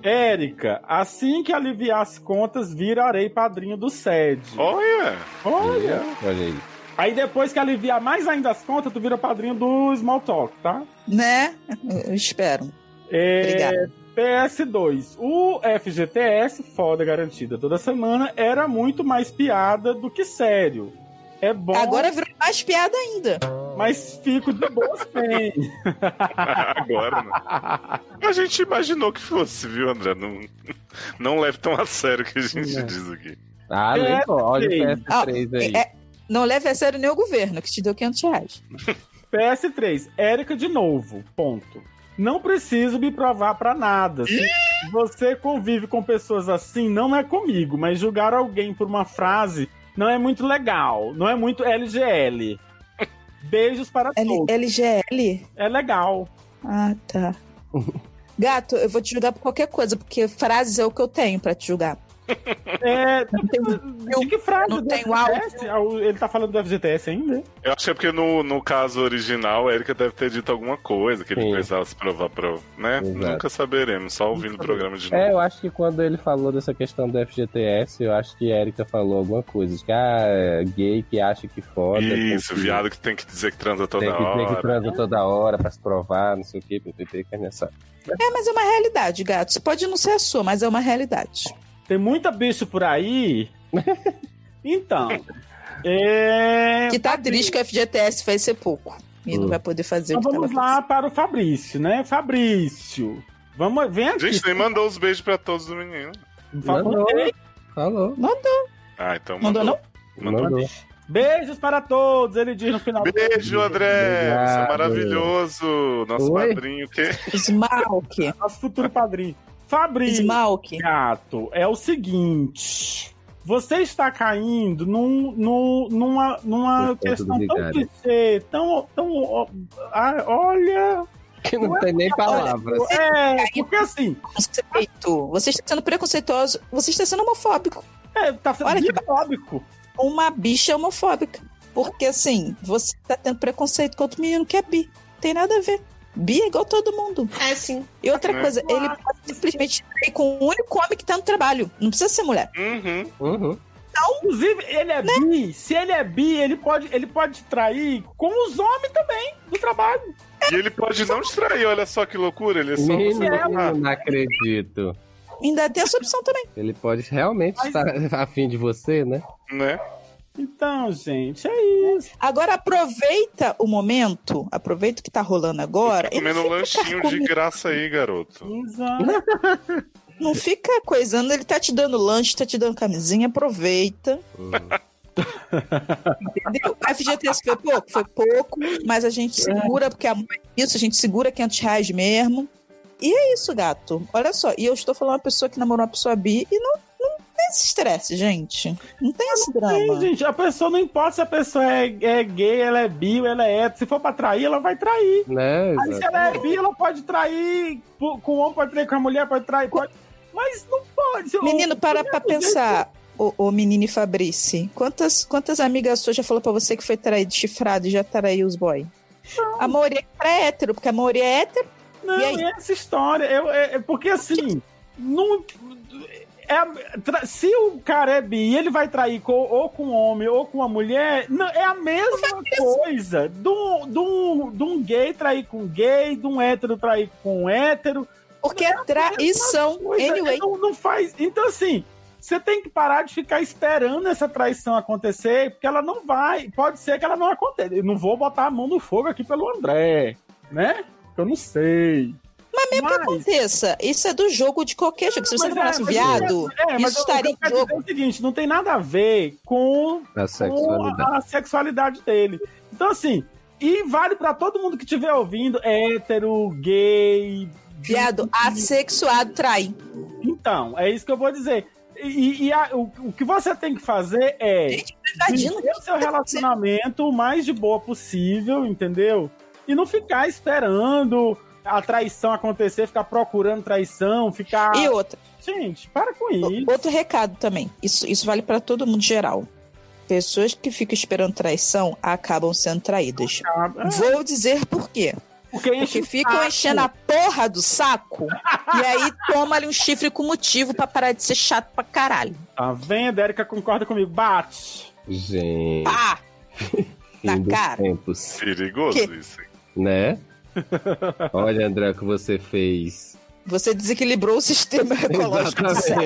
C: Érica, assim que aliviar as contas, virarei padrinho do SED.
B: Olha! [laughs]
C: Olha!
D: Olha aí.
C: Aí depois que aliviar mais ainda as contas, tu vira padrinho do Small Talk, tá?
A: Né? Eu espero.
C: É,
A: Obrigada.
C: PS2. O FGTS, foda garantida toda semana, era muito mais piada do que sério. É bom.
A: Agora virou mais piada ainda.
C: Mas fico de boa sem.
B: Agora, né? A gente imaginou que fosse, viu, André? Não, não leve tão a sério o que a
D: é.
B: gente diz aqui.
D: Ah,
B: nem
D: olha
B: o
D: PS3
B: aí.
A: É, não leve a sério nem o governo, que te deu 500 reais.
C: PS3, Érica de novo, ponto. Não preciso me provar pra nada. Se você convive com pessoas assim, não é comigo, mas julgar alguém por uma frase não é muito legal. Não é muito LGL. Beijos para todos.
A: LGL?
C: É legal.
A: Ah, tá. Gato, eu vou te julgar por qualquer coisa, porque frases é o que eu tenho pra te julgar.
C: É, [laughs] de que frase
A: não
C: do
A: tenho
C: FGTS? Ele tá falando do FGTS ainda?
B: Eu acho que é porque no, no caso original, a Erika deve ter dito alguma coisa que ele precisava se provar pra. Né? Nunca saberemos, só ouvindo o programa de novo.
D: É, eu acho que quando ele falou dessa questão do FGTS, eu acho que a Erika falou alguma coisa. De que, ah, é gay que acha que foda.
B: Isso,
D: que
B: viado que tem que dizer que transa toda
D: É, Tem que
B: hora.
D: ter que transa toda hora pra se provar, não sei o que, PPP, que é nessa.
A: É, mas é uma realidade, gato. Isso pode não ser a sua, mas é uma realidade.
C: Tem muita bicho
A: [laughs]
C: por aí. então. É...
A: Que tá triste que o FGTS vai ser pouco. E não vai poder fazer
C: Então
A: o que tá
C: vamos
A: tava
C: lá para o Fabrício, né? Fabrício. Vamos, vem
B: A
C: aqui.
B: gente nem mandou os beijos pra todos do menino.
C: Falou.
D: Falou.
A: Mandou.
B: Ah, então
C: Mandou não?
B: Mandou.
C: Beijos para todos, ele diz no final.
B: Beijo, André! Você é
C: Obrigado.
B: maravilhoso! Nosso
C: Oi?
B: padrinho que.
A: Smalk.
C: Nosso futuro padrinho. Fabrício.
A: Smalk.
C: Gato, é o seguinte. Você está caindo num, num- numa, numa
D: Desconto do
C: questão tão
D: vigário.
C: clichê, tão. tão ó, ah, olha.
D: Que não tem nem palavras.
C: É, porque assim.
A: Preconceito. Você está sendo preconceituoso, você está sendo homofóbico.
C: É, tá sendo
A: Olha
C: homofóbico.
A: Uma bicha homofóbica. Porque assim, você tá tendo preconceito com outro menino que é bi. Tem nada a ver. Bi é igual todo mundo.
H: É sim.
A: E outra
H: É.
A: coisa, ele pode simplesmente sair com o único homem que tá no trabalho. Não precisa ser mulher.
B: Uhum.
D: Uhum.
C: Inclusive, ele é bi. Se ele é bi, ele pode, ele pode te trair com os homens também do trabalho.
B: E ele pode não distrair, olha só que loucura, ele é só.
D: Menino, não acredito.
A: Ainda tem essa opção também.
D: Ele pode realmente estar [laughs] afim de você, né?
B: Né?
C: Então, gente, é isso.
A: Agora aproveita o momento, aproveita o que tá rolando agora. e não
B: Comendo um
A: fica
B: lanchinho de
A: carcomendo-
B: graça aí, garoto.
A: Não fica coisando, ele tá te dando lanche, tá te dando camisinha, aproveita. Entendeu? A FGTS foi pouco? Foi pouco, mas a gente segura, porque a mãe é isso, a gente segura 500 reais mesmo. E é isso, gato. Olha só, e eu estou falando uma pessoa que namorou uma pessoa bi e não, não tem esse estresse, gente. Não tem esse
C: Sim,
A: drama.
C: gente, a pessoa não importa se a pessoa é, é gay, ela é bi, ou ela é hétero. Se for pra trair, ela vai trair.
D: Né?
C: Aí se ela é bi, ela pode trair po- com o homem, pode trair com a mulher, pode trair. Pode... Mas não pode. se-
A: Menino,
C: o-
A: para
C: o-
A: pra pensar, ô, ô menino e Fabrice. Quantas, quantas amigas suas já falou pra você que foi traído, chifrado e já traiu os boy? A maioria é hétero, porque a maioria é hétero.
C: Não,
A: e aí?
C: é essa história. Eu, é, é porque assim, não. é- tra- se o cara é bi, ele vai trair co- ou com um homem ou com uma mulher, não, é a mesma coisa do, do, do um gay trair com gay, de um hétero trair com um hétero.
A: Porque é traição,
C: é
A: anyway.
C: Não, não faz. Então, assim, você tem que parar de ficar esperando essa traição acontecer, porque ela não vai. Pode ser que ela não aconteça. Eu não vou botar a mão no fogo aqui pelo André, né? Eu não sei.
A: Mas mesmo que aconteça, isso é do jogo de qualquer jogo. Se você
C: Mas
A: namorasse
C: é,
A: um
C: mas
A: viado,
C: é, é, mas
A: isso
C: eu-
A: estaria
C: eu quero
A: em jogo.
C: dizer o seguinte, não tem nada a ver com
D: A sexualidade.
C: com a sexualidade dele. Então, assim, e vale pra todo mundo que estiver ouvindo, hétero, gay...
A: Viado, assexuado trai.
C: Então, é isso que eu vou dizer. E, e a- o, o que você tem que fazer é
A: imagina
C: viver o seu relacionamento o mais de boa possível, entendeu? E não ficar esperando a traição acontecer, ficar procurando traição, ficar...
A: E outra.
C: Gente, para com isso.
A: Outro recado também. Isso, isso vale pra todo mundo geral. Pessoas que ficam esperando traição acabam sendo traídas. Vou dizer por quê.
C: Porque, [laughs]
A: ficam
C: saco.
A: enchendo a porra do saco e aí toma ali um chifre com motivo pra parar de ser chato pra caralho.
C: Tá vendo? Erika concorda comigo. Bate.
D: Gente.
A: Pá!
D: Fim dos
A: cara.
D: Tempos.
B: Perigoso
A: Que-
B: [laughs] isso.
D: Né? Olha, André, o que você fez.
A: Você desequilibrou o sistema ecológico do céu.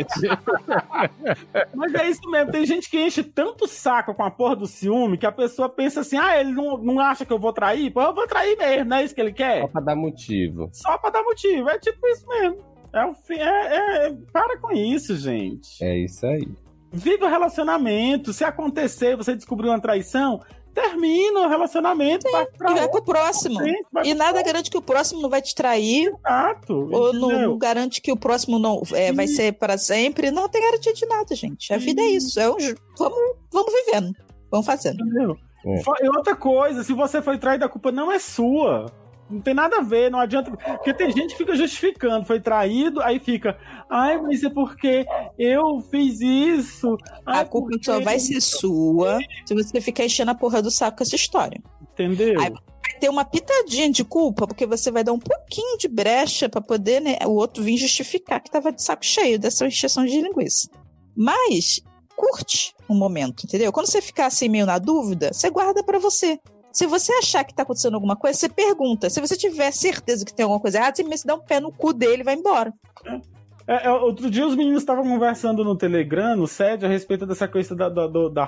C: Mas é isso mesmo, tem gente que enche tanto saco com a porra do ciúme que a pessoa pensa assim: ah, ele não, não acha que eu vou trair? Pô, eu vou trair mesmo, não é isso que ele quer?
D: Só pra dar motivo.
C: Só pra dar motivo, é tipo isso mesmo. É o fim, é, é- para com isso, gente.
D: É isso aí.
C: Viva o relacionamento. Se acontecer, você descobriu uma traição, termina o relacionamento. vai pra
A: E vai pro
C: outra.
A: próximo.
C: Gente, vai
A: E
C: pro
A: nada garante que o próximo não vai te trair.
C: Exato.
A: Ou não,
C: entendeu?
A: não garante que o próximo não é, vai ser para sempre. Não tem garantia de nada, gente. A vida é isso. É um ju- vamos, vamos vivendo. Vamos fazendo.
C: Entendeu? Fa- E outra coisa, se você foi traído, a culpa não é sua. Não tem nada a ver, não adianta. Porque tem gente que fica justificando, foi traído, aí fica, ai, mas é porque eu fiz isso.
A: A culpa só vai ser sua se você ficar enchendo a porra do saco com essa história.
C: Entendeu?
A: Aí vai ter uma pitadinha de culpa, porque você vai dar um pouquinho de brecha pra poder né, o outro vir justificar que tava de saco cheio dessa encheção de linguiça. Mas curte o momento, entendeu? Quando você ficar assim meio na dúvida, você guarda pra você. Se você achar que tá acontecendo alguma coisa, você pergunta. Se você tiver certeza que tem alguma coisa errada, você mesmo dá um pé no cu dele e vai embora.
C: É, é, outro dia os meninos estavam conversando no Telegram, no SED, a respeito dessa coisa da, da, do- da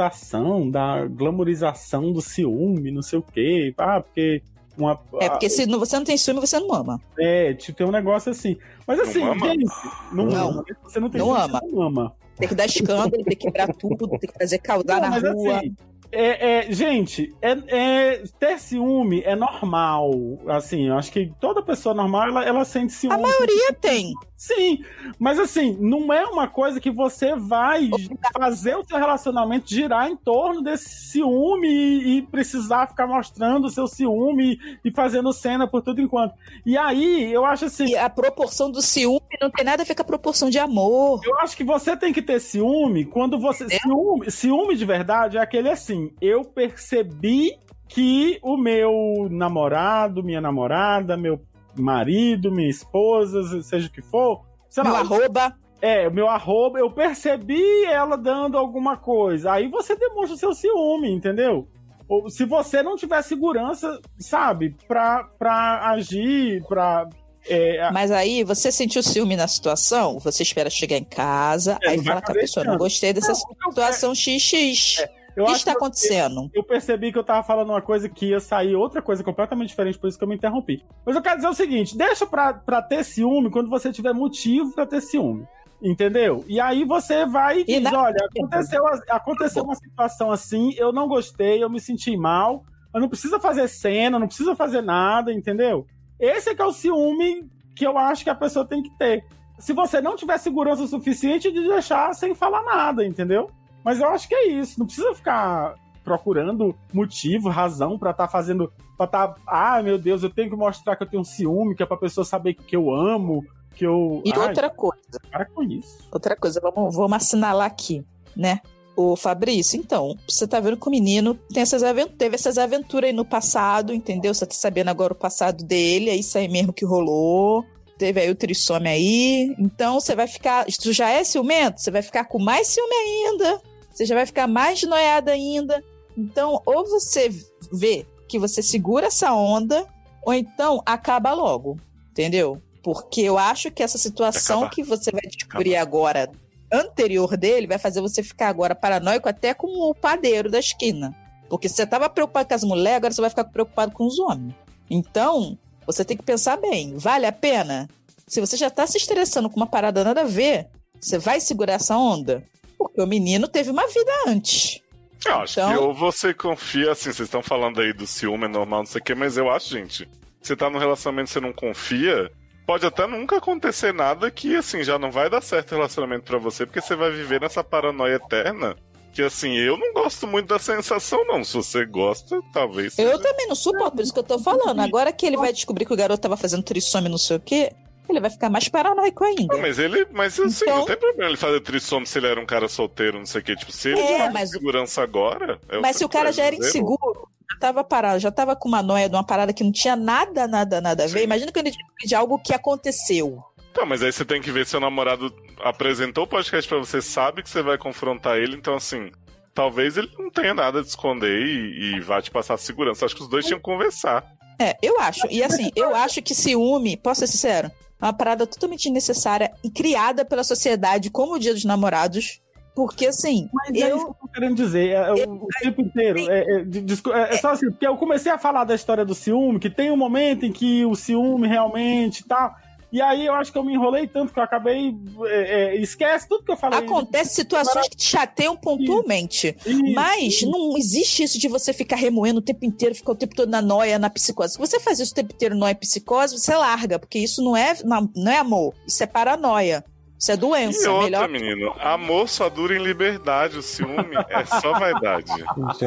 C: romantização, da glamorização do ciúme, não sei o quê. Ah, porque. Uma,
A: É porque se não- você não tem ciúme, você não ama.
C: É, tipo, tem um negócio assim. Mas
A: Não
C: assim,
A: ama?
C: gente, não,
A: Não.
C: ama. né? Você não tem
A: Não
C: ciúme,
A: ama.
C: você não ama.
A: Tem que dar escândalo, tem que quebrar tudo, tem que fazer causar
C: Não,
A: na
C: mas
A: rua.
C: assim, é, é, gente, é, é, ter ciúme é normal. Assim, eu acho que toda pessoa normal ela, ela sente ciúme. A
A: maioria
C: assim,
A: tem.
C: Sim, mas assim, não é uma coisa que você vai fazer o seu relacionamento girar em torno desse ciúme e, e precisar ficar mostrando o seu ciúme e fazendo cena por tudo enquanto. E aí, eu acho assim.
A: E a proporção do ciúme não tem nada a ver com a proporção de amor.
C: Eu acho que você tem que ter ciúme quando você. Ciúme, ciúme de verdade é aquele assim. Eu percebi que o meu namorado, minha namorada, meu marido, minha esposa, seja o que for. Sei
A: Meu arroba.
C: É, o meu arroba, eu percebi ela dando alguma coisa. Aí você demonstra o seu ciúme, entendeu? Ou se você não tiver segurança, sabe, pra, pra agir, pra. é, a-
A: Mas aí você sentiu ciúme na situação, você espera chegar em casa,
C: É,
A: aí
C: não
A: fala
C: vai
A: com a
C: fazer
A: pessoa,
C: tanto.
A: não gostei dessa
C: Não, é
A: situação XX.
C: Eu
A: o que
C: acho
A: está
C: que eu-
A: acontecendo?
C: Eu, percebi que eu tava falando uma coisa que ia sair outra coisa completamente diferente, por isso que eu me interrompi. Mas eu quero dizer o seguinte: deixa pra, pra ter ciúme quando você tiver motivo pra ter ciúme. Entendeu? E aí você vai e diz: olha, aconteceu, a- aconteceu uma situação assim, eu não gostei, eu me senti mal. Eu não precisa fazer cena, não precisa fazer nada, entendeu? Esse é que é o ciúme que eu acho que a pessoa tem que ter. Se você não tiver segurança suficiente de deixar sem falar nada, entendeu? Mas eu acho que é isso. Não precisa ficar procurando motivo, razão pra estar fazendo. Pra tá, ah, meu Deus, eu tenho que mostrar que eu tenho ciúme, que é pra pessoa saber que eu amo, que eu.
A: E
C: Ai,
A: outra coisa.
C: Para com isso.
A: Outra coisa, vamos, vamos assinalar aqui, né? Ô Fabrício, então, você tá vendo que o menino tem essas aven- teve essas aventuras aí no passado, entendeu? Você tá sabendo agora o passado dele, é isso aí mesmo que rolou. Teve aí o trissome aí. Então você vai ficar. Tu já é ciumento? Você vai ficar com mais ciúme ainda. Você já vai ficar mais noiada ainda. Então, ou você vê que você segura essa onda, ou então acaba logo, entendeu? Porque eu acho que essa situação
P: Acabar.
A: que você vai descobrir agora, anterior dele, vai fazer você ficar agora paranoico até com o padeiro da esquina. Porque você tava preocupado com as mulheres, agora você vai ficar preocupado com os homens. Então, você tem que pensar bem, vale a pena? Se você já tá se estressando com uma parada nada a ver, você vai segurar essa onda? Porque o menino teve uma vida antes.
B: Eu acho que
A: Então-
B: ou você confia, assim, vocês estão falando aí do ciúme é normal, não sei o quê, mas eu acho, gente, você tá num relacionamento e você não confia, pode até nunca acontecer nada que, assim, já não vai dar certo o relacionamento pra você, porque você vai viver nessa paranoia eterna, que, assim, eu não gosto muito da sensação, não. Se você gosta, talvez...
A: Eu também não suporto, por isso que eu tô falando. Agora que ele vai descobrir que o garoto tava fazendo trissome não sei o quê, ele vai ficar mais paranoico ainda.
B: Ah, mas ele, mas assim,
A: Então-
B: não tem problema ele fazer trissome se ele era um cara solteiro, não sei o quê. Tipo, se ele
A: É,
B: é,
A: mas-
B: segurança agora. é
A: Mas se o
B: outro
A: cara já era
B: zero.
A: inseguro, já tava parado, já tava com uma noia de uma parada que não tinha nada, nada, nada a ver. Imagina que ele descobre de algo que aconteceu.
B: Tá, mas aí você tem que ver se o namorado apresentou o podcast pra você, sabe que você vai confrontar ele, então assim, talvez ele não tenha nada de esconder e, e vá te passar segurança. Acho que os dois tinham que conversar.
A: É, eu acho. E assim, eu acho que ciúme, posso ser sincero, é uma parada totalmente desnecessária e criada pela sociedade como o Dia dos Namorados. Porque assim,
C: Mas é isso
A: eu.
C: que eu tô querendo dizer. é, é, o, o tempo inteiro. É, é, de- desco- é- é só assim, porque eu comecei a falar da história do ciúme, que tem um momento em que o ciúme realmente tá. E aí eu acho que eu me enrolei tanto que eu acabei. é, é, esquece tudo que eu falei.
A: Acontece situações que te chateiam pontualmente. mas não existe isso de você ficar remoendo o tempo inteiro, ficar o tempo todo na noia, na psicose. Se você faz isso o tempo inteiro não é psicose, você larga, porque isso não é, não é amor, isso é paranoia. Isso é doença.
B: E outra,
A: melhor...
B: menino, amor só dura em liberdade, o ciúme é só vaidade.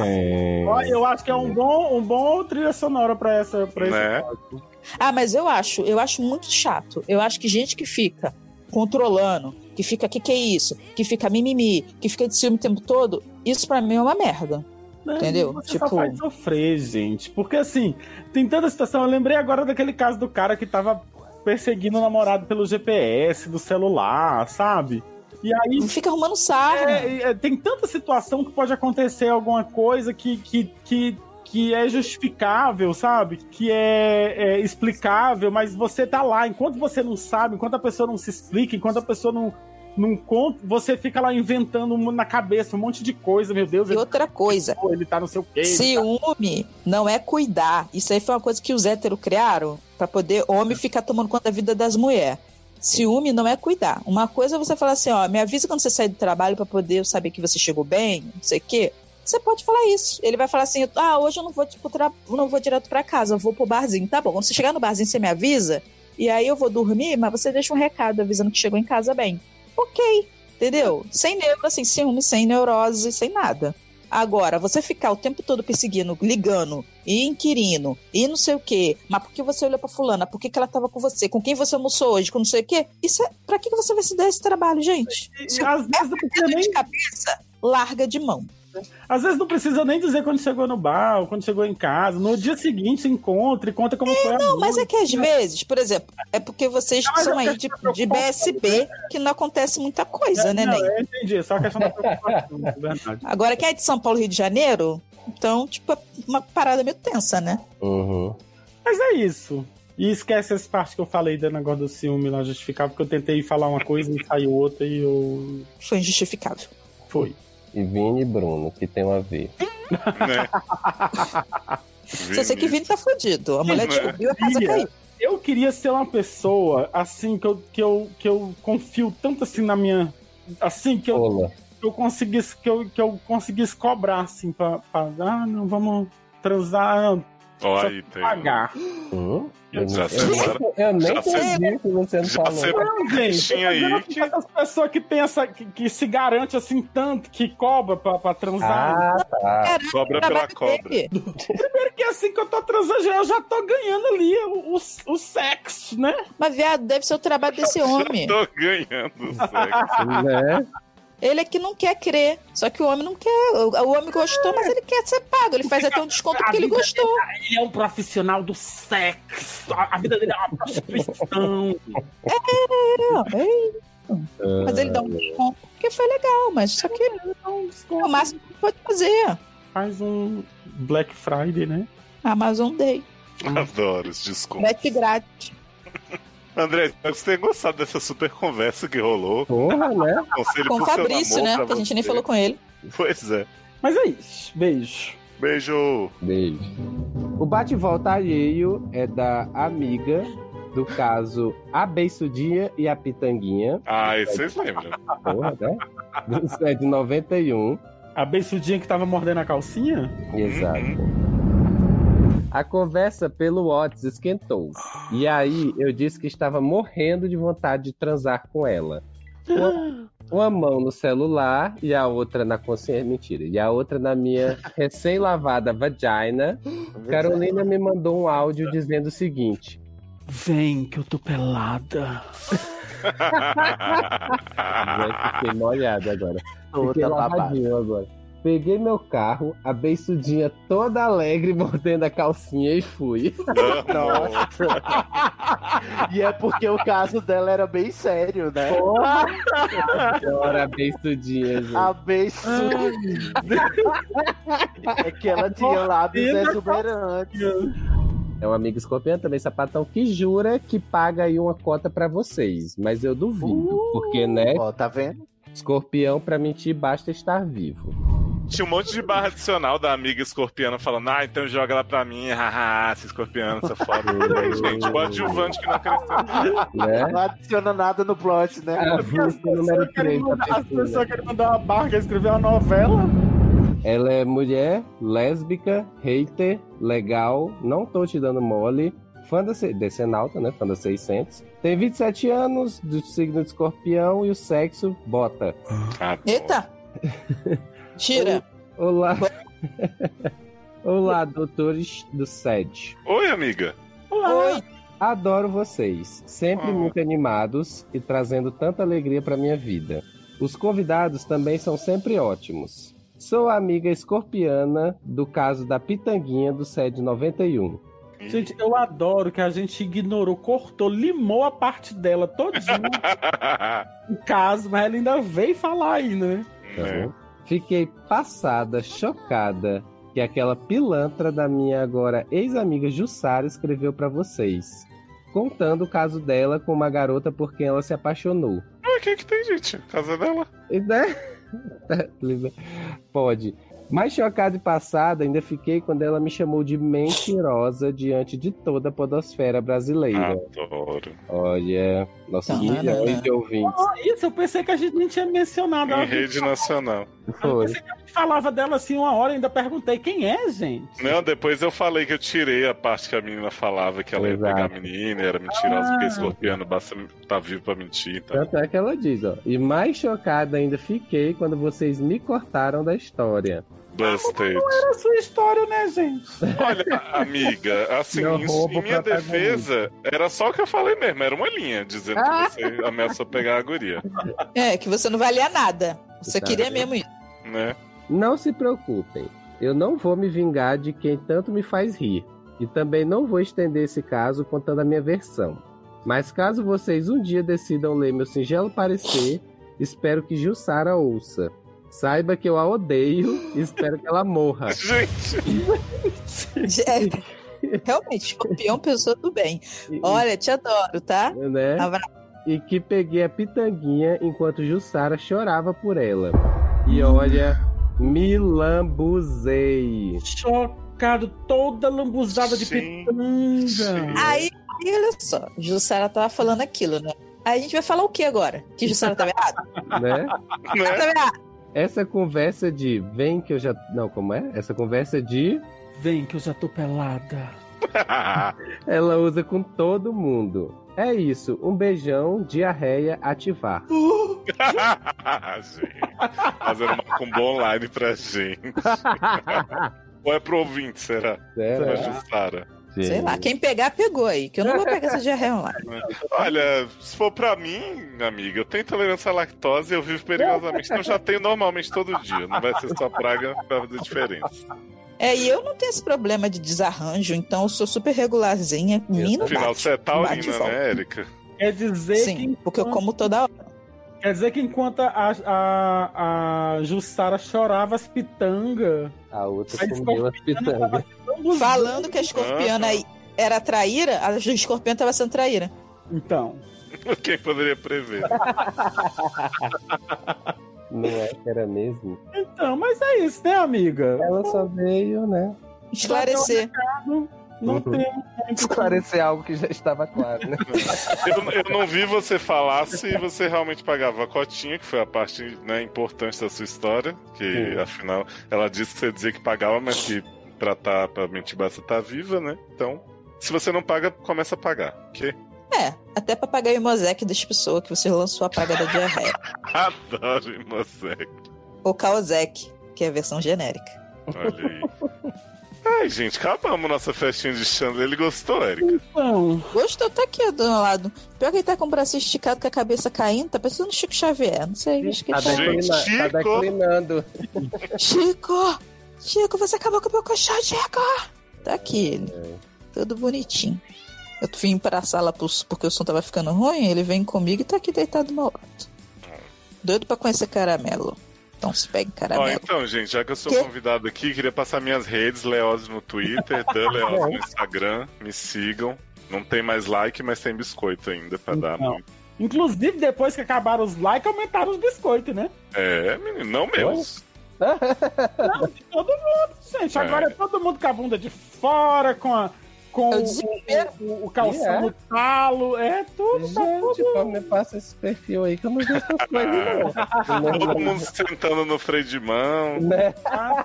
C: Olha, eu acho que é um bom, um bom trilha sonora pra, essa, pra
B: Né?
C: esse episódio.
A: Ah, mas eu acho, eu acho muito chato. Eu acho que gente que fica controlando, que fica que que é isso, que fica mimimi, que fica de ciúme o tempo todo, isso pra mim é uma merda.
C: Não,
A: entendeu?
C: Você só
A: Tipo,
C: faz sofrer, gente. Porque assim, tem tanta situação. Eu lembrei agora daquele caso do cara que tava perseguindo o namorado pelo GPS, do celular, sabe? E aí.
A: Fica arrumando sarro.
C: É, é, tem tanta situação que pode acontecer alguma coisa que, que, que, que é justificável, sabe? Que é, é explicável, mas você tá lá. Enquanto você não sabe, enquanto a pessoa não se explica, enquanto a pessoa não. Não conta, você fica lá inventando um- na cabeça um monte de coisa, meu Deus.
A: E outra coisa.
C: Ele tá não sei o quê. ele tá-
A: Ciúme não é cuidar. Isso aí foi uma coisa que os héteros criaram pra poder homem ficar tomando conta da vida das mulheres. Ciúme não é cuidar. Uma coisa é você falar assim, ó, me avisa quando você sair do trabalho pra poder eu saber que você chegou bem, não sei o quê. Você pode falar isso. Ele vai falar assim, ah, hoje eu não vou, tipo, tra- não vou direto pra casa, eu vou pro barzinho. Tá bom, quando você chegar no barzinho, você me avisa, e aí eu vou dormir, mas você deixa um recado avisando que chegou em casa bem. Ok, entendeu? Sem neuro, assim, ciúme, sem neurose, sem nada. Agora, você ficar o tempo todo perseguindo, ligando e inquirindo e não sei o quê, mas por que você olhou pra fulana? Por que, que ela tava com você? Com quem você almoçou hoje? Com não sei o quê? Isso é... Pra que, que você vai se dar esse trabalho, gente?
C: Se às vezes não precisa nem... de
A: cabeça, larga de mão.
C: Às vezes não precisa nem dizer quando chegou no bar ou quando chegou em casa. No dia seguinte se encontra e conta como foi a
A: Não, mas é
C: noite,
A: que às
C: né?
A: vezes, por exemplo, é porque vocês
C: Não, mas
A: são
C: eu
A: aí
C: quero
A: de,
C: saber o
A: de
C: ponto,
A: BSB que não acontece muita coisa, né,
C: não,
A: Ney?
C: eu entendi, é só a questão da preocupação, [laughs] é verdade.
A: Agora, quem é de São Paulo e Rio de Janeiro, então, tipo, é uma parada meio tensa, né?
D: uhum.
C: Mas é isso. E esquece essa parte que eu falei do negócio do ciúme lá justificável, porque eu tentei falar uma coisa e saiu outra e eu.
A: Foi injustificável.
C: Foi.
D: E Vini e Bruno, que tem a ver.
A: Só sei que Vini tá fudido. A mulher descobriu a casa caiu.
C: Eu queria ser uma pessoa assim que eu, que eu, que eu confio tanto assim na minha. Assim que eu, que eu conseguisse, que eu, que eu conseguisse cobrar, assim, pra, pra- Ah, não, vamos transar.
B: Ó,
C: só
B: aí, tem- um
C: pagar.
D: Eu,
B: Já
D: Hum? eu
B: separa-
D: nem- eu nem
B: já se-
D: sabia que você tá não
B: já
D: falou.
B: se-
C: Não, gente,
B: Tinha aí
C: as pessoas que tem essa. Que, que se garante assim tanto, que cobra pra, pra transar.
D: Ah, tá.
B: Cobra pela cobra.
C: Primeiro que assim que eu tô transando, eu já tô ganhando ali o, o, o sexo, né?
A: Mas, viado, deve ser o trabalho desse homem.
B: Tô ganhando
A: [laughs]
B: sexo.
D: né?
A: Ele é que não quer crer. Só que o homem não quer. O, o homem gostou, mas ele quer ser pago. Ele faz até um desconto porque ele gostou.
C: Ele é um profissional do sexo. A a vida dele é uma prostituição.
A: É, é. Mas ele dá um desconto porque foi legal, mas só que
B: um
A: é o máximo que pode fazer.
C: [laughs] Faz um Black Friday, né?
A: Amazon Day.
B: Adoro os descontos.
A: Frete grátis. Né?
B: André, espero que você tenha gostado dessa super conversa que rolou.
D: Porra, né?
B: Conselho
A: Com o
B: pro seu
A: Fabrício,
B: namoro
A: né?
B: pra
A: Porque a gente
B: você.
A: nem falou com ele.
B: Pois é.
C: Mas é isso. Beijo.
B: Beijo.
D: Beijo. O bate-volta alheio é da amiga do caso A Beiçudinha e a Pitanguinha.
B: Ah, esse vocês lembram.
D: Porra, né? Isso é de 91.
C: A beiçudinha que tava mordendo a calcinha?
D: Exato. A conversa pelo Whats esquentou. E aí eu disse que estava morrendo de vontade de transar com ela. Uma, uma mão no celular e a outra na consciência. Mentira. E a outra na minha recém-lavada vagina. Carolina me mandou um áudio dizendo o seguinte:
C: Vem que eu tô pelada.
B: Ah.
D: Já fiquei molhado agora.
I: Toda
D: fiquei
I: babada.
D: lavadinho agora. Peguei meu carro, a beiçudinha toda alegre, [laughs] mordendo a calcinha e fui.
I: Nossa. E é porque o caso dela era bem sério, né?
D: Porra! Agora a beiçudinha, gente.
C: Ah.
I: A beiçudinha. É que ela tinha lábios
D: Mordendo a
I: exuberantes.
D: É um amigo escorpião também, sapatão, que jura que paga aí uma cota pra vocês. Mas eu duvido,
C: Uh.
D: porque, né?
H: Ó, tá vendo?
D: Escorpião, pra mentir, basta estar vivo.
B: Tinha um monte de barra adicional da amiga escorpiana falando, ah, então joga ela pra mim, [laughs] haha, se escorpiana, essa foda. gente, o adjuvante que não acrescentou.
C: [laughs]
D: Né?
H: Não adiciona nada no plot, né?
C: As pessoas querem mandar- as pessoas querem mandar uma barca escrever uma novela.
D: Ela é mulher, lésbica, hater, legal, não tô te dando mole, fã da se- decenalta, né? Fã da 600. Tem 27 anos, do signo de escorpião e o sexo bota.
A: Eita! Tira!
D: Olá. [laughs] Olá, doutores do SED.
B: Oi, amiga. [laughs]
D: Oi. Adoro vocês, sempre muito animados e trazendo tanta alegria para minha vida. Os convidados também são sempre ótimos. Sou a amiga escorpiana do caso da Pitanguinha do SED 91.
C: Gente, eu adoro que a gente ignorou, cortou, limou a parte dela [laughs] todinha o caso, mas ela ainda veio falar aí, né?
D: Tá
B: É.
D: bom? Fiquei passada, chocada, que aquela pilantra da minha agora ex-amiga Jussara escreveu pra vocês, contando o caso dela com uma garota por quem ela se apaixonou.
B: Ah, quem que tem, gente? Casa dela.
D: E, Né? [laughs] Lisa, Pode. Mais chocada e passada ainda fiquei quando ela me chamou de mentirosa diante de toda a podosfera
B: Ah.
D: brasileira.
B: Adoro.
D: Olha,
C: Tá,
D: nossos
C: né,
D: milhões
C: né?
D: de ouvintes.
C: Ah, isso, eu pensei que a gente nem tinha mencionado.
B: Em
C: ela.
B: rede nacional.
D: Foi.
C: A gente falava dela assim uma hora, eu ainda perguntei quem é, gente.
B: Não, depois eu falei que eu tirei a parte que a menina falava que ela ia pegar a menina, era mentirosa,
D: Ah.
B: porque escorpiano basta tá vivo pra mentir. Então.
D: Tanto é que ela diz, ó. E mais chocada ainda fiquei quando vocês me cortaram da história.
B: Busted.
C: Não era É a sua história, né, gente?
B: Olha, amiga, assim,
D: Meu
B: em,
D: roubo
B: em minha
D: protagonista.
B: defesa, era só o que eu falei mesmo, era uma linha dizendo
A: Ah.
B: que você ameaçou pegar a guria,
A: É, que você não valia nada. Você
D: Tá.
A: queria mesmo isso. [laughs]
B: né?
D: Não se preocupem, eu não vou me vingar de quem tanto me faz rir. E também não vou estender esse caso contando a minha versão. Mas caso vocês um dia decidam ler meu singelo parecer, espero que Jussara ouça. Saiba que eu a odeio e espero que ela morra.
B: [laughs]
A: É, realmente, escorpião pessoa do bem. [laughs] Olha, te adoro, tá?
D: né? E que peguei a pitanguinha enquanto Jussara chorava por ela. E olha, me lambuzei.
C: Chocado, toda lambuzada de pitanga.
A: Aí, aí, olha só, Jussara tava falando aquilo, né? Aí a gente vai falar o que agora? Que Jussara tava errada?
D: Né?
A: Jussara tava errada.
D: Essa conversa de vem que eu já. Não, como é? Essa conversa de.
C: Vem que eu já tô pelada.
D: Ela usa com todo mundo. É isso. Um beijão, diarreia, ativar.
B: [laughs] gente, fazendo uma combo online pra gente. Ou é pro ouvinte, será?
D: Será?
B: Pra né? Jussara.
A: Sei lá, quem pegar, pegou aí, que eu não vou pegar essa diarreia online.
B: Olha, se for pra mim, amiga, eu tenho intolerância à lactose e eu vivo perigosamente. Então eu já tenho normalmente todo dia. Não vai ser só praga pra fazer diferença.
A: É, e eu não tenho esse problema de desarranjo, então eu sou super regularzinha. Menino
B: Afinal,
A: bate,
B: você é
A: bate e
B: taurina,
A: volta.
B: né, Érica? [laughs]
C: Quer dizer
A: Sim,
C: que.
A: porque eu como toda hora.
C: Quer dizer que enquanto a, a, a Jussara chorava as pitangas.
D: A outra
C: A
D: comeu as
B: né?
D: pitangas.
C: Uhum.
A: Falando que a escorpiana aí era traíra, a escorpião tava sendo traíra.
C: Então.
B: Quem poderia prever?
D: Não é que era mesmo?
C: Então, mas é isso, né, amiga?
D: Ela só veio, né?
A: Esclarecer.
C: Não
D: Uhum.
C: temos
D: Esclarecer algo que já estava claro, né?
B: [laughs] Eu, eu não vi você falar se você realmente pagava a cotinha, que foi a parte né, importante da sua história. Que
D: Sim.
B: afinal, ela disse que você dizia que pagava, mas que pra, tá, pra mentir basta tá viva, né? Então, se você não paga, começa a pagar, ok? [laughs]
A: É, até pra pagar o Imosec das pessoas que você lançou a praga da diarreia.
B: Adoro, Imosec.
A: Ou Caosec, que é a versão genérica.
B: Olha aí. Ai, gente, acabamos nossa festinha de Chandler. Ele gostou, Erika?
A: Gostou, tá aqui ó, do meu lado. Pior que ele tá com o braço esticado, com a cabeça caindo, tá parecendo o Chico Xavier. Não sei, acho que
D: [laughs] Tá,
A: ele tá...
D: declina- tá declinando.
A: Chico! Chico, você acabou com o meu colchão, Chico! Tá aqui ele. Todo bonitinho. Eu vim pra sala pros- porque o som tava ficando ruim, ele vem comigo e tá aqui deitado do meu lado. Doido pra conhecer caramelo. Então se pega
B: Ó,
A: caramelo.
B: então, gente, já que eu sou
A: Quê?
B: convidado aqui, queria passar minhas redes, Leose no Twitter,
A: [laughs]
B: Dan Leose no Instagram, me sigam. Não tem mais like, mas tem biscoito ainda pra dar.
A: Então.
C: Não.
B: muito.
C: Inclusive, depois que acabaram os likes, aumentaram os biscoitos, né?
B: É, menino, não meus.
C: Não, de todo mundo, gente. Agora é todo mundo com a bunda de fora, com a. Com
D: É o
C: o, o, o calção
D: É.
C: no talo, é tudo. Gente,
D: [laughs] como me passa esse perfil aí que eu não vejo essas
B: [laughs]
D: coisas, não.
B: Todo mundo sentando no freio de mão.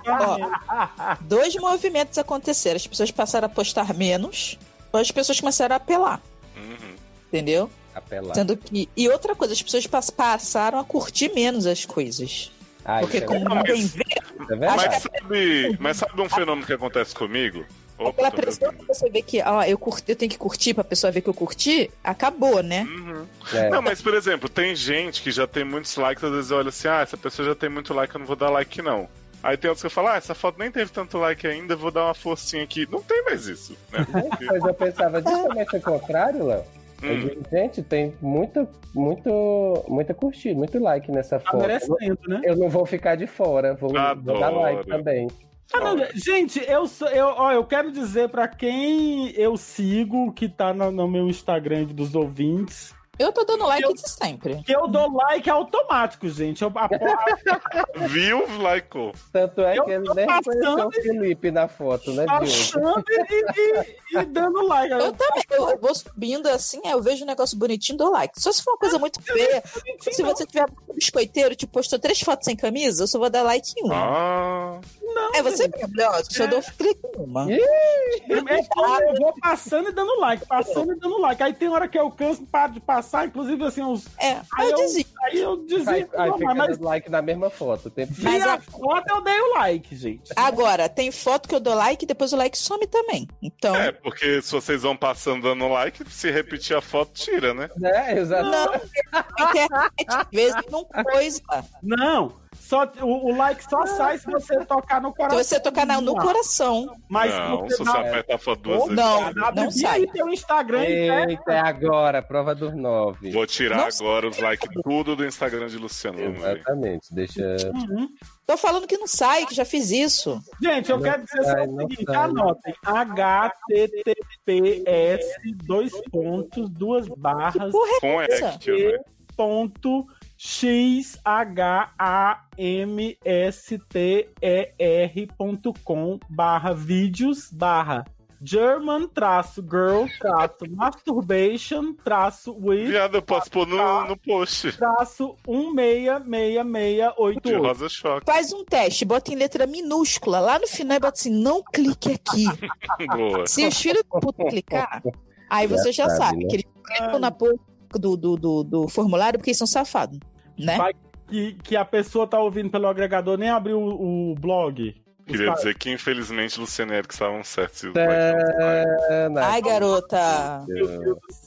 A: Ó, dois movimentos aconteceram. As pessoas passaram a postar menos, mas as pessoas começaram a apelar,
B: Uhum.
A: entendeu?
D: Apelar.
A: Sendo que... E outra coisa, as pessoas pas- passaram a curtir menos as coisas.
D: Ah,
A: Porque
B: isso é
A: como
B: verdade.
A: ninguém vê,
D: Tá
A: é
B: Mas sabe, mas sabe um fenômeno que acontece comigo? Opa,
A: aquela
B: tô me
A: É pressão que você vê que ó, eu, curti, eu tenho que curtir pra pessoa ver que eu curti, acabou, né?
B: Uhum.
D: É,
B: Não, mas por exemplo, tem gente que já tem muitos likes, às vezes olha assim, ah, essa pessoa já tem muito like, eu não vou dar like não. Aí tem outros que falam, ah, essa foto nem teve tanto like ainda, vou dar uma forcinha aqui. Não tem mais isso, né?
D: Mas eu pensava justamente o contrário, Léo. Eu
B: Hum.
D: digo, É Gente, tem muito, muito, muita curtida, muito like nessa foto.
C: merecendo, né?
D: Eu não vou ficar de fora, vou, vou dar like também.
C: Ah,
B: Então,
C: não, gente, eu, sou- eu, ó, eu quero dizer pra quem eu sigo, que tá no, no meu Instagram dos ouvintes.
A: Eu tô dando like de sempre.
C: Que eu dou like automático, gente. Eu, apo-
B: Viu, likeou.
D: Tanto é
C: Eu
D: que ele
C: tô
D: nem reconheceu
C: passando
D: o Felipe na foto, né, Diogo?
C: Passando e, e- e dando like.
A: Eu também, É, eu eu vou subindo assim, aí eu vejo um negócio bonitinho, dou like. Só se for uma coisa muito feia, se você tiver um biscoiteiro, te postou três fotos sem camisa, eu só vou dar like em
C: Ah.
B: uma.
C: Não,
A: é você mesmo, Leandro, que eu dou um clique em uma.
C: É. Eu, eu vou passando e dando like, passando e dando like. Aí tem hora que eu canso, paro de passar, inclusive assim, uns.
A: É,
C: aí eu, Aí eu desisto.
D: Aí, aí
C: não,
D: fica
C: mas
D: dando like na mesma foto. o Tempo
C: mas a foto eu dei o like, gente.
A: Agora, tem foto que eu dou like e depois o like some também. Então.
B: É, porque se vocês vão passando dando like, se repetir a foto, tira, né?
D: É, exato.
A: Não, a internet às vezes não coisa.
C: Não, só, o, o like só sai se você tocar no coração.
A: Ah. você tocar na- no coração.
C: Mas
B: não,
C: porque
B: se você
C: na-
B: aperta a foto duas vezes.
A: Não,
C: A
A: não
C: Bibi
A: sai.
C: tem o Instagram né? e
D: Eita, é agora, prova dos nove.
B: Vou tirar agora os likes tudo do Instagram de Luciano.
C: É,
B: vamos ver.
D: Exatamente, deixa.
A: Tô falando que não sai, que já fiz isso.
C: Uhum. Gente, eu
A: Não
C: quero dizer só
A: sai,
C: o
A: não
C: seguinte,
A: sai.
C: anotem. HTTPS, dois pontos, duas barras.
A: porra
B: é Com essa? action, né?
C: Ponto x h a m s t e r.com barra vídeos barra German traço girl traço
B: [laughs]
C: masturbation traço with
B: Viado, eu posso pôr no, no post.
C: traço 166688.
B: De Rosa Choque.
A: Faz um teste, bota em letra minúscula lá no final e bota assim: não clique aqui.
B: Boa.
A: Se os filhos do puto clicar, aí
Q: Já
A: você já
Q: sabe,
A: sabe,
Q: né?
A: que eles clicam na porra do, do, do, do formulário porque eles são safados, né?
C: Vai que, que a pessoa tá ouvindo pelo agregador, nem abriu o, o blog.
B: Queria
C: Os É.
B: dizer que, infelizmente, Luciano e Eric estavam certos. e os likes não um
A: Ai, garota.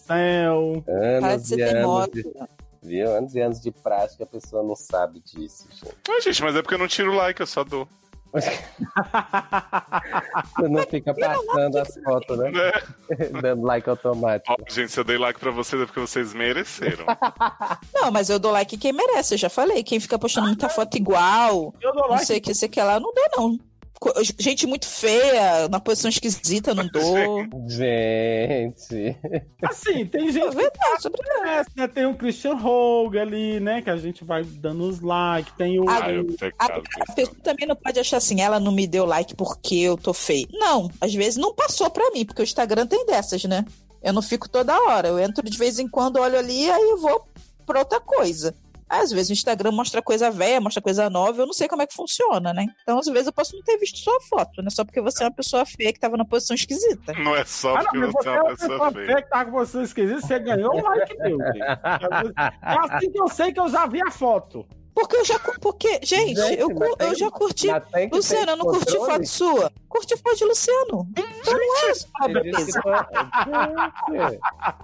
C: Céu. [laughs]
A: Para de
D: Anos
A: ser
D: e anos
A: teimosa.
D: de, viu? anos e anos de prática, a pessoa não sabe disso, gente.
B: Ah, gente, mas é porque eu não tiro o like, eu só dou.
D: Você não fica passando as fotos, né? Dando like automático.
B: É. Ó, gente, se eu dei like pra vocês é porque vocês mereceram.
A: Tá Não, mas eu dou like quem merece, eu já falei. Quem fica postando muita foto igual,
C: eu dou
A: não sei o que, sei o que lá, eu não dou, não. Co- Gente muito feia, na posição esquisita, eu não dou.
D: Gente.
C: Assim, tem
A: É
C: gente que conhece, né? Tem o Christian Hogue ali, né? Que a gente vai dando os likes. Tem o.
A: Ah, eu
B: Tá
A: A pessoa também não pode achar assim, ela não me deu like porque eu tô feio. Não, às vezes não passou pra mim, porque o Instagram tem dessas, né? Eu não fico toda hora, eu entro de vez em quando, olho ali, aí eu vou pra outra coisa. Às vezes o Instagram mostra coisa velha, mostra coisa nova, eu não sei como é que funciona, né? Então, às vezes eu posso não ter visto sua foto, né? Só porque você é uma pessoa feia que tava numa posição esquisita.
B: Não é só
C: Ah,
B: porque
C: não, mas
B: você
C: você é
B: é uma
C: uma
B: pessoa
C: pessoa
B: feia.
C: feia que tá com você esquisito, você ganhou um like meu. gente. É assim que eu sei que eu já vi a foto.
A: Porque eu já. cu- Porque, gente,
C: Gente,
A: eu, cu-
C: mas tem
A: eu já
C: que-
A: curti.
C: mas tem que
A: Luciano,
C: ter
A: eu não curti
C: controle.
A: foto sua. Curti foto de Luciano. Então não é só a
D: Ele disse
A: beleza.
D: que foi- Gente,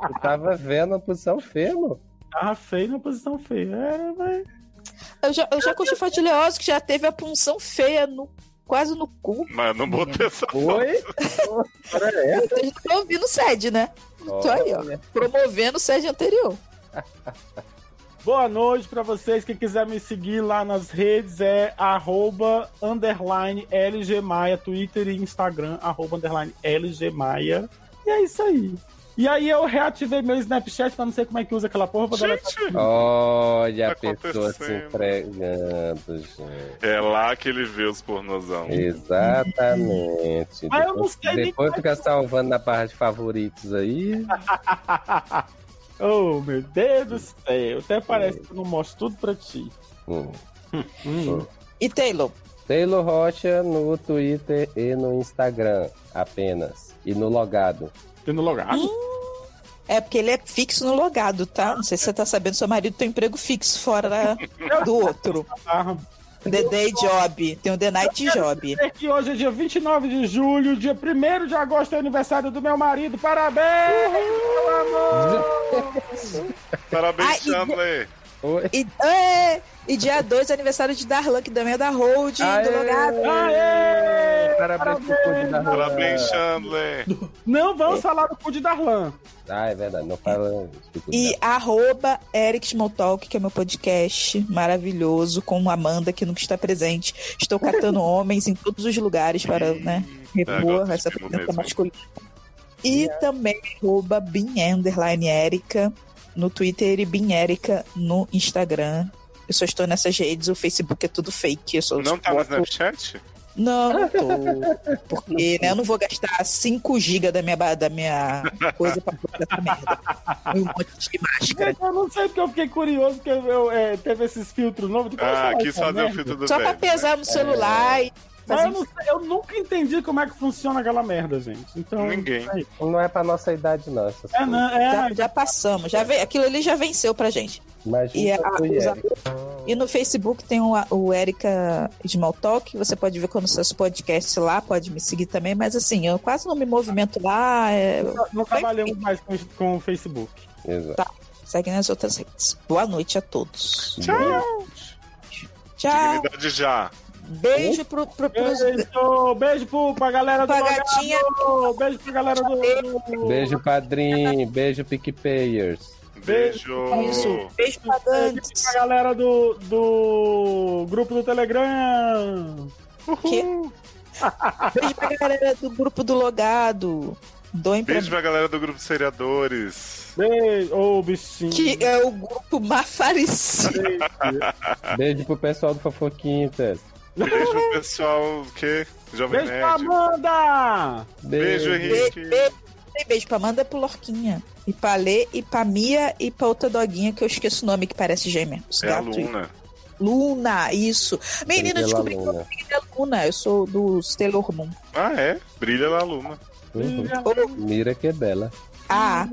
D: eu tava vendo a posição fermo.
C: Tava Tá feio na posição feia. É, mas...
A: Eu já, eu já curti foto de Leoz, que já teve a punção feia no, quase no cu.
B: Mas não botei essa
D: Oi?
A: Vocês estão ouvindo o SED, né? Tô aí, ó.
D: Olha.
A: Promovendo o SED anterior.
C: Boa noite pra vocês. Quem quiser me seguir lá nas redes é arroba underline LG Maia, Twitter e Instagram, arroba underline LG Maia. E é isso aí. E aí eu reativei meu Snapchat, mas não sei como é que usa aquela porra pra deletar tudo.
D: Olha
B: Tá
D: a pessoa se
B: acontecendo.
D: entregando, gente.
B: É lá que ele vê os pornozão.
D: Exatamente.
B: Mas eu não
D: depois
B: sei nem
D: depois
A: é
D: fica salvando na barra de favoritos aí.
C: Oh, meu Deus do céu. Até
B: É.
C: parece que eu não mostro tudo pra ti.
D: Hum.
A: E Taylor?
D: Taylor Rocha no Twitter e no Instagram apenas. E no logado.
C: E no logado?
A: É porque ele é fixo no logado, tá? Não sei se você tá sabendo, seu marido tem um emprego fixo fora da- do outro. The day job. Tem o the night job.
C: É que hoje é dia 29 de julho, dia 1 de agosto é aniversário do meu marido. Parabéns, meu amor!
B: Parabéns,
A: Ah, e-
B: Chandler.
A: E, é, e dia 2 é aniversário de Darlan, que também é da Hold, do logado.
D: Parabéns pro cu
C: Ah.
D: de Darlan.
B: Parabéns, Chandler.
C: Não
B: É.
C: vamos falar do cu de Darlan.
D: Ah, é verdade. Não fala.
A: E arroba Eric Smalltalk, que é meu podcast maravilhoso, com Amanda, que nunca está presente. Estou
B: [laughs]
A: catando homens em todos os lugares para, né,
B: É,
A: repor essa presença masculina. E também arroba Bin Underline Erika no Twitter e Bin Erika no Instagram. Eu só estou nessas redes, o Facebook é tudo fake. Eu só
B: Não tá no Snapchat?
A: Não, não
B: [laughs]
A: tô. Porque né, eu não vou gastar 5 GB da minha, ba- da minha coisa pra botar essa
B: [laughs]
A: merda. Um monte de
B: É.
A: máscara.
C: Eu não sei porque eu fiquei curioso, porque eu, é, teve esses filtros novos. Depois
B: Ah,
C: eu falo
B: quis
C: essa
B: fazer o
C: merda.
B: filtro do
A: Só pra pesar no celular
C: É.
A: e.
C: Mas
A: fazer
C: eu,
A: um-
C: não sei, eu nunca entendi como é que funciona aquela merda, gente. Então,
B: né? Ninguém.
D: Não é pra nossa idade, não. Essas
C: É, não, é.
A: Já, já passamos, já ve- aquilo ali já venceu pra gente.
D: Mas
A: E, a-
D: tu e
A: os-
D: Erika.
A: e no Facebook tem o, o Erika Smalltalk, você pode ver quando seus podcasts lá, pode me seguir também, mas assim, eu quase não me movimento lá. é-
C: não, não trabalhamos mais com, com o Facebook.
D: Exato.
A: Tá, segue nas outras redes. Boa noite a todos.
B: Tchau.
A: Tchau.
B: Dignidade já.
A: Beijo pro, pro, pros-
C: Beijo, beijo pro, pra galera do
A: Pra
C: Logado.
A: gatinha.
C: Beijo pra galera do.
D: Beijo, padrinho. Beijo, PicPayers.
B: Beijo.
A: Isso. Beijo pra
C: Beijo pra galera do, do grupo do Telegram.
A: quê? Beijo pra galera do grupo do Logado. Doem pra
B: Beijo pra galera do grupo Seriadores.
C: Beijo, ô bichinho.
A: que é o grupo [laughs] Mafarecido.
B: Ah.
D: Beijo pro pessoal do Fofoquintas.
B: Beijo pro pessoal que Jovem
C: Beijo pra
B: Nerd.
C: Amanda!
B: Beijo,
A: Be-
B: Henrique.
A: be- Tem beijo pra Amanda e pro Lorquinha. E pra Lê, e pra Mia, e pra outra doguinha que eu esqueço o nome, que parece gêmea. Os
B: É a
A: gatos.
B: Luna.
A: Luna, isso. Menina,
D: Brilha lá,
A: descobri que eu
D: Luna.
A: sou da é Luna. Eu sou do Sailor Moon.
B: Ah, é? Brilha lá, Luna.
D: Uhum. Mira que bela.
A: Ah,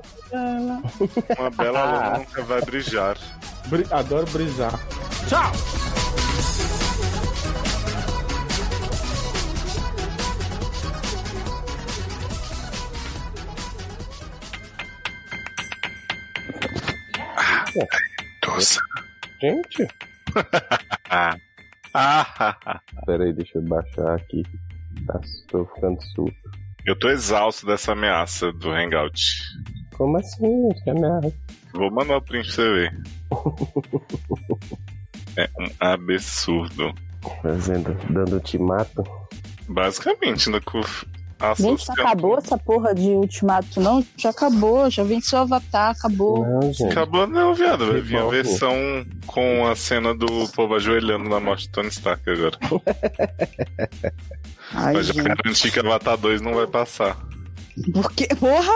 B: Uma bela Luna nunca vai brilhar.
C: Bri- Adoro brisar. Tchau!
B: Doce.
D: Gente.
B: Ah. Ah, ah,
D: Peraí, deixa eu baixar aqui. Tá, tô ficando surdo.
B: [laughs] Eu tô exausto dessa ameaça do Hangout.
D: Como assim? Que ameaça?
B: Vou mandar o print pra você ver. É um absurdo.
D: Fazendo, dando ultimato.
B: Basicamente, no cu.
R: Gente, não acabou essa porra de ultimato, não? Já acabou, já venceu o Avatar, acabou.
D: Não,
B: Acabou não, viado. Vai
D: Que
B: vir a
D: bom, pô.
B: versão com a cena do povo ajoelhando na morte de Tony Stark agora.
A: Ai,
B: Mas já
A: gente.
B: garanti que Avatar 2 não vai passar. [laughs]
A: porque, porra!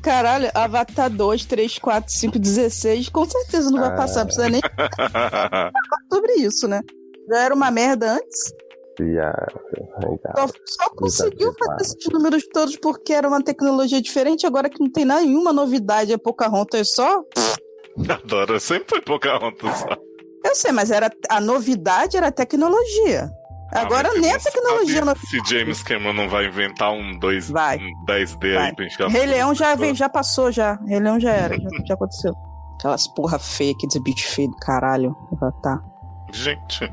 A: Caralho, Avatar 2, 3, 4, 5, 16, com certeza não vai
B: Ah.
A: passar, não precisa nem falar sobre isso, né? Já era uma merda antes. Só, só conseguiu fazer esses números todos porque era uma tecnologia diferente, agora que não tem nenhuma novidade, é Pocahontas só.
B: Adoro, sempre foi Pocahontas.
A: Eu sei, mas era a novidade era a tecnologia.
B: Ah,
A: Agora nem a tecnologia. é novidade.
B: Se James Cameron não vai inventar um 2, um 10D aí pra encher a
A: Rei Leão já, veio, já passou, já. Rei Leão já era, já, já aconteceu. Aquelas porra feia, aqueles bichos feios do caralho. Ah, tá.
B: Gente.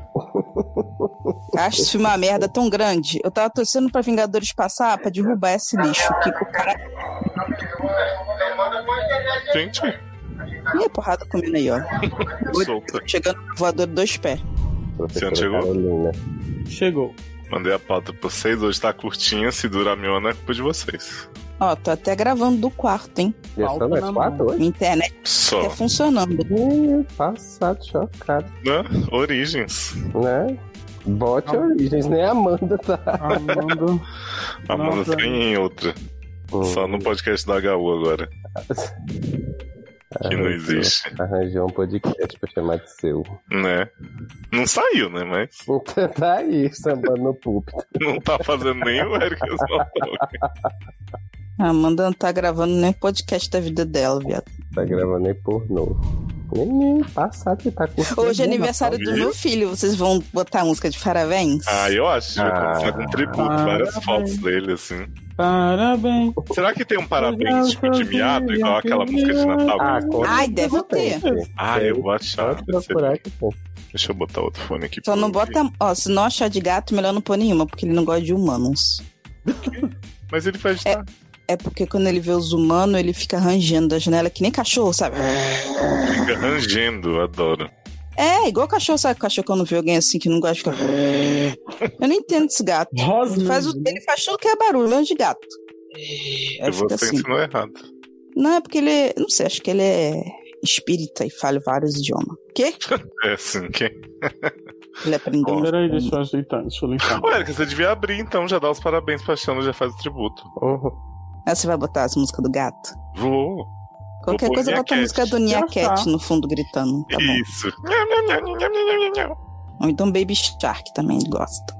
A: Acho esse filme uma merda tão grande. Eu tava torcendo pra Vingadores passar pra derrubar esse lixo. Que o cara
B: Gente.
A: Ih, a porrada comendo aí, ó.
B: Solta.
A: Chegando no voador dois pés.
B: Você não chegou?
C: Chegou.
B: Mandei a pauta pra vocês, hoje tá curtinha, se durar a miona é culpa de vocês.
A: Ó, tô até gravando do quarto, hein?
B: Já estão nas quatro hoje?
A: Internet
B: Só.
A: tá funcionando.
D: Passado, chocado.
B: Né? Origens.
D: Né? Bote Origens, nem a Amanda tá.
C: Amanda.
B: A Amanda tem em outra. Só no podcast da HU agora. Que não existe.
D: Arranjou um podcast pra chamar de seu.
B: Né? Não saiu, né? Mas
D: [laughs] tá aí, sambando no púlpito.
B: não tá fazendo nem o Eric Snowdog.
A: A Amanda não tá gravando nem podcast da vida dela, viado.
D: Tá gravando nem pornô. Nem passado que tá curtindo.
A: Hoje é aniversário do meu filho, vocês vão botar música de parabéns?
B: Ah, eu acho. Já começar com um tributo, várias fotos dele, assim.
C: Parabéns.
B: Será que tem um parabéns, tipo, de miado, igual aquela música de Natal?
D: Ah, com
A: Ai, deve ter.
B: Ah, eu vou achar. deve ser. Deixa eu botar outro fone aqui.
A: Só Então não bota. Ó, se não achar de gato, melhor não pôr nenhuma, porque ele não gosta de humanos.
B: Mas ele faz.
A: É, é porque quando ele vê os humanos, ele fica rangendo da janela que nem cachorro, sabe?
B: Fica rangendo, adoro.
A: É, igual cachorro, sabe? Cachorro quando vê alguém assim que não gosta, fica. "É." Eu não entendo esse gato.
C: Rosman,
A: Ele faz o... Ele faz tudo que é barulho, lanche de gato.
B: Eu vou
A: fica
B: você
A: assim.
B: ensinou errado.
A: Não, é porque ele. é- Não sei, acho que ele é espírita e fala vários idiomas. Quê?
B: É assim, quem?
A: Ele aprendeu.
C: Peraí, deixa eu ajeitar, deixa eu limpar.
B: Ô, Erika, você devia abrir então, já dá os parabéns pra Xana, já faz o tributo.
D: Uhum,
A: Aí Ah, você vai botar as músicas do gato.
B: Vou.
A: Qualquer
B: pôr
A: coisa
B: minha
A: bota a
B: cat.
A: música do
C: Ah,
A: Nia
B: Já
A: Cat
B: tá.
A: no fundo gritando. Tá bom.
B: Isso.
A: Ou então Baby Shark também ele gosta.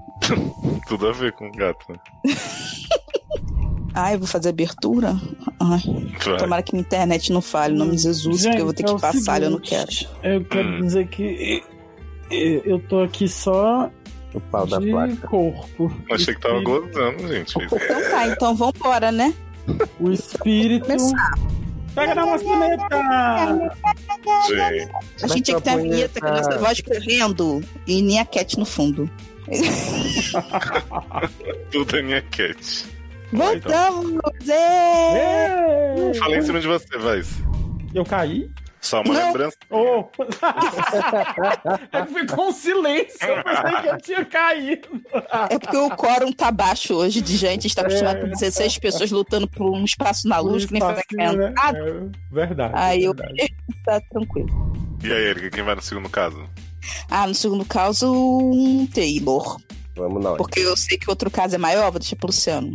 B: Tudo a ver com gato. né?
A: Ah, eu vou fazer abertura? Ai.
B: Vai.
A: Tomara que minha internet não falhe, em nome de Jesus,
C: Gente,
A: porque eu vou ter
C: é
A: que
C: o
A: passar, eu não
C: seguinte,
A: quero.
C: Eu quero dizer que eu, eu tô aqui só
D: O pau
C: da de corpo.
B: Achei que tava
A: [laughs]
B: gozando, gente.
A: Então tá, então vambora, né?
C: O espírito. Pega na maçaneta!
B: Gente.
A: A gente tinha que ter a vinheta com a nossa voz correndo e Nia Cat no fundo.
B: Tudo é minha cat. Vai, então.
A: Voltamos! ê!
B: Falei em cima de você, vai.
C: Eu caí?
B: Só uma
C: Não.
B: lembrança.
C: Oh. é que ficou um silêncio, eu pensei que eu tinha caído.
A: É porque o quórum tá baixo hoje de gente, está acostumado com 16 pessoas lutando por um espaço na luz, que nem
C: É. espacinho, né?
A: fragmentado.
C: Verdade.
A: Aí eu
C: verdade.
A: tá tranquilo.
B: E aí, Erika, quem vai no segundo caso?
A: Ah, no segundo caso, um Taylor.
D: Vamos nós.
A: Porque eu sei que outro caso é maior, vou deixar pro
C: [laughs]
A: Luciano.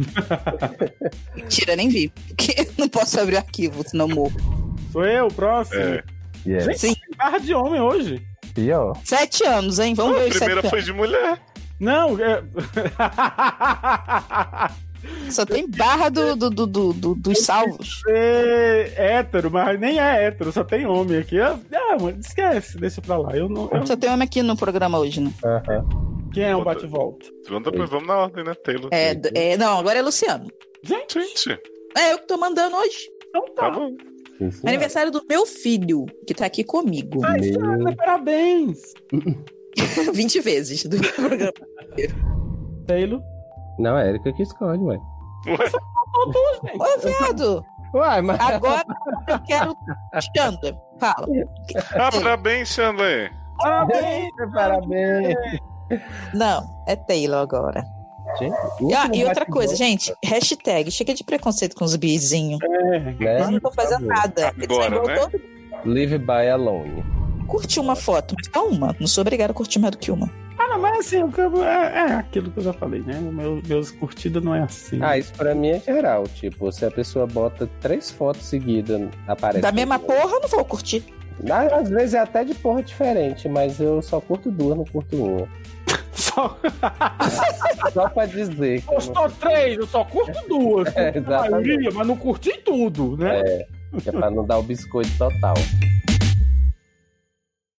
A: Mentira, nem vi. Porque [laughs] não posso abrir o arquivo, senão eu morro.
C: Sou eu, próximo.
B: É.
C: Gente,
A: Sim.
C: tem barra de homem hoje.
D: Pior.
A: Sete anos, hein?
C: Ah,
A: Vamos ver os sete anos.
B: de mulher.
C: Não, é... [laughs]
A: Só tem barra do, do, do, do- do- dos salvos.
C: é hétero, mas nem é hétero, só tem homem aqui. Ah, ah, mano, esquece, deixa pra lá. Eu não. eu-
A: Só tem homem aqui no programa hoje, né?
C: Quem é o bate-volta?
B: Vamos, depois, vamos na ordem, né, Taylor?
A: É, d- é, não, agora é Luciano.
C: Gente,
B: Gente,
A: É eu que tô mandando hoje.
C: Então
B: tá. bom.
A: Aniversário do meu filho, que tá aqui comigo.
C: Ai, Sara, parabéns!
A: 20 vezes do programa.
C: Taylor.
D: Não, é Erika que escolhe, ué.
A: Ô, viado!
D: Uai, mas.
A: Agora eu quero. Xanda, fala.
B: Ah, parabéns, Xandley.
C: Parabéns!
D: Parabéns!
A: Não, é Taylor agora.
D: Gente, é
A: Ah, e
D: assim,
A: outra coisa, gente, hashtag, chega de preconceito com os bizinhos.
C: É,
D: Né?
A: Eu não tô fazendo nada. Eles são
D: Agora,
A: igual
D: né?
A: todo mundo.
D: Live by Alone.
A: Curte uma foto, mas só uma. Não sou obrigado a curtir mais do que uma.
C: Ah, não, mas assim, o campo é, é aquilo que eu já falei, né? Meu, meus curtidas não é assim.
D: Ah, isso pra mim é geral. Tipo, se a pessoa bota três fotos seguidas, aparece.
A: Da mesma porra, eu não vou curtir.
D: Ah, Às vezes é até de porra diferente, mas eu só curto duas, não curto uma.
C: Só,
D: só pra dizer. que eu não-
C: Postou três, eu só curto duas.
D: É,
C: curto a
D: exatamente.
C: maioria, mas não curti tudo, né?
D: É, que é pra não dar o biscoito total.